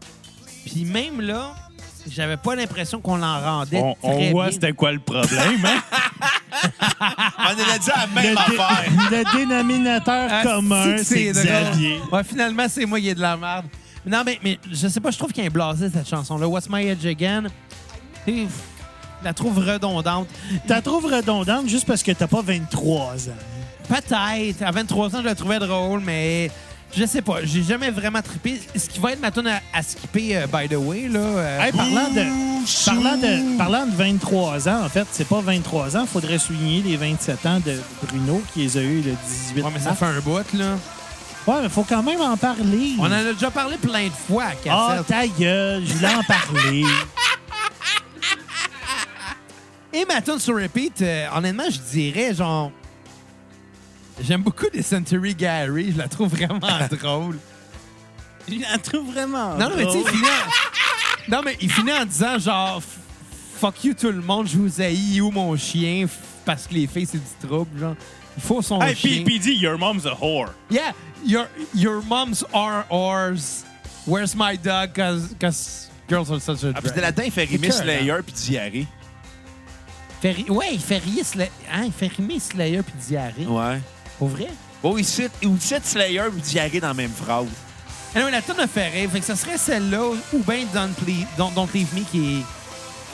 Speaker 1: Puis même là, j'avais pas l'impression qu'on l'en rendait
Speaker 7: On, on
Speaker 1: très
Speaker 7: voit
Speaker 1: bien.
Speaker 7: c'était quoi le problème, hein?
Speaker 3: On en a dit la même
Speaker 4: Le, dé-
Speaker 3: affaire.
Speaker 4: le dénominateur
Speaker 1: Ah,
Speaker 4: commun,
Speaker 1: si,
Speaker 4: c'est
Speaker 1: drôle.
Speaker 4: Xavier.
Speaker 1: Ouais, finalement, c'est moi qui ai de la merde. Mais Non, mais, mais je sais pas, je trouve qu'elle est blasée, cette chanson-là. What's My Edge Again? Et, pff, Je la trouve redondante.
Speaker 4: T'as trouves redondante juste parce que t'as pas 23 ans.
Speaker 1: Peut-être. À 23 ans, je la trouvais drôle, mais je sais pas. J'ai jamais vraiment trippé. Ce qui va être ma tune à, à skipper, euh, by the way, là. euh,
Speaker 4: Hey, parlant, de, parlant, de, parlant de 23 ans, en fait, c'est pas 23 ans. faudrait souligner les 27 ans de Bruno qui les a eu le 18
Speaker 1: Ouais, mais ça
Speaker 4: mars.
Speaker 1: fait un bout, là.
Speaker 4: Ouais, mais faut quand même en parler.
Speaker 1: On en a déjà parlé plein de fois à cassette.
Speaker 4: Ah, ta gueule, je voulais en parler.
Speaker 1: Et ma tune sur repeat, euh, honnêtement, je dirais, genre... J'aime beaucoup des Century Gary. Je la trouve vraiment drôle.
Speaker 7: Il la trouve vraiment.
Speaker 1: Non, non, mais tu sais, il
Speaker 7: drôle.
Speaker 1: finit en- Non, mais il finit en disant, genre... F- Fuck you tout le monde, je vous haïs, où mon chien? F- Parce que les filles, c'est du trouble, genre. Il faut son
Speaker 7: Hey,
Speaker 1: chien.
Speaker 7: puis puis il dit, Your mom's a whore.
Speaker 1: Yeah, your your mom's are ours. Where's my dog? Cause, cause girls are such a.
Speaker 3: Ah, puis là-dedans, il fait rimer
Speaker 1: C'est cœur,
Speaker 3: Slayer puis Diarrhée.
Speaker 1: Fait ri- ouais, il fait rimer Slayer, hein, il fait rimer Slayer puis diarrhée.
Speaker 3: Ouais.
Speaker 1: Au vrai?
Speaker 3: Bon, il cite, il cite Slayer puis Diarrhée dans la même phrase.
Speaker 1: Anyway, la tonne a fait rire. Fait que ce serait celle-là ou bien Don't, Please- Don't- Don't Leave Me qui est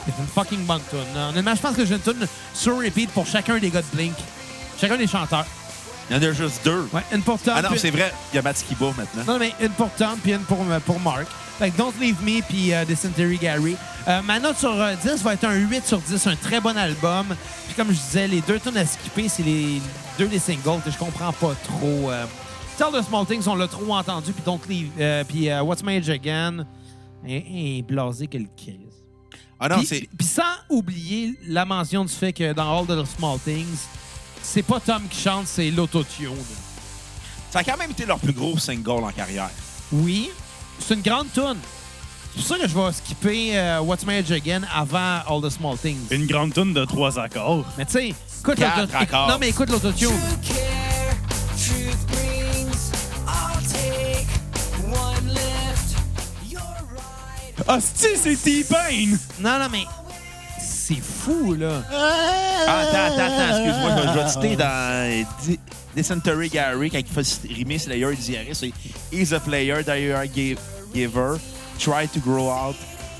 Speaker 1: qui est une fucking bonne tune. Honnêtement, je pense que j'ai une tune sur repeat pour chacun des gars de Blink. Chacun des chanteurs.
Speaker 3: Il y en a juste deux.
Speaker 1: Ouais, une pour Tom.
Speaker 3: Ah non,
Speaker 1: puis-
Speaker 3: c'est vrai. Il y a Matt Skiba maintenant.
Speaker 1: Non, mais une pour Tom puis une pour, euh, pour Mark. Fait que Don't Leave Me puis euh, Dysentery Gary. Euh, ma note sur euh, 10 va être un 8 sur 10, un très bon album. Puis comme je disais, les deux tunes à skipper, c'est les deux des singles que je comprends pas trop. Euh, Tell the Small Things, on l'a trop entendu, puis Don't Leave, euh, puis euh, What's My Age Again, et, et blasé que le Chris.
Speaker 3: Ah non,
Speaker 1: Puis
Speaker 3: c'est.
Speaker 1: puis sans oublier la mention du fait que dans All the Small Things, c'est pas Tom qui chante, c'est l'autotune.
Speaker 3: Ça a quand même été leur plus gros single en carrière.
Speaker 1: Oui, c'est une grande tune. C'est pour ça que je vais skipper euh, What's Marriage Again avant All the Small Things.
Speaker 7: Une grande toune de trois accords.
Speaker 1: Mais tu sais, écoute
Speaker 3: Quatre
Speaker 1: l'auto- éc-
Speaker 3: accords.
Speaker 1: Non, mais écoute l'autotune.
Speaker 7: Hostie, c'est T-Pain!
Speaker 1: Non, non, mais c'est fou, là.
Speaker 3: Ah, attends, attends, attends, excuse-moi, je vais- je vais te citer dans euh, Di- Dysentery Gary, quand il fait citer- rimer Slayer et Diarrhée, c'est He's a player, that you are gi- giver, try to grow out,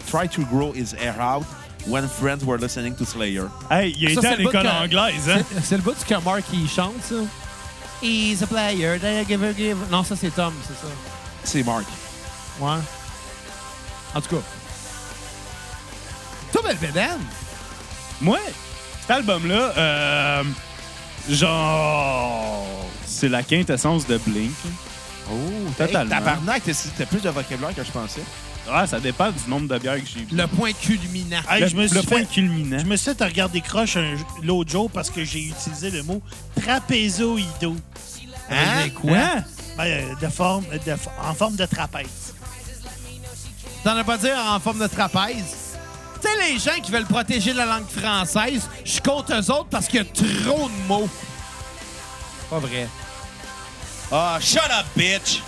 Speaker 3: try to grow his air out when friends were listening to Slayer.
Speaker 7: Hey,
Speaker 3: Ah,
Speaker 7: il
Speaker 1: Ça,
Speaker 7: a été
Speaker 1: c'est
Speaker 7: à
Speaker 1: le bout
Speaker 7: l'école
Speaker 1: que-
Speaker 7: anglaise, hein?
Speaker 1: C'est- C'est le bout du Kamar qui chante, ça. He's a player, they give a give. Non, ça, c'est Tom, c'est ça.
Speaker 3: C'est Mark.
Speaker 1: Ouais. En tout cas. Toi, belle bédaine.
Speaker 7: Moi, cet album-là, euh, genre. C'est la quintessence de Blink.
Speaker 3: Oh,
Speaker 7: totalement.
Speaker 3: Tabarnak, t'as Ah, t'as plus de vocabulaire que je pensais.
Speaker 7: Ah, ça dépend du nombre de bières que j'ai bu.
Speaker 1: Le point culminant.
Speaker 4: Hey,
Speaker 7: Le-
Speaker 4: je me suis
Speaker 7: le point
Speaker 4: fait-
Speaker 7: culminant.
Speaker 4: Je me suis fait regarder croche un- l'autre jour parce que j'ai utilisé le mot trapézoïdo.
Speaker 1: Hein?
Speaker 7: Hein?
Speaker 4: Ben, euh, de forme, de fo- en forme de trapèze.
Speaker 1: T'en as pas dire en forme de trapèze? Tu sais, les gens qui veulent protéger la langue française, je compte eux autres parce qu'il y a trop de mots. Pas vrai.
Speaker 3: Ah, shut up, bitch!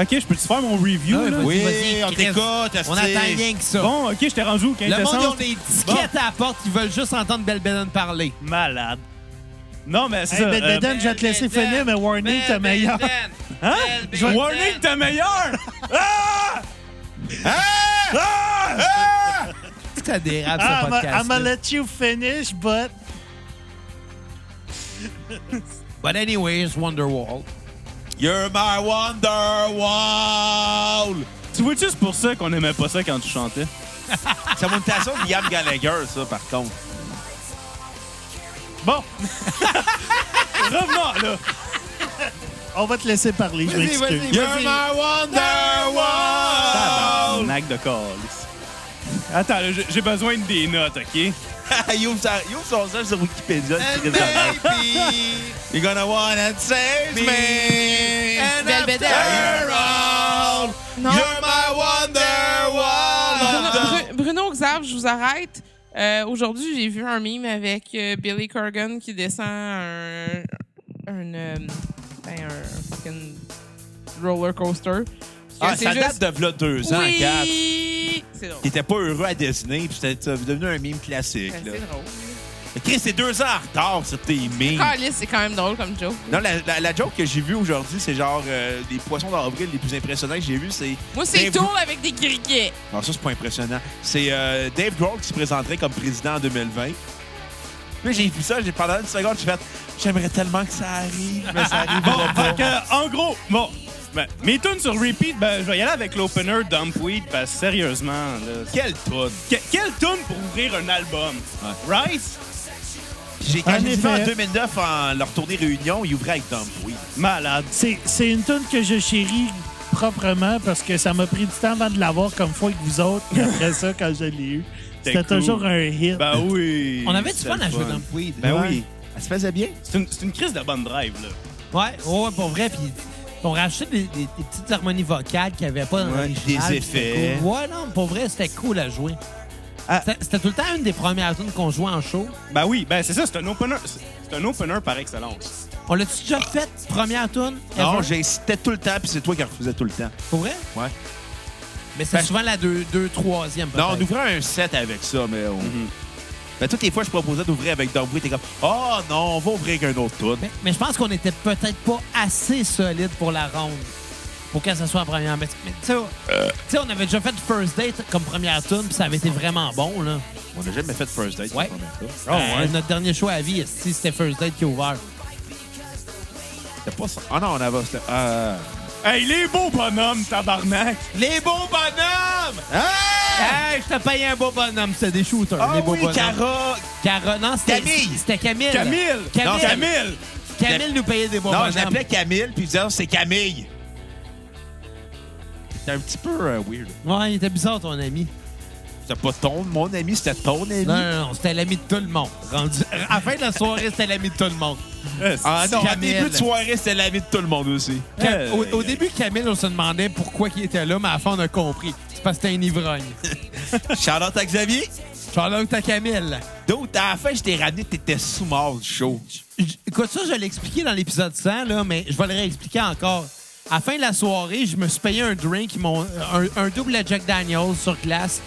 Speaker 7: Ok, je peux-tu faire mon review,
Speaker 1: Ah,
Speaker 7: là?
Speaker 1: vas-y,
Speaker 3: Oui,
Speaker 1: vas-y,
Speaker 3: on
Speaker 1: Chris.
Speaker 3: t'écoute,
Speaker 1: On attend
Speaker 3: esti.
Speaker 1: rien que ça.
Speaker 7: Bon, ok, j'étais rendu au
Speaker 1: le monde, ils ont
Speaker 7: quintessence.
Speaker 1: des tickets à la porte, ils veulent juste entendre Belle Bédaine parler.
Speaker 7: Malade. Non, mais c'est
Speaker 4: Hey,
Speaker 7: ça.
Speaker 4: Ben,
Speaker 7: euh,
Speaker 4: Bédane, je vais te laisser
Speaker 1: Ben,
Speaker 4: finir, mais warning, t'es meilleur.
Speaker 7: hein?
Speaker 1: Belle
Speaker 7: Je-
Speaker 1: Bédaine.
Speaker 7: Warning, t'es meilleur! ah!
Speaker 3: Ah!
Speaker 7: Ah!
Speaker 1: Ça dérape,
Speaker 4: Ah,
Speaker 1: ce
Speaker 4: I'm gonna- I'm
Speaker 1: podcast.
Speaker 4: gonna let you finish, but...
Speaker 1: But anyways, Wonderwall.
Speaker 3: You're my Wonderwall!
Speaker 7: Tu vois, juste pour ça qu'on aimait pas ça quand tu chantais.
Speaker 3: C'est mon imitation de Liam Gallagher, ça, par contre.
Speaker 7: Bon! Revenons, là!
Speaker 4: On va te laisser parler, je
Speaker 1: Vas-y,
Speaker 4: m'excuse.
Speaker 1: vas-y,
Speaker 3: You're
Speaker 1: vas-y.
Speaker 3: my Wonderwall!
Speaker 7: Tabarnak Oh. de calice. Attends, là, j'ai j'ai besoin de des notes, OK?
Speaker 3: il, ouvre sa- il ouvre son sel sur Wikipédia.
Speaker 1: And
Speaker 3: le crise de merde. You're gonna wanna save me! And
Speaker 6: Belle
Speaker 3: after
Speaker 6: bédaine.
Speaker 3: all,
Speaker 6: Non.
Speaker 3: you're my Wonderwall!
Speaker 6: Bruno, Bruno Xav, je vous arrête. Euh, Aujourd'hui, j'ai vu un mime avec euh, Billy Corgan qui descend un. un. euh, ben, un fucking roller coaster.
Speaker 3: Ah,
Speaker 6: Que c'est
Speaker 3: ça date
Speaker 6: juste-
Speaker 3: de v'là deux ans, quatre.
Speaker 6: Oui! C'est drôle.
Speaker 3: Il était pas heureux à Disney, puis c'était ça est devenu un mime classique. Là.
Speaker 6: Ben, C'est drôle.
Speaker 3: Mais Chris, c'est deux ans en retard sur tes mimes.
Speaker 6: Calice, c'est quand même drôle comme Joe.
Speaker 3: Non, la, la- la joke que j'ai vue aujourd'hui, c'est genre euh, les poissons d'avril les plus impressionnants que j'ai vus, c'est
Speaker 6: Moi, c'est
Speaker 3: Ben,
Speaker 6: tour avec des criquets.
Speaker 3: Non, Ah, ça, c'est pas impressionnant. C'est euh, Dave Grohl qui se présenterait comme président en 2020. Puis j'ai vu ça, j'ai pendant une seconde, j'ai fait J'aimerais tellement que ça arrive, mais ça arrive
Speaker 7: Ah, Bon, fait que, en gros, bon, ben, mes tunes sur repeat, ben, je vais y aller avec l'opener Dumpweed, parce que sérieusement, là.
Speaker 3: Quelle toune!
Speaker 7: que- quelle tune pour ouvrir un album? Right?
Speaker 3: J'ai, quand
Speaker 4: En
Speaker 3: j'ai vu ça en
Speaker 4: effet.
Speaker 3: 2009, en leur tournée Réunion, ils ouvraient avec Dump, oui.
Speaker 7: Malade.
Speaker 4: C'est c'est une tune que je chéris proprement parce que ça m'a pris du temps avant de l'avoir comme fois que vous autres. Et après ça, quand je l'ai eu,
Speaker 7: C'était
Speaker 4: c'était
Speaker 7: cool.
Speaker 4: toujours un hit.
Speaker 7: Ben oui.
Speaker 1: On avait du
Speaker 7: c'est
Speaker 1: fun
Speaker 7: le
Speaker 1: à jouer Dumpweed.
Speaker 7: Ben
Speaker 1: Ouais.
Speaker 7: oui.
Speaker 3: Elle se faisait bien?
Speaker 7: C'est une, c'est une crise de bonne drive, là.
Speaker 1: Ouais, ouais, ouais, pour vrai. Puis on rajoutait des, des- des petites harmonies vocales qu'il n'y avait pas dans
Speaker 3: Ouais,
Speaker 1: l'original.
Speaker 3: des
Speaker 1: puis c'était
Speaker 3: effets.
Speaker 1: cool. Ouais, non, pour vrai, c'était cool à jouer.
Speaker 7: Ah.
Speaker 1: C'était- C'était tout le temps une des premières tunes qu'on jouait en show.
Speaker 7: Ben oui, ben c'est ça, c'est un opener. c'est- C'est un opener par excellence.
Speaker 1: On l'a-tu déjà fait, première tune?
Speaker 3: Non,
Speaker 1: ever?
Speaker 3: j'insistais tout le temps, puis c'est toi qui refusais tout le temps.
Speaker 1: Pour vrai?
Speaker 3: Ouais.
Speaker 1: Mais c'est
Speaker 3: Ben-
Speaker 1: souvent la deux, deux troisième.
Speaker 3: Non, on
Speaker 1: peut-être.
Speaker 3: ouvrait un set avec ça, mais on... Ben, toutes les fois, je proposais d'ouvrir avec Dump, oui, t'es comme Oh non, on va ouvrir avec un autre toune.
Speaker 1: Mais, mais je pense qu'on était peut-être pas assez solide pour la ronde. Pour que ça soit en première. Mais, mais tu sais,
Speaker 3: Euh.
Speaker 1: tu sais, on avait déjà fait First Date comme première tune, puis ça avait été vraiment bon, là.
Speaker 3: On n'a jamais fait de first date.
Speaker 1: Ouais.
Speaker 3: la première fois.
Speaker 1: Euh, Notre dernier choix à vie, esti, c'était First Date qui a ouvert.
Speaker 3: C'était pas ça. Ah non, on avait. c'était- Euh...
Speaker 7: Hey, les beaux bonhommes, tabarnak!
Speaker 1: Les beaux bonhommes! Hey, je te paye un beau bonhomme, c'était des shooters.
Speaker 3: Ah
Speaker 1: les beaux
Speaker 3: oui,
Speaker 1: bonhommes.
Speaker 3: Cara!
Speaker 1: Cara- non, c'était
Speaker 3: Camille.
Speaker 1: C'était Camille.
Speaker 7: Camille!
Speaker 1: Camille.
Speaker 7: Non, Camille!
Speaker 1: Camille nous payait des beaux
Speaker 3: Non,
Speaker 1: bonhommes.
Speaker 3: je l'appelais Camille, puis je disais, c'est Camille. C'était un petit peu euh, weird.
Speaker 1: Ouais, il était bizarre, ton ami.
Speaker 3: C'était pas ton, mon ami, c'était ton ami.
Speaker 1: Non, non, non, c'était l'ami de tout le monde. Rendu... À la fin de la soirée, c'était l'ami de tout le monde.
Speaker 3: Ah non, au
Speaker 1: Camille.
Speaker 3: début de soirée, c'était l'ami de tout le monde aussi. Euh,
Speaker 1: Cam- au, au début, Camille, on se demandait pourquoi il était là, mais à la fin, on a compris. C'est parce que c'était un ivrogne.
Speaker 3: Charlotte à Xavier,
Speaker 1: Charlotte à Camille.
Speaker 3: d'autres, à la fin, je t'ai ramené, t'étais sous-mort du show.
Speaker 1: J- Écoute, ça, je l'ai expliqué dans l'épisode 100, là, mais je vais le réexpliquer encore. À la fin de la soirée, je me suis payé un drink, ils m'ont- un, un double Jack Daniels sur glace.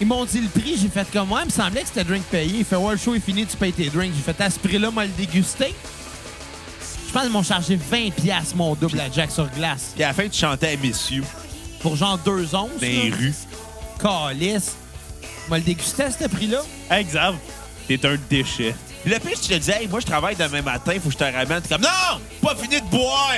Speaker 1: Ils m'ont dit le prix, j'ai fait comme moi, il me semblait que c'était drink payé. Il fait ouais, le show est fini, tu payes tes drinks. J'ai fait à ce prix-là, moi le déguster. Je pense qu'ils m'ont chargé 20$ piastres, mon double Jack sur glace
Speaker 3: Puis à la fin, tu chantais à Messieurs
Speaker 1: pour genre deux onces.
Speaker 3: dans les
Speaker 1: là.
Speaker 3: rues.
Speaker 1: Calice. Moi le dégustais à ce prix-là.
Speaker 7: Hey, Xav, t'es un déchet.
Speaker 3: Puis le pire, tu te disais, Hey, moi, je travaille demain matin, faut que je te ramène. T'es comme, non, pas fini de boire.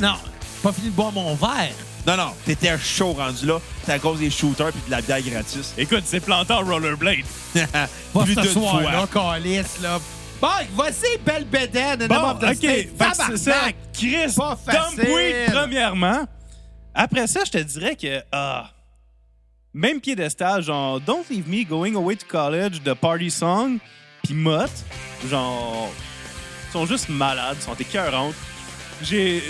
Speaker 1: Non, pas fini de boire mon verre.
Speaker 3: Non, non, t'étais chaud rendu là. C'est à cause des shooters puis de la bière gratis.
Speaker 7: Écoute, c'est planté en rollerblade.
Speaker 1: Pas
Speaker 3: Plus
Speaker 1: ce
Speaker 3: d'une
Speaker 1: soir,
Speaker 3: fois.
Speaker 1: là, calice, là. Bon, voici Belle Bédaine. and
Speaker 7: Bon,
Speaker 1: Above the
Speaker 7: OK. Fait
Speaker 1: State.
Speaker 7: que c'est ça.
Speaker 1: Tabarnak!
Speaker 7: Chris,
Speaker 1: Pas
Speaker 7: Tom
Speaker 1: facile.
Speaker 7: Brady, premièrement. Après ça, je te dirais que... ah, même piédestal, genre « Don't leave me going away to college » de Party Song, puis Mott, genre... ils sont juste malades, ils sont écœurantes. J'ai...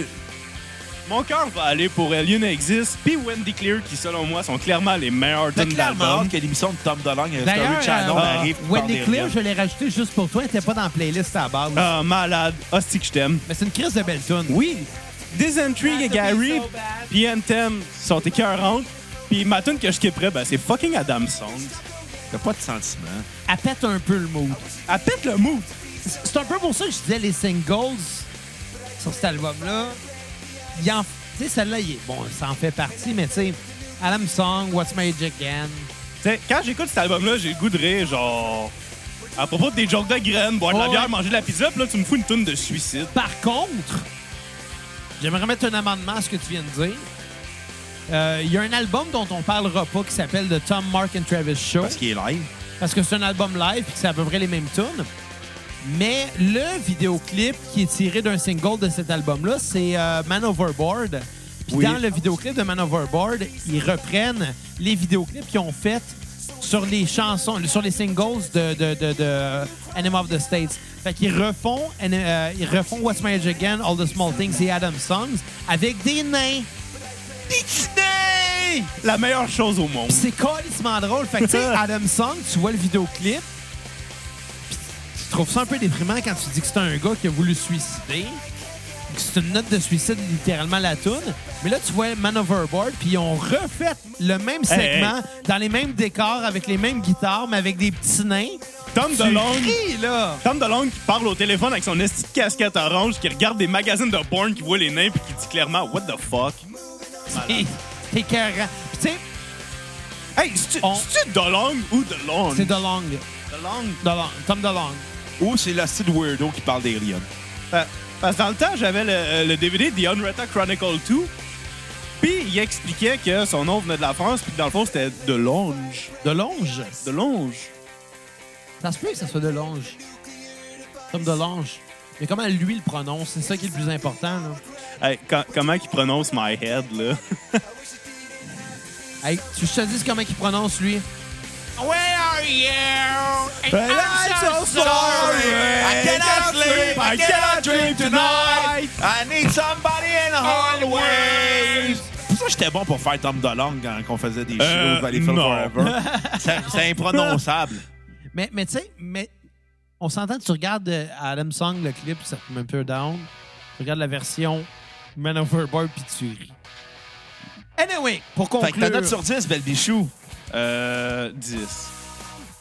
Speaker 7: Mon cœur va aller pour Alien Exist, puis Wendy Clear, qui, selon moi, sont clairement les meilleurs
Speaker 3: T'as
Speaker 7: tunes
Speaker 3: clairement
Speaker 7: d'album.
Speaker 3: hâte que l'émission de Tom DeLong et
Speaker 1: D'ailleurs,
Speaker 3: Story Channel
Speaker 1: euh,
Speaker 3: arrive. puis
Speaker 1: Wendy
Speaker 3: parle des
Speaker 1: Clear,
Speaker 3: rêves.
Speaker 1: je l'ai rajouté juste pour toi. Elle était pas dans la playlist à la base.
Speaker 7: Ah, malade. Hostie que je t'aime.
Speaker 1: Mais c'est une crise de belle tune.
Speaker 7: Oui. Dysentery et Gary, puis Anthem sont écœurantes. Puis ma tune que je kipperais, ben, c'est fucking Adam Song.
Speaker 3: T'as pas de sentiment.
Speaker 1: Elle pète un peu le mood.
Speaker 7: Elle pète le move.
Speaker 1: C'est c'est un peu pour ça que je disais les singles sur cet album-là. il en- Tu sais, celle-là, il est- bon, ça en fait partie, mais tu sais, Adam Song, What's Made Again.
Speaker 7: T'sais, quand j'écoute cet album-là, j'ai le goût de rire, genre. À propos des jokes de graines, boire de la
Speaker 1: Ouais.
Speaker 7: bière, manger de la pizza, puis là, tu me fous une tune de suicide.
Speaker 1: Par contre, j'aimerais mettre un amendement à ce que tu viens de dire. Euh, Il y a un album dont on parlera pas qui s'appelle The Tom, Mark and Travis Show
Speaker 3: Parce qu'il est live.
Speaker 1: parce que c'est un album live et que c'est à peu près les mêmes tunes. Mais le vidéoclip qui est tiré d'un single de cet album-là, c'est euh, Man Overboard. Puis
Speaker 3: Oui.
Speaker 1: dans le vidéoclip de Man Overboard, ils reprennent les vidéoclips qu'ils ont fait sur les chansons, sur les singles de, de, de, de Animal of the States. Fait qu'ils refont, euh, ils refont What's My Age Again, All the Small Things et Adam Songs avec des nains.
Speaker 7: La meilleure chose au monde.
Speaker 1: Pis c'est calissement drôle. Fait que, tu sais, Adam Song, tu vois le vidéoclip, pis tu trouves ça un peu déprimant quand tu dis que c'est un gars qui a voulu se suicider, que c'est une note de suicide, littéralement, la toune. Mais là, tu vois Man Overboard, puis ils ont refait le même segment, dans les mêmes décors, avec les mêmes guitares, mais avec des petits nains.
Speaker 7: Tom
Speaker 1: Tu
Speaker 7: DeLonge.
Speaker 1: ris, là!
Speaker 7: Tom DeLonge qui parle au téléphone avec son esti de casquette orange, qui regarde des magazines de porn, qui voit les nains, puis qui dit clairement, What the fuck?
Speaker 1: C'est c'est écœurant. Puis tu sais,
Speaker 7: Hey, c'est-tu
Speaker 1: On-
Speaker 7: c'est-tu DeLonge ou DeLonge?
Speaker 1: c'est DeLong, là.
Speaker 7: DeLonge.
Speaker 1: DeLong. Tom DeLong.
Speaker 3: Ou c'est la style weirdo qui parle des lions.
Speaker 7: Pa- Parce que dans le temps, j'avais le, euh, le DVD The Unretta Chronicle 2. Puis il expliquait que son nom venait de la France, puis que dans le fond, c'était de Longe.
Speaker 1: De longe.
Speaker 7: De Longe.
Speaker 1: Ça se peut que ça soit de longe. Comme de longe. Mais comment lui le prononce, c'est ça qui est le plus important. Là.
Speaker 7: Hey, co- comment qu'il prononce My Head, là?
Speaker 1: Hey, tu je te dis comment il prononce lui. Where are you? I'm so
Speaker 3: I cannot sleep, I cannot dream tonight. I need somebody in the hallways. Pour ça, j'étais bon pour faire Tom DeLong quand on faisait des shows
Speaker 7: Euh,
Speaker 3: de Valleyfield
Speaker 7: non.
Speaker 3: Forever. C'est- C'est imprononçable.
Speaker 1: Mais, mais tu sais, mais on s'entend, tu regardes euh, Adam Song, le clip, ça te met un peu down. Tu regardes la version Man Overboard, puis tu ris. Anyway, pour
Speaker 3: Fait que ta note
Speaker 1: conclure,
Speaker 3: sur 10, belle bichou.
Speaker 7: Euh, 10.
Speaker 1: 10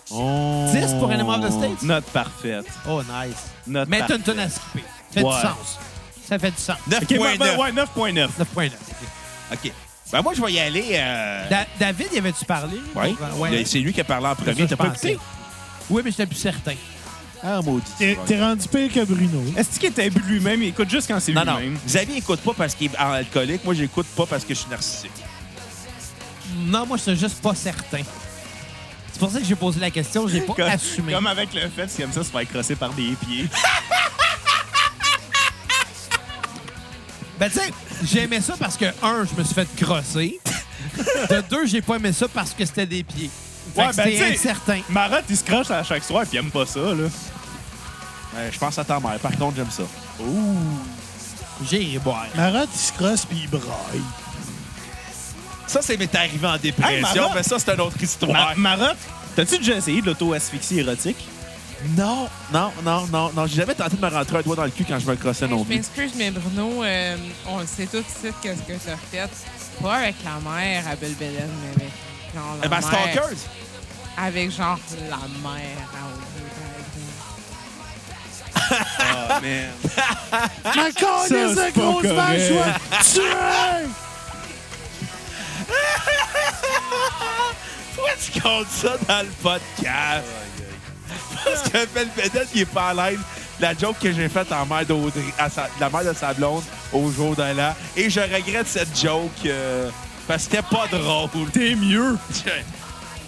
Speaker 1: pour Animal
Speaker 3: Oh,
Speaker 1: of the States?
Speaker 7: Note parfaite.
Speaker 1: Oh, nice.
Speaker 7: Note
Speaker 1: Mais t'as
Speaker 7: parfaite.
Speaker 1: une tonne à skipper. Ça fait
Speaker 7: Ouais.
Speaker 1: du sens. Ça fait du sens.
Speaker 7: Ok, ouais,
Speaker 3: 9.9.
Speaker 7: ouais, 9.9.
Speaker 1: 9.9.
Speaker 3: OK. Ben moi, je vais y aller. euh,
Speaker 1: Da- David, y avait-tu parlé?
Speaker 3: ouais.
Speaker 1: ouais.
Speaker 3: C'est lui qui a parlé en
Speaker 1: C'est ça,
Speaker 3: premier.
Speaker 1: je
Speaker 3: T'as pas
Speaker 1: pensais.
Speaker 3: écouté?
Speaker 1: Oui, mais j'étais plus certain.
Speaker 3: Ah, maudit.
Speaker 4: T'es t'es rendu pire que Bruno.
Speaker 7: Est-ce qu'il est imbu de lui-même? Il écoute juste quand c'est
Speaker 3: Non, non.
Speaker 7: lui-même.
Speaker 3: Xavier écoute pas parce qu'il est alcoolique. Moi, j'écoute pas parce que je suis narcissique.
Speaker 1: Non, moi, je suis juste pas certain. C'est pour ça que j'ai posé la question, j'ai pas
Speaker 7: Comme-
Speaker 1: assumé.
Speaker 7: Comme avec le fait qu'il aime ça se faire crosser par des pieds.
Speaker 1: Ben, tu sais, j'aimais ça parce que, un, je me suis fait crosser. De deux, j'ai pas aimé ça parce que c'était des pieds. Fait
Speaker 7: Ouais,
Speaker 1: que
Speaker 7: ben, tu
Speaker 1: c'était
Speaker 7: sais-
Speaker 1: incertain.
Speaker 7: Marotte, il se croche à chaque soir, puis il aime pas ça, là.
Speaker 3: Euh, je pense à ta mère. Par contre, j'aime ça.
Speaker 1: J'ai ri boire.
Speaker 4: Marotte, il se crosse puis il braille.
Speaker 3: Ça, c'est m'est arrivé en
Speaker 7: Hey,
Speaker 3: dépression,
Speaker 7: Marotte!
Speaker 3: mais ça, c'est une autre histoire.
Speaker 7: Ma- Marotte, t'as-tu déjà essayé de l'auto-asphyxie érotique?
Speaker 3: Non, non, non, non, non. J'ai jamais tenté de me rentrer un doigt dans le cul quand je me crossais Ah, non
Speaker 6: Je
Speaker 3: plus.
Speaker 6: m'excuse, mais Bruno, euh, on le sait tout de suite qu'est-ce que tu as fait. Pas avec la mère à Belbélène, mais avec genre la
Speaker 3: Eh ben,
Speaker 6: mère.
Speaker 3: stalkers!
Speaker 6: Avec genre la mère à
Speaker 7: Ah, man.
Speaker 4: Ma
Speaker 7: c'est
Speaker 4: connaisse de
Speaker 7: pas
Speaker 4: grosse vache,
Speaker 7: correct.
Speaker 4: ouais. Tuer!
Speaker 3: Pourquoi tu comptes ça dans le podcast? Parce que Belvedette, il est pas à l'aise. La joke que j'ai faite en mère d'Audrey, à sa- la mère de sa blonde au jour de l'an. Et je regrette cette joke euh, parce que c'était pas drôle. T'es mieux.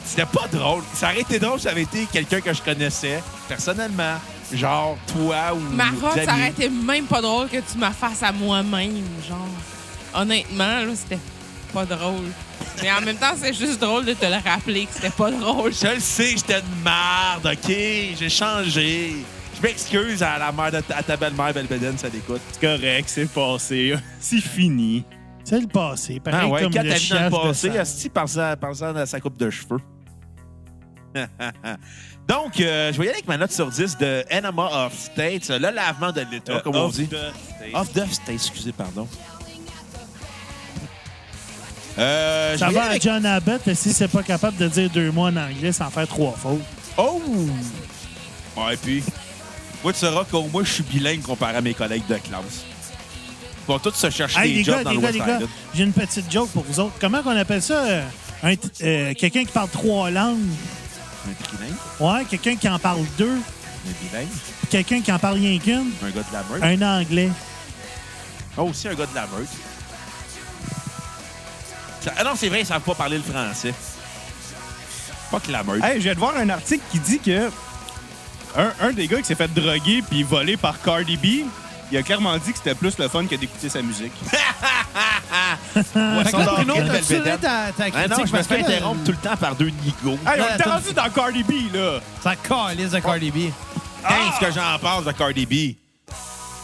Speaker 3: C'était pas drôle. Ça aurait été drôle si ça avait été quelqu'un que je connaissais personnellement. Genre toi ou.
Speaker 6: Marotte,
Speaker 3: Xavier.
Speaker 6: ça aurait été même pas drôle que tu me fasses à moi-même, genre. Honnêtement, là, c'était pas drôle. Mais en même temps, c'est juste drôle de te le rappeler que c'était pas drôle.
Speaker 3: Je le sais, j'étais une marde, OK? J'ai changé. Je m'excuse à la mère de ta, à ta belle-mère, Belvedette, ça l'écoute.
Speaker 7: C'est correct, c'est passé. C'est fini.
Speaker 4: C'est le passé. Pareil
Speaker 3: Ah ouais,
Speaker 4: comme
Speaker 3: quand
Speaker 4: le
Speaker 3: t'as vu dans le
Speaker 4: chiage de
Speaker 3: passé,
Speaker 4: Sam.
Speaker 3: Asti, pensant, pensant à sa coupe de cheveux. Donc, euh, je vais y aller avec ma note sur 10 de Enema of State, le lavement de l'État,
Speaker 4: Euh,
Speaker 3: comme on
Speaker 7: Off
Speaker 3: dit.
Speaker 7: the stage.
Speaker 3: Of the State, excusez, pardon. Euh, je
Speaker 4: Ça
Speaker 3: vais y
Speaker 4: va
Speaker 3: aller
Speaker 4: à
Speaker 3: avec-
Speaker 4: John Abbott si c'est pas capable de dire deux mots en anglais sans faire trois fautes.
Speaker 3: Oh! Ouais, puis, moi, tu sauras qu'au moins, je suis bilingue comparé à mes collègues de classe. Ils vont tous se chercher
Speaker 4: Hey,
Speaker 3: des
Speaker 4: les
Speaker 3: jobs
Speaker 4: gars,
Speaker 3: dans
Speaker 4: les
Speaker 3: le
Speaker 4: gars,
Speaker 3: West
Speaker 4: les gars,
Speaker 3: Island.
Speaker 4: j'ai une petite joke pour vous autres. Comment qu'on appelle ça? euh, un t- euh, quelqu'un qui parle trois langues?
Speaker 3: Un bilingue,
Speaker 4: Ouais, quelqu'un qui en parle deux?
Speaker 3: un bilingue,
Speaker 4: puis Quelqu'un qui en parle rien qu'une?
Speaker 3: un gars de la meute.
Speaker 4: Un anglais.
Speaker 3: Ah, aussi un gars de la meute. Ça- Ah non, c'est vrai, ils savent pas parler le français. Pas que la meute.
Speaker 7: Hey, je viens de voir un article qui dit que un, un des gars qui s'est fait droguer puis voler par Cardi B, il a clairement dit que c'était plus le fun que d'écouter sa musique.
Speaker 3: Ouais,
Speaker 1: Ah, Fait que là, Bruno,
Speaker 3: Belle
Speaker 1: t'as-tu
Speaker 3: vedette.
Speaker 1: là ta, ta critique?
Speaker 3: Ah non, je me
Speaker 1: Parce que
Speaker 3: fais
Speaker 1: là,
Speaker 3: interrompre tout le temps par deux nigos.
Speaker 7: Hey, on
Speaker 1: Non,
Speaker 7: était
Speaker 1: attends.
Speaker 7: rendu dans Cardi B, là!
Speaker 1: Ça calisse de Cardi B.
Speaker 3: Hey, ce que j'en pense de Cardi B.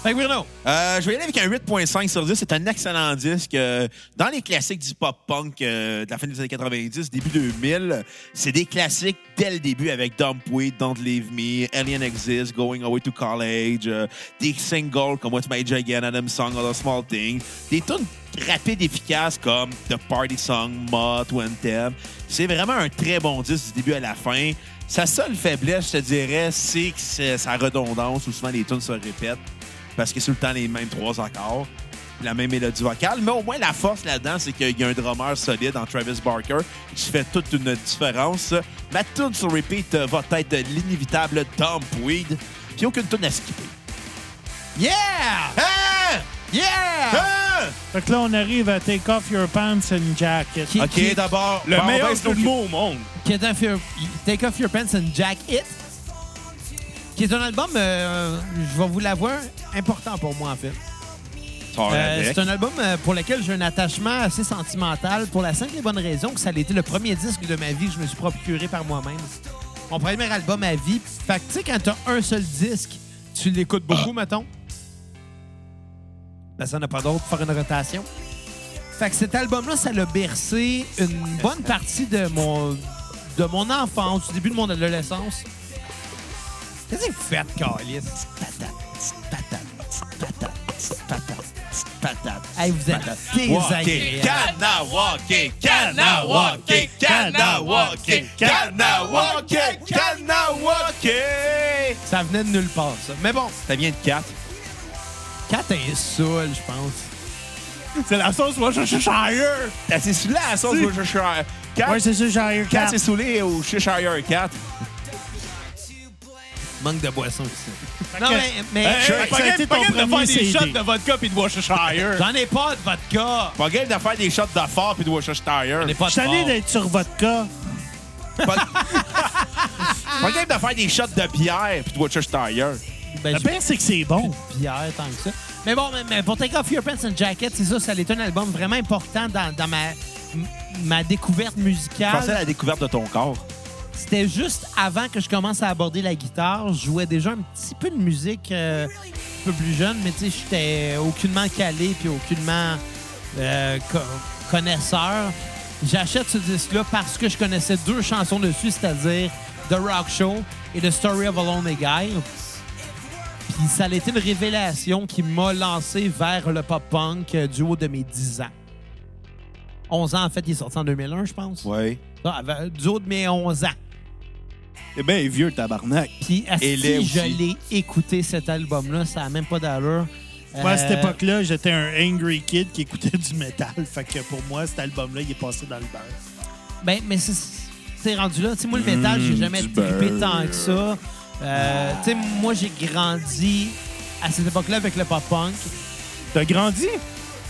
Speaker 1: Fait que Bruno,
Speaker 3: Euh, je vais y aller avec un 8.5 sur 10. C'est un excellent disque. euh, dans les classiques du pop-punk euh, de la fin des années 90, début 2000, c'est des classiques dès le début avec Dump Weed, Don't Leave Me, Alien Exist, Going Away to College, euh, des singles comme What's My Age Again, Adam Song, All the Small Things, des tunes rapides, efficaces comme The Party Song, Mott, Anthem. C'est vraiment un très bon disque du début à la fin. Sa seule faiblesse, je te dirais, c'est que c'est sa redondance où souvent les tunes se répètent parce que c'est tout le temps les mêmes trois accords, la même mélodie vocale. Mais au moins, la force là-dedans, c'est qu'il y a un drummer solide en Travis Barker qui fait toute une différence. Ma tune sur repeat euh, va être l'inévitable Dump Weed, puis aucune tune à skipper.
Speaker 1: yeah!
Speaker 3: Hein?
Speaker 1: Yeah!
Speaker 3: Hein?
Speaker 4: Fait que là, on arrive à Take Off Your Pants and Jacket.
Speaker 1: Qui- qui-
Speaker 3: OK, d'abord,
Speaker 7: Le
Speaker 3: bon, on
Speaker 7: meilleur
Speaker 3: baisse
Speaker 7: tout
Speaker 3: nos-
Speaker 7: le mot au monde.
Speaker 1: Get off your, Take Off Your Pants and Jack It, qui est un album, euh, je vais vous l'avouer, important pour moi, en fait.
Speaker 3: Sors
Speaker 1: Euh,
Speaker 3: avec.
Speaker 1: c'est un album euh, pour lequel j'ai un attachement assez sentimental pour la simple et bonne raison que ça a été le premier disque de ma vie que je me suis procuré par moi-même. Mon premier album à vie. Fait que, tu sais, quand t'as un seul disque, tu l'écoutes beaucoup, mettons. Ben, ça n'a pas d'autre pour faire une rotation. Fait que cet album-là, ça l'a bercé une bonne partie de mon, de mon enfance, du début de mon adolescence. Qu'est-ce que vous faites, Carlis? Hey, vous êtes désagréable.
Speaker 3: Kanawake, Kanawake, Kanawake, Kanawake, Kanawake.
Speaker 1: Ça venait de nulle part, ça. Mais bon,
Speaker 3: Ça vient de 4.
Speaker 1: Kat est saoul, je pense.
Speaker 7: C'est la sauce Worcestershire!
Speaker 3: Ah, c'est sous la sauce
Speaker 7: Si.
Speaker 3: au Cheshire Cat.
Speaker 4: Ouais, Ah, c'est ça, j'ai eu
Speaker 3: Cat,
Speaker 4: quatre.
Speaker 3: c'est saoulé au Cheshire Cat.
Speaker 1: Manque de boisson ici. Euh,
Speaker 4: que-
Speaker 1: mais
Speaker 7: Hey,
Speaker 4: Sure. Ça a été
Speaker 7: Pas
Speaker 4: ton
Speaker 7: capable de faire
Speaker 4: premier
Speaker 7: des
Speaker 4: CD.
Speaker 7: shots de vodka puis de Worcestershire!
Speaker 1: j'en ai pas de vodka.
Speaker 3: Pas game de faire des shots de fort puis de Worcestershire.
Speaker 1: J'en ai pas
Speaker 4: Je
Speaker 1: de
Speaker 4: suis allé
Speaker 1: fort.
Speaker 4: d'être sur vodka.
Speaker 3: Pas, pas game de faire des shots de bière puis de Worcestershire.
Speaker 1: Ben,
Speaker 4: Le
Speaker 1: j'ai
Speaker 4: pire, c'est que c'est bon.
Speaker 1: plus de bière tant que ça. Mais bon, mais, mais pour Take Off Your Pants and Jacket, c'est ça, ça a été un album vraiment important dans, dans ma, ma découverte musicale.
Speaker 3: Pensez à la découverte de ton corps.
Speaker 1: C'était juste avant que je commence à aborder la guitare. Je jouais déjà un petit peu de musique euh, un peu plus jeune, mais tu sais, j'étais aucunement calé puis aucunement euh, co- connaisseur. J'achète ce disque-là parce que je connaissais deux chansons dessus, c'est-à-dire The Rock Show et The Story of a Lonely Guy. Puis ça a été une révélation qui m'a lancé vers le pop-punk euh, du haut de mes 10 ans. 11 ans, en fait, il est sorti en 2001, je pense.
Speaker 3: Oui.
Speaker 1: Ah, ben, du haut de mes 11 ans.
Speaker 7: Eh bien, vieux tabarnak.
Speaker 1: Puis,
Speaker 3: Et laid
Speaker 1: si je
Speaker 3: aussi.
Speaker 1: l'ai écouté, cet album-là, ça n'a même pas d'allure.
Speaker 4: Moi, à cette
Speaker 1: Euh,
Speaker 4: époque-là, j'étais un angry kid qui écoutait du métal. Fait que pour moi, cet album-là, il est passé dans le beurre.
Speaker 1: Ben, mais c'est- c'est rendu là. Tu sais, moi, le métal, j'ai jamais
Speaker 3: Mm, du
Speaker 1: trippé
Speaker 3: beurre.
Speaker 1: tant que ça. Euh, Tu sais, moi, j'ai grandi à cette époque-là avec le pop-punk.
Speaker 7: T'as grandi?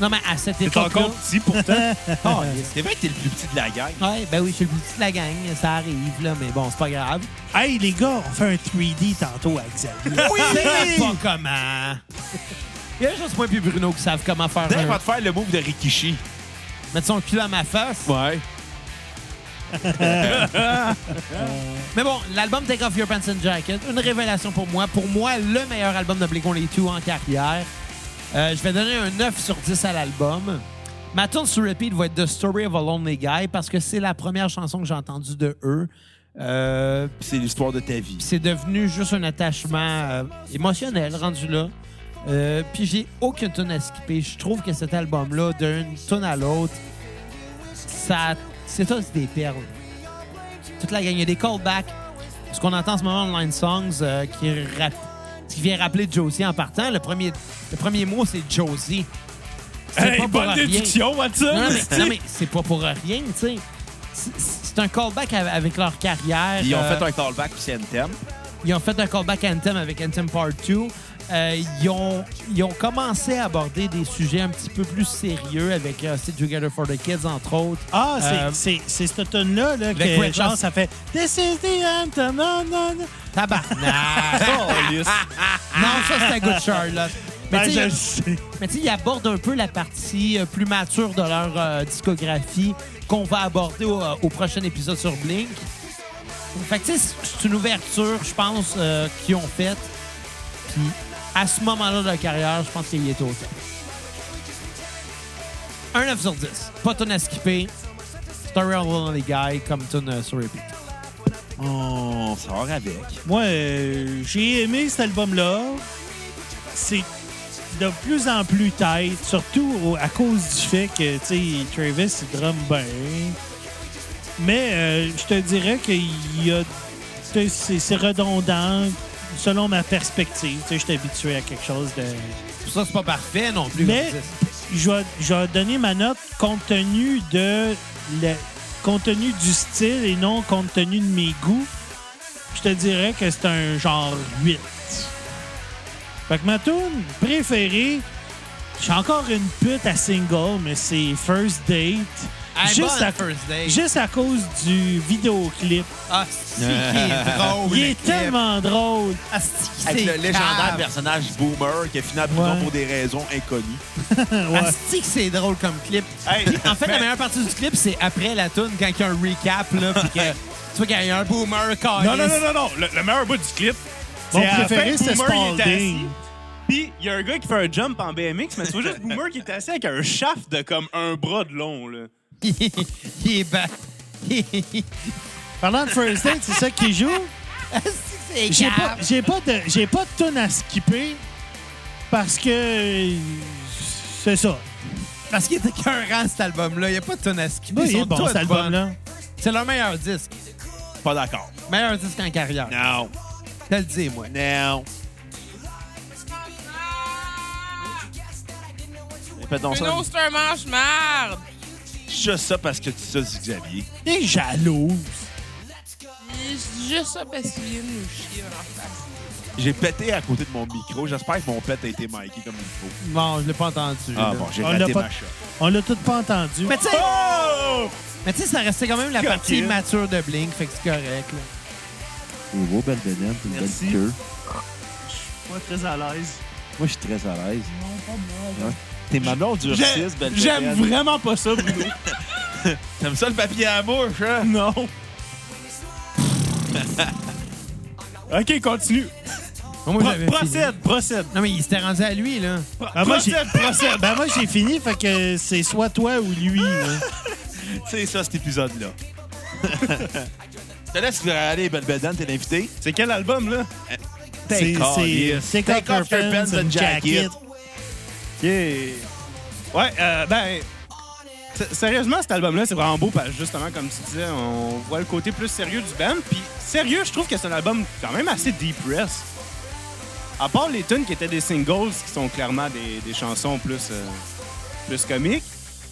Speaker 1: Non, mais à cette
Speaker 7: T'es
Speaker 1: époque-là...
Speaker 7: encore petit pourtant.
Speaker 1: Ah,
Speaker 3: C'est vrai que t'es le plus petit de la gang.
Speaker 1: ouais, ben oui, je suis le plus petit de la gang. Ça arrive, là, mais bon, c'est pas grave.
Speaker 4: Hey, les gars, on fait un 3D tantôt à Xavier.
Speaker 1: Oui! Ah, pas comment. Il y a juste moi et Bruno qui savent comment faire
Speaker 3: Dave
Speaker 1: un...
Speaker 3: va te faire le move de Rikishi.
Speaker 1: Mettre son cul à ma face.
Speaker 3: Ouais.
Speaker 1: Mais bon, l'album Take Off Your Pants and Jacket, une révélation pour moi. Pour moi, le meilleur album de Blink-182 en carrière. Euh, je vais donner un 9 sur 10 à l'album. Ma tune sur repeat va être The Story of a Lonely Guy parce que c'est la première chanson que j'ai entendue de eux. Euh,
Speaker 3: C'est l'histoire de ta vie.
Speaker 1: c'est devenu juste un attachement euh, émotionnel rendu là. Euh, puis j'ai aucune tonne à skipper. Je trouve que cet album-là, d'une tonne à l'autre, ça, c'est tous des perles. Toute la gang, il y a des callbacks. Ce qu'on entend en ce moment online songs, euh, qui, rap- qui vient rappeler Josie en partant. Le premier, le premier mot, c'est Josie. C'est
Speaker 7: Hey,
Speaker 1: pas pour
Speaker 7: bonne
Speaker 1: rien.
Speaker 7: déduction, Watson!
Speaker 1: Non, non, mais, non, mais c'est pas pour rien, tu sais. C'est- C'est un callback à- avec leur carrière.
Speaker 3: Ils ont
Speaker 1: euh,
Speaker 3: fait un callback aussi à Anthem.
Speaker 1: ils ont fait un callback Anthem avec Anthem Part 2. Euh, ils, ont, ils ont commencé à aborder des sujets un petit peu plus sérieux avec euh, Sit Together for the Kids, entre autres.
Speaker 4: Ah, c'est-
Speaker 1: Euh,
Speaker 4: c'est c'est cette tune-là là,
Speaker 1: Avec
Speaker 4: que
Speaker 1: Red
Speaker 4: genre,
Speaker 1: Ross.
Speaker 4: ça fait This is the anthem. Non, non, non.
Speaker 1: Tabarnak!
Speaker 7: Lisse.
Speaker 1: non, ça, c'était Good Charlotte. Mais
Speaker 4: Ben,
Speaker 1: tu
Speaker 4: je
Speaker 1: sais,
Speaker 4: le sais.
Speaker 1: mais tu sais, ils abordent un peu la partie euh, plus mature de leur euh, discographie qu'on va aborder au, euh, au prochain épisode sur Blink. Fait que tu sais, c'est une ouverture, je pense, euh, qu'ils ont faite. Puis à ce moment-là de la carrière, je pense qu'il y est au top. Un 9 sur 10. Pas tonne à skipper. Story of Lonely Guy comme tonne euh, sur repeat.
Speaker 3: On sort avec.
Speaker 4: Moi, euh, j'ai aimé cet album-là. C'est de plus en plus tight, surtout au- à cause du fait que, tu sais, Travis, il drum bien. Mais euh, je te dirais qu'il y a... tu sais, C'est c'est redondant selon ma perspective. Tu sais, je suis habitué à quelque chose de...
Speaker 1: Pour ça, c'est pas parfait non plus.
Speaker 4: Mais
Speaker 1: comme
Speaker 4: je vais, je vais donner ma note compte tenu de le- compte tenu du style et non compte tenu de mes goûts. Je te dirais que c'est un genre 8. Fait que ma tune préférée, j'ai encore une pute à single, mais c'est First Date.
Speaker 1: Hey,
Speaker 4: juste,
Speaker 1: bonne
Speaker 4: à,
Speaker 1: First Date.
Speaker 4: juste à cause du vidéoclip.
Speaker 1: Ah, c'est qui est drôle.
Speaker 4: Il est
Speaker 1: le clip.
Speaker 4: tellement drôle.
Speaker 1: Asti qui
Speaker 3: Avec
Speaker 1: c'est
Speaker 3: le légendaire
Speaker 1: cave.
Speaker 3: personnage Boomer qui a fini à prison
Speaker 4: Ouais.
Speaker 3: pour des raisons inconnues.
Speaker 1: Asti que c'est drôle comme clip.
Speaker 3: Hey,
Speaker 1: Puis, en fait, la
Speaker 3: mais-
Speaker 1: meilleure partie du clip, c'est après la tune quand il y a un recap, là, puis que tu vois qu'il y a un boomer carré.
Speaker 7: Non, non, non, non, non. Le, le meilleur bout du clip,
Speaker 4: Mon
Speaker 7: c'est à la
Speaker 4: préféré,
Speaker 7: fin,
Speaker 4: c'est
Speaker 7: Boomer, il est assis.
Speaker 4: Spalding.
Speaker 7: Puis, il y a un gars qui fait un jump en BMX, mais tu vois juste Boomer qui est assis avec un shaft de comme un bras de long, là.
Speaker 1: il est bas. Asti
Speaker 4: Parlant de First Date, c'est ça qu'il joue?
Speaker 1: que c'est
Speaker 4: J'ai
Speaker 1: cave.
Speaker 4: pas, j'ai pas de, j'ai pas de tune à skipper parce que euh, c'est ça.
Speaker 1: Parce qu'il est écœurant, cet album-là. Il n'y a pas de tonne à skipper.
Speaker 4: Oui,
Speaker 1: Ils
Speaker 4: il est
Speaker 1: sont
Speaker 4: bon
Speaker 1: tous
Speaker 4: cet album-là.
Speaker 1: bons. C'est leur meilleur disque.
Speaker 3: Pas d'accord.
Speaker 1: Meilleur disque en carrière.
Speaker 3: Non.
Speaker 1: Je te le dis, moi.
Speaker 3: Non. Répète Eh, donc ça.
Speaker 6: Bruno, c'est un mange-marde.
Speaker 3: Juste ça parce que tu sais du Xavier.
Speaker 4: Il est jaloux.
Speaker 6: Puis Je dis juste ça parce qu'il vient de nous chier dans la face.
Speaker 3: J'ai pété à côté de mon micro. J'espère que mon pet a été Mikey comme il faut.
Speaker 1: Bon, je l'ai pas entendu.
Speaker 3: Ah
Speaker 1: là.
Speaker 3: bon, j'ai
Speaker 4: On l'a
Speaker 3: raté
Speaker 4: pas-
Speaker 3: ma shot.
Speaker 4: On l'a tout pas entendu.
Speaker 1: Mais tu sais,
Speaker 7: Oh!
Speaker 1: mais tu sais, ça restait quand même la partie
Speaker 7: Coquine.
Speaker 1: mature de Blink, fait que c'est correct. là.
Speaker 8: Au gros belle bédaine, une belle
Speaker 7: Merci.
Speaker 8: queue.
Speaker 4: pas très à l'aise.
Speaker 8: Moi, je suis très à l'aise.
Speaker 3: T'es ma blonde du
Speaker 7: J'ai-
Speaker 3: belle
Speaker 7: J'aime
Speaker 3: Bédaine.
Speaker 7: vraiment pas ça, Bruno.
Speaker 3: T'aimes ça le papier à la mouche, hein?
Speaker 4: Non. OK, continue.
Speaker 1: Bon, moi, j'avais fini.
Speaker 4: procède, procède.
Speaker 1: Non, mais il s'était rendu à lui, là.
Speaker 4: Ben, moi, j'ai- Ben, moi, j'ai fini, fait que c'est soit toi ou lui. là.
Speaker 3: C'est ça, cet épisode-là. Je te laisse aller, Belbédane, t'es l'invité.
Speaker 7: C'est quel album, là?
Speaker 4: C'est
Speaker 3: Take off,
Speaker 4: c'est-
Speaker 3: yes.
Speaker 4: Take off your pants and jacket.
Speaker 7: Yeah. Ouais, euh, ben. s- Sérieusement, cet album-là, c'est vraiment beau parce que justement, comme tu disais, on voit le côté plus sérieux du band. Puis sérieux, je trouve que c'est un album quand même assez depressed. À part les tunes qui étaient des singles, qui sont clairement des, des chansons plus, euh, plus comiques.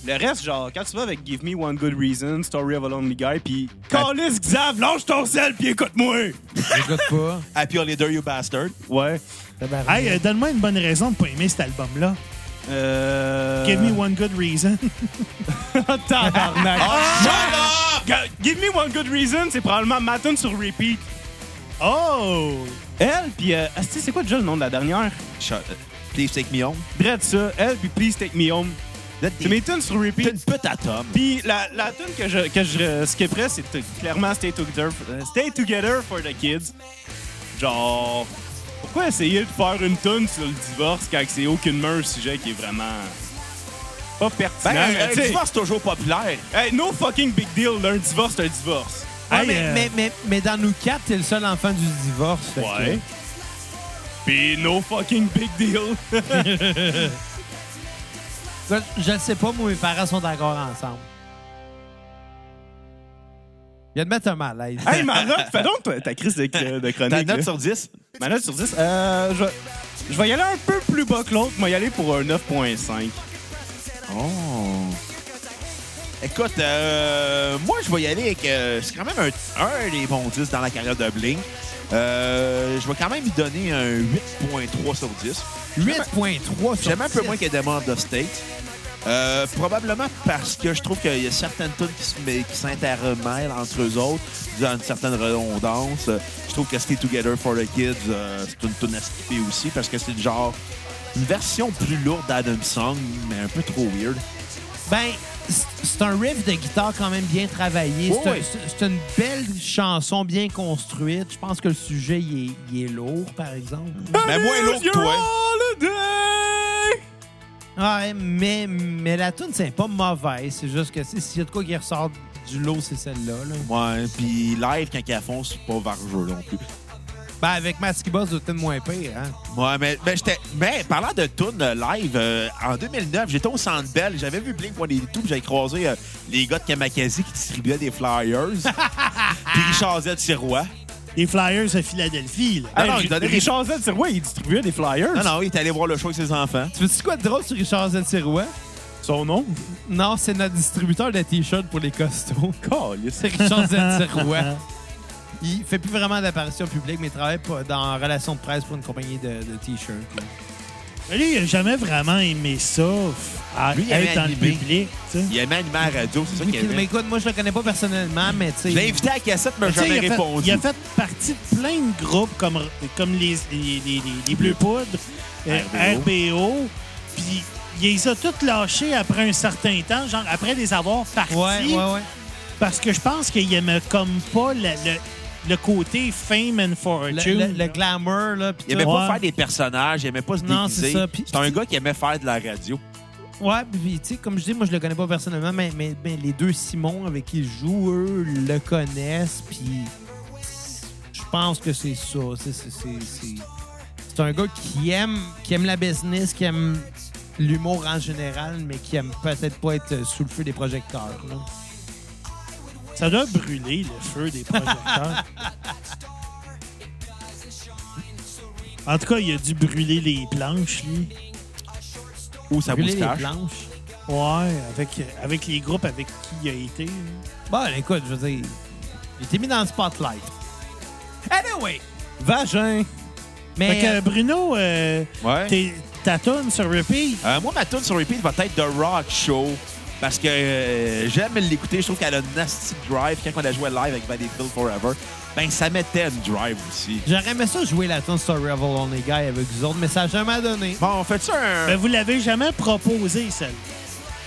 Speaker 7: Le reste, genre, quand tu vas avec Give Me One Good Reason, Story of a Lonely Guy, puis Callis Xav, lâche ton sel puis écoute-moi!
Speaker 1: J'écoute pas.
Speaker 3: Happy Leader, you bastard.
Speaker 7: Ouais.
Speaker 4: Hey, euh, donne-moi une bonne raison de pas aimer cet album-là.
Speaker 7: Euh...
Speaker 4: Give me one good reason.
Speaker 7: Tabarnak. Gu- Give me one good reason, c'est probablement Maton sur repeat.
Speaker 4: Oh!
Speaker 7: Elle, puis euh, asti, c'est quoi déjà le nom de la dernière?
Speaker 3: Shut up. Please take me home.
Speaker 7: Dread ça, elle, puis Please Take Me Home.
Speaker 3: Là,
Speaker 7: C'est
Speaker 3: T'es
Speaker 7: mes tunes sur
Speaker 3: t'es une
Speaker 7: repeat.
Speaker 3: pute à Tom.
Speaker 7: Puis la, la tune que je, que je euh, skipperais, c'est t- clairement Stay Together, euh, Stay Together for the Kids. Genre, pourquoi essayer de faire une tune sur le divorce quand c'est aucunement un sujet qui est vraiment pas pertinent?
Speaker 3: Ben,
Speaker 7: mais
Speaker 2: euh,
Speaker 3: un
Speaker 7: tu sais,
Speaker 3: divorce toujours populaire.
Speaker 7: hey, no fucking big deal, là, un divorce, c'est un divorce.
Speaker 1: Ouais,
Speaker 4: Hey,
Speaker 1: Ah, mais,
Speaker 4: euh,
Speaker 1: mais, mais, mais dans nous quatre, t'es le seul enfant du divorce. fait que-
Speaker 7: Ouais. Pis no fucking big deal.
Speaker 1: Ça, je le sais pas, moi, mes parents sont d'accord ensemble. Il vient de mettre un malaise.
Speaker 3: Ah,
Speaker 7: hey, ma note, fais donc ta, ta crise de, de chronique.
Speaker 3: Ta note
Speaker 7: là.
Speaker 3: sur 10,
Speaker 7: Ma note sur 10, euh, je, je vais y aller un peu plus bas que l'autre. Moi, y aller pour un 9.5.
Speaker 8: Oh.
Speaker 3: Écoute, euh, moi, je vais y aller avec. euh, c'est quand même un, un des bons 10 dans la carrière de Blink. Euh, je vais quand même lui donner un 8.3 sur 10.
Speaker 1: 8.3 sur
Speaker 3: J'aime un peu
Speaker 1: 10.
Speaker 3: moins que Demon of the State. Euh, probablement parce que je trouve qu'il y a certaines tunes qui se- mais qui s'intermêlent entre eux autres, dans une certaine redondance. Euh, Je trouve que Stay Together for the Kids, euh, c'est une tune à skipper aussi parce que c'est genre une version plus lourde d'Adam Song, mais un peu trop weird.
Speaker 1: Ben, c'est- c'est un riff de guitare quand même bien travaillé.
Speaker 3: Oh
Speaker 1: C'est un-
Speaker 3: oui.
Speaker 1: c'est- c'est une belle chanson bien construite. Je pense que le sujet, il est, il est lourd, par exemple.
Speaker 3: Mais moins lourd que toi. Ah!
Speaker 1: Ouais, mais, mais la tune c'est pas mauvaise. C'est juste que si- s'il y a de quoi qui ressort du lot, c'est celle-là. là.
Speaker 3: Ouais, puis live, quand ils la font, c'est pas vargeux non plus.
Speaker 1: Ben, avec Masky Boss, c'est peut-être moins pire. Hein?
Speaker 3: Ouais, mais, mais, j'étais- mais parlant de tune live, euh, en 2009, j'étais au Centre Bell, j'avais vu Blink pour des puis j'avais croisé euh, les gars de Kamakazi qui distribuaient des flyers. puis Richard Z. Sirois.
Speaker 4: Les Flyers à Philadelphie, là.
Speaker 3: Ah non, il donnait des-
Speaker 7: Richard Z, c'est ouais, il distribuait des flyers.
Speaker 3: Non, non, il est allé voir le show avec ses enfants.
Speaker 1: Tu veux-tu quoi de drôle sur Richard Zeltirois?
Speaker 7: Son nom?
Speaker 1: Non, c'est notre distributeur de t-shirts pour les costauds.
Speaker 7: Calice.
Speaker 1: C'est Richard Zeltirois. Il fait plus vraiment d'apparition publique, mais il travaille pas dans Relations de presse pour une compagnie de, de t-shirts. là.
Speaker 4: Lui, il a jamais vraiment aimé ça, à
Speaker 3: Lui, il avait
Speaker 4: être dans le
Speaker 3: animé.
Speaker 4: public. tu sais.
Speaker 3: Il aimait animer à la radio, c'est ça
Speaker 1: Oui,
Speaker 3: qu'il
Speaker 1: mais
Speaker 3: aimait.
Speaker 1: écoute, moi, je le connais pas personnellement, mais tu
Speaker 3: Je l'ai
Speaker 1: sais.
Speaker 3: invité à la cassette, mais
Speaker 4: Tu sais,
Speaker 3: jamais
Speaker 4: il, a fait, il
Speaker 3: répondu.
Speaker 4: a fait partie de plein de groupes comme, comme les, les, les- les- les Bleus Poudres, euh, RBO. Puis il les a tous lâchés après un certain temps, genre après les avoir partis.
Speaker 1: Ouais, ouais, ouais.
Speaker 4: Parce que je pense qu'il aimait comme pas la- le, le côté fame and fortune.
Speaker 1: Le, le- le
Speaker 4: là.
Speaker 1: glamour, là. pis
Speaker 3: Il aimait
Speaker 1: tout.
Speaker 4: Ouais.
Speaker 3: pas faire des personnages, il aimait pas se
Speaker 1: Non,
Speaker 3: déguiser.
Speaker 1: c'est ça, puis-
Speaker 3: C'est un gars qui aimait faire de la radio.
Speaker 1: Ouais, puis tu sais, comme je dis, moi, je le connais pas personnellement, mais, mais, mais les deux Simons avec qui je joue, eux, le connaissent, puis je pense que c'est ça. C'est- c'est- c'est- C'est c'est un gars qui aime, qui aime la business, qui aime l'humour en général, mais qui aime peut-être pas être sous le feu des projecteurs. là.
Speaker 4: Ça doit brûler le feu des projecteurs. en tout cas, il a dû brûler les planches, lui.
Speaker 3: Ou sa
Speaker 1: Brûler les
Speaker 3: moustache.
Speaker 1: planches.
Speaker 4: Ouais, avec, avec les groupes avec qui il a été. là.
Speaker 1: Bon, Bah, écoute, je veux dire, il était mis dans le spotlight. Anyway!
Speaker 7: Vagin.
Speaker 1: Mais
Speaker 4: Fait que Bruno, euh,
Speaker 3: Ouais.
Speaker 4: t'es- ta tune sur repeat,
Speaker 3: Euh, moi, ma tune sur repeat va être The Rock Show. Parce que euh, j'aime l'écouter. Je trouve qu'elle a une nasty drive. Quand on a joué live avec Battlefield Forever, ben ça mettait une drive aussi.
Speaker 1: J'aurais aimé ça jouer la tune Story of a Lonely Guy avec vous autres, mais ça n'a jamais donné.
Speaker 3: Bon, on fait ça un...
Speaker 4: ben, vous l'avez jamais proposé, celle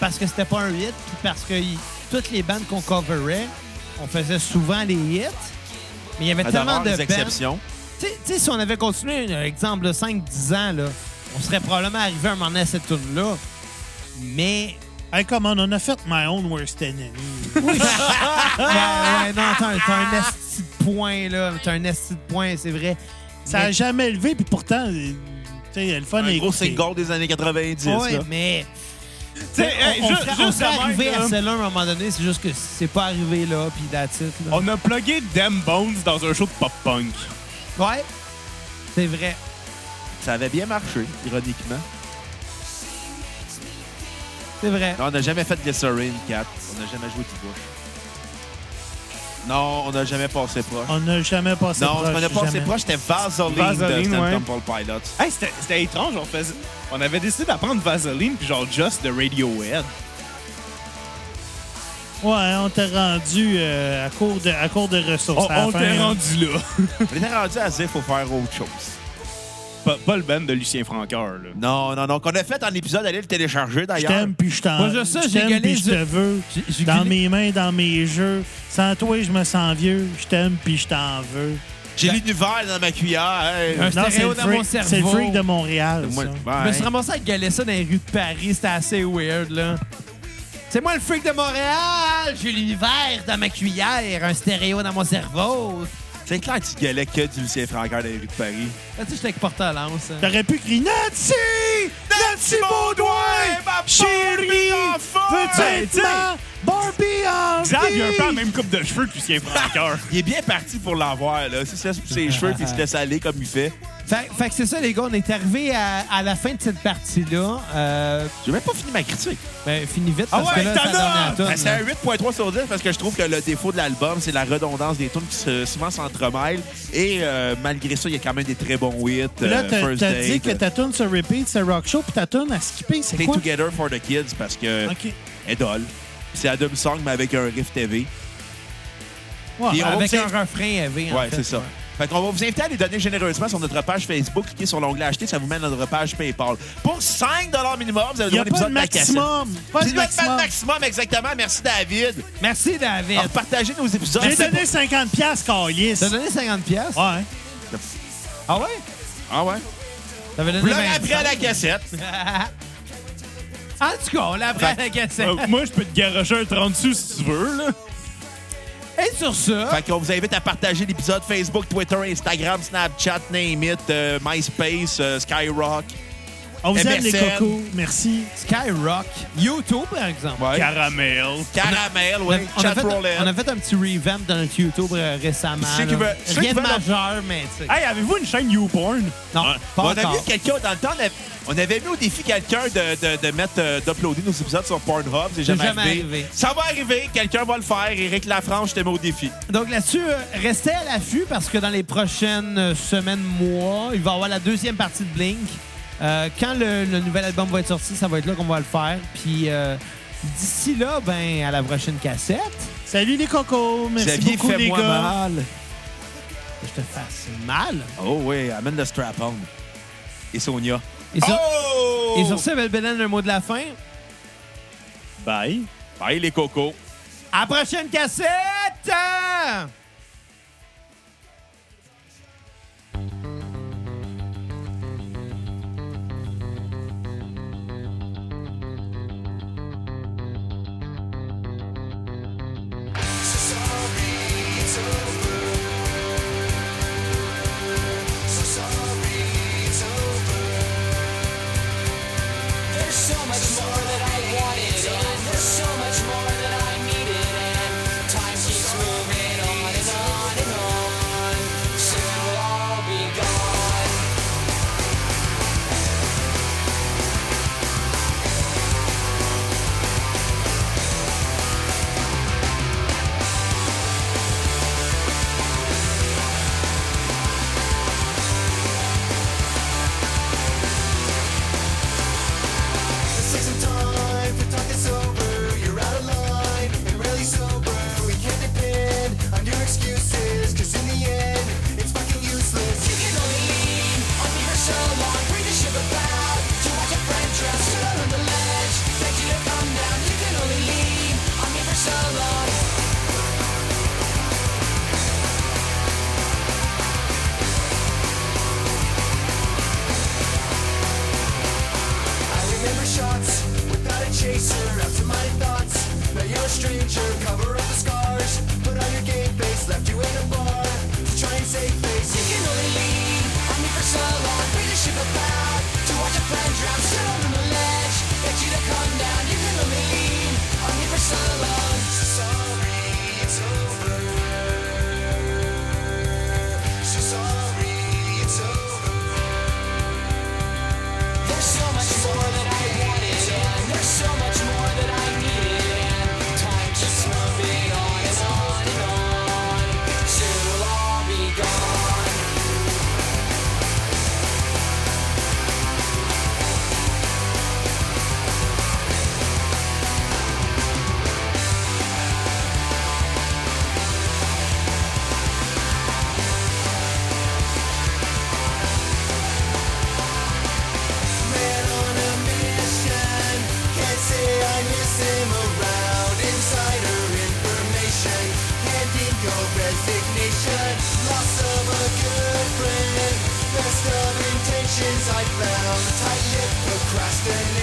Speaker 1: Parce que c'était pas un hit, puis parce que il- toutes les bandes qu'on coverait, on faisait souvent les hits, mais il y avait
Speaker 3: À
Speaker 1: tellement
Speaker 3: d'avoir
Speaker 1: de
Speaker 3: des
Speaker 1: bandes.
Speaker 3: exceptions.
Speaker 1: Tu sais- tu sais, si on avait continué, un exemple, de 5-10 ans, là, on serait probablement arrivé à un moment donné à cette tune-là. Mais.
Speaker 4: Hey, come on, on a fait My Own Worst Enemy.
Speaker 1: ouais,
Speaker 7: Ah!
Speaker 1: ouais, non, t'as un, t'as un esti de point, là. T'as un esti de point, c'est vrai.
Speaker 4: Ça a
Speaker 1: Mais-
Speaker 4: jamais levé, puis pourtant, euh, tu sais, le fun
Speaker 3: Un
Speaker 4: est.
Speaker 3: gros single des années 90.
Speaker 1: Ouais,
Speaker 3: là.
Speaker 1: mais.
Speaker 7: Tu sais, hey,
Speaker 1: on,
Speaker 7: ju-
Speaker 1: on serait- on
Speaker 7: juste
Speaker 1: serait
Speaker 7: de même,
Speaker 1: arrivé
Speaker 7: là.
Speaker 1: à celle-là à un moment donné, c'est juste que c'est pas arrivé là, puis la titre. Là.
Speaker 7: On a plugué Dem Bones dans un show de pop-punk.
Speaker 1: Ouais, c'est vrai.
Speaker 3: Ça avait bien marché, ironiquement.
Speaker 1: C'est vrai.
Speaker 3: Non, on n'a jamais fait Glycerine 4. On n'a jamais joué du bush. Non, on n'a jamais passé proche.
Speaker 4: On n'a jamais passé
Speaker 3: non,
Speaker 4: proche,
Speaker 3: on n'a passé
Speaker 4: jamais.
Speaker 3: proche. C'était Vaseline,
Speaker 7: Vaseline,
Speaker 3: de Stone
Speaker 7: ouais.
Speaker 3: Temple Pilots.
Speaker 7: Hey, c'était c'était étrange. On, faisait- on avait décidé d'apprendre Vaseline puis genre Just de Radiohead.
Speaker 4: Ouais, hein, on t'a rendu euh, à, court de, à court de ressources.
Speaker 7: On,
Speaker 4: à la
Speaker 7: on
Speaker 4: fin, hein.
Speaker 7: t'est
Speaker 4: là.
Speaker 7: rendu là.
Speaker 3: On était rendu à dire faut faire autre chose.
Speaker 7: Pas, pas le band de Lucien Francoeur, là.
Speaker 3: Non, non, non. Qu'on a fait en épisode, allez le télécharger
Speaker 4: Je
Speaker 3: d'ailleurs.
Speaker 4: t'aime, puis je t'en.
Speaker 1: Pas juste ça,
Speaker 4: je
Speaker 1: j'ai
Speaker 4: t'aime,
Speaker 1: gueulé,
Speaker 4: puis je te
Speaker 1: je-
Speaker 4: veux.
Speaker 1: J'ai- j'ai
Speaker 4: Dans
Speaker 1: gueulé-
Speaker 4: mes mains, dans mes jeux. Sans toi, je me sens vieux. Je t'aime, puis je t'en veux.
Speaker 3: J'ai l'univers dans ma cuillère. hey.
Speaker 1: Un
Speaker 4: Non, c'est
Speaker 1: stéréo
Speaker 4: le
Speaker 1: dans
Speaker 4: freak-
Speaker 1: mon cerveau.
Speaker 4: C'est le freak de Montréal.
Speaker 3: Moi,
Speaker 4: ça.
Speaker 1: Je me
Speaker 3: bye.
Speaker 1: suis ramassé à galer ça dans les rues de Paris, c'était assez weird, là. C'est moi le freak de Montréal! J'ai l'univers dans ma cuillère, un stéréo dans mon cerveau!
Speaker 3: C'est clair que tu gueulais que du Lucien Francoeur dans les rues de Paris.
Speaker 1: Là, tu sais, j'étais avec Portalance.
Speaker 4: T'aurais pu crier Nancy! Nancy Baudouin! Chérie! Veux-tu être ma Oh, ben, Barbie en
Speaker 7: Xav, il a un peu la
Speaker 4: vie?
Speaker 7: même coupe de cheveux que Lucien Francoeur.
Speaker 3: Il est bien parti pour l'avoir, là. C'est ça, sur ses cheveux, puis il se laisse aller comme il fait.
Speaker 1: Fait, fait que c'est ça, les gars, on est arrivé à, à la fin de cette partie-là. Euh,
Speaker 3: J'ai même pas fini ma critique.
Speaker 1: ben, finis vite,
Speaker 4: Ah
Speaker 1: parce que là,
Speaker 3: t'en
Speaker 1: c'est la dernière
Speaker 3: as!
Speaker 1: toune,
Speaker 3: Ben, C'est un
Speaker 1: là.
Speaker 3: 8.3 sur 10 parce que je trouve que le défaut de l'album, c'est la redondance des tunes qui se- souvent s'entremêlent. Et euh, malgré ça, il y a quand même des très bons hits.
Speaker 4: Là,
Speaker 3: euh,
Speaker 4: t'as
Speaker 3: First
Speaker 4: t'as
Speaker 3: Date,
Speaker 4: dit que ta tune se repeat, c'est rock show, puis ta tune à skipper, c'est
Speaker 3: Stay
Speaker 4: quoi?
Speaker 3: Together for the Kids parce que
Speaker 4: OK.
Speaker 3: est dolle. C'est Adam Song, mais avec un riff TV.
Speaker 4: Ouais,
Speaker 3: Puis on va
Speaker 1: Avec
Speaker 3: vous
Speaker 1: un
Speaker 3: inviter-
Speaker 1: refrain élevé, en
Speaker 3: Ouais,
Speaker 1: fait.
Speaker 3: c'est ça. Fait qu'on va vous inviter à les donner généreusement sur notre page Facebook. Cliquez sur l'onglet Acheter, ça vous mène à notre page PayPal. Pour 5 minimum, vous avez droit
Speaker 4: Il n'y a
Speaker 3: à un
Speaker 4: pas de
Speaker 3: épisode de la cassette.
Speaker 4: maximum. Pas
Speaker 3: Puis
Speaker 4: de
Speaker 3: il y a Pas de
Speaker 4: maximum.
Speaker 3: maximum, exactement. Merci, David.
Speaker 1: Merci, David.
Speaker 3: Alors, partagez nos épisodes.
Speaker 4: J'ai donné 50 piastres, Carlis.
Speaker 1: T'as donné 50 pièces
Speaker 4: Ouais.
Speaker 1: Ah ouais?
Speaker 3: Ah ouais?
Speaker 1: T'avais donné
Speaker 3: Vous l'aurez
Speaker 1: 25.
Speaker 3: appris à la cassette.
Speaker 1: En tout cas, on l'a appris à la cassette.
Speaker 7: Euh, moi, je peux te garocher un 30 sous si tu veux, là.
Speaker 1: Et sur ça...
Speaker 3: Fait qu'on vous invite à partager l'épisode Facebook, Twitter, Instagram, Snapchat, Name It, euh, MySpace, euh, Skyrock.
Speaker 4: On vous aime, les
Speaker 3: MSN.
Speaker 4: cocos. Merci.
Speaker 1: Skyrock. YouTube, par exemple.
Speaker 7: Caramel.
Speaker 3: Caramel,
Speaker 1: On a-
Speaker 3: oui.
Speaker 1: on, a
Speaker 3: Chat
Speaker 1: fait, on a
Speaker 3: Roulette.
Speaker 1: fait un petit revamp dans notre YouTube euh, récemment.
Speaker 3: Ceux qui
Speaker 1: là.
Speaker 3: veulent- ceux qui
Speaker 1: Rien de
Speaker 3: veulent-
Speaker 1: majeur, mais tu sais.
Speaker 7: Hey, avez-vous une chaîne YouPorn?
Speaker 1: Non, pas
Speaker 3: On a
Speaker 1: encore.
Speaker 3: mis quelqu'un dans le temps. on avait- On avait mis au défi quelqu'un de, de, de mettre, euh, d'uploader nos épisodes sur Pornhub. C'est jamais,
Speaker 1: jamais
Speaker 3: arrivé.
Speaker 1: arrivé.
Speaker 3: Ça va arriver. Quelqu'un va le faire. Éric Lafranche, je te mets au défi.
Speaker 1: Donc là-dessus, euh, restez à l'affût parce que dans les prochaines euh, semaines, mois, il va y avoir la deuxième partie de Blink. Euh, quand le, le nouvel album va être sorti, ça va être là qu'on va le faire. Puis euh, d'ici là, ben à la prochaine cassette.
Speaker 4: Salut, les cocos. Merci
Speaker 3: Xavier,
Speaker 4: beaucoup, les
Speaker 3: fais-moi
Speaker 4: gars.
Speaker 3: mal.
Speaker 1: Que je te fasse mal.
Speaker 3: Oh oui, amène le strap-on. Et Sonia.
Speaker 1: Et sur,
Speaker 3: oh!
Speaker 1: et sur ce, Belle Belen, le mot de la fin.
Speaker 7: Bye.
Speaker 3: Bye les cocos.
Speaker 1: À la prochaine cassette!
Speaker 2: Time keeps moving on. It's something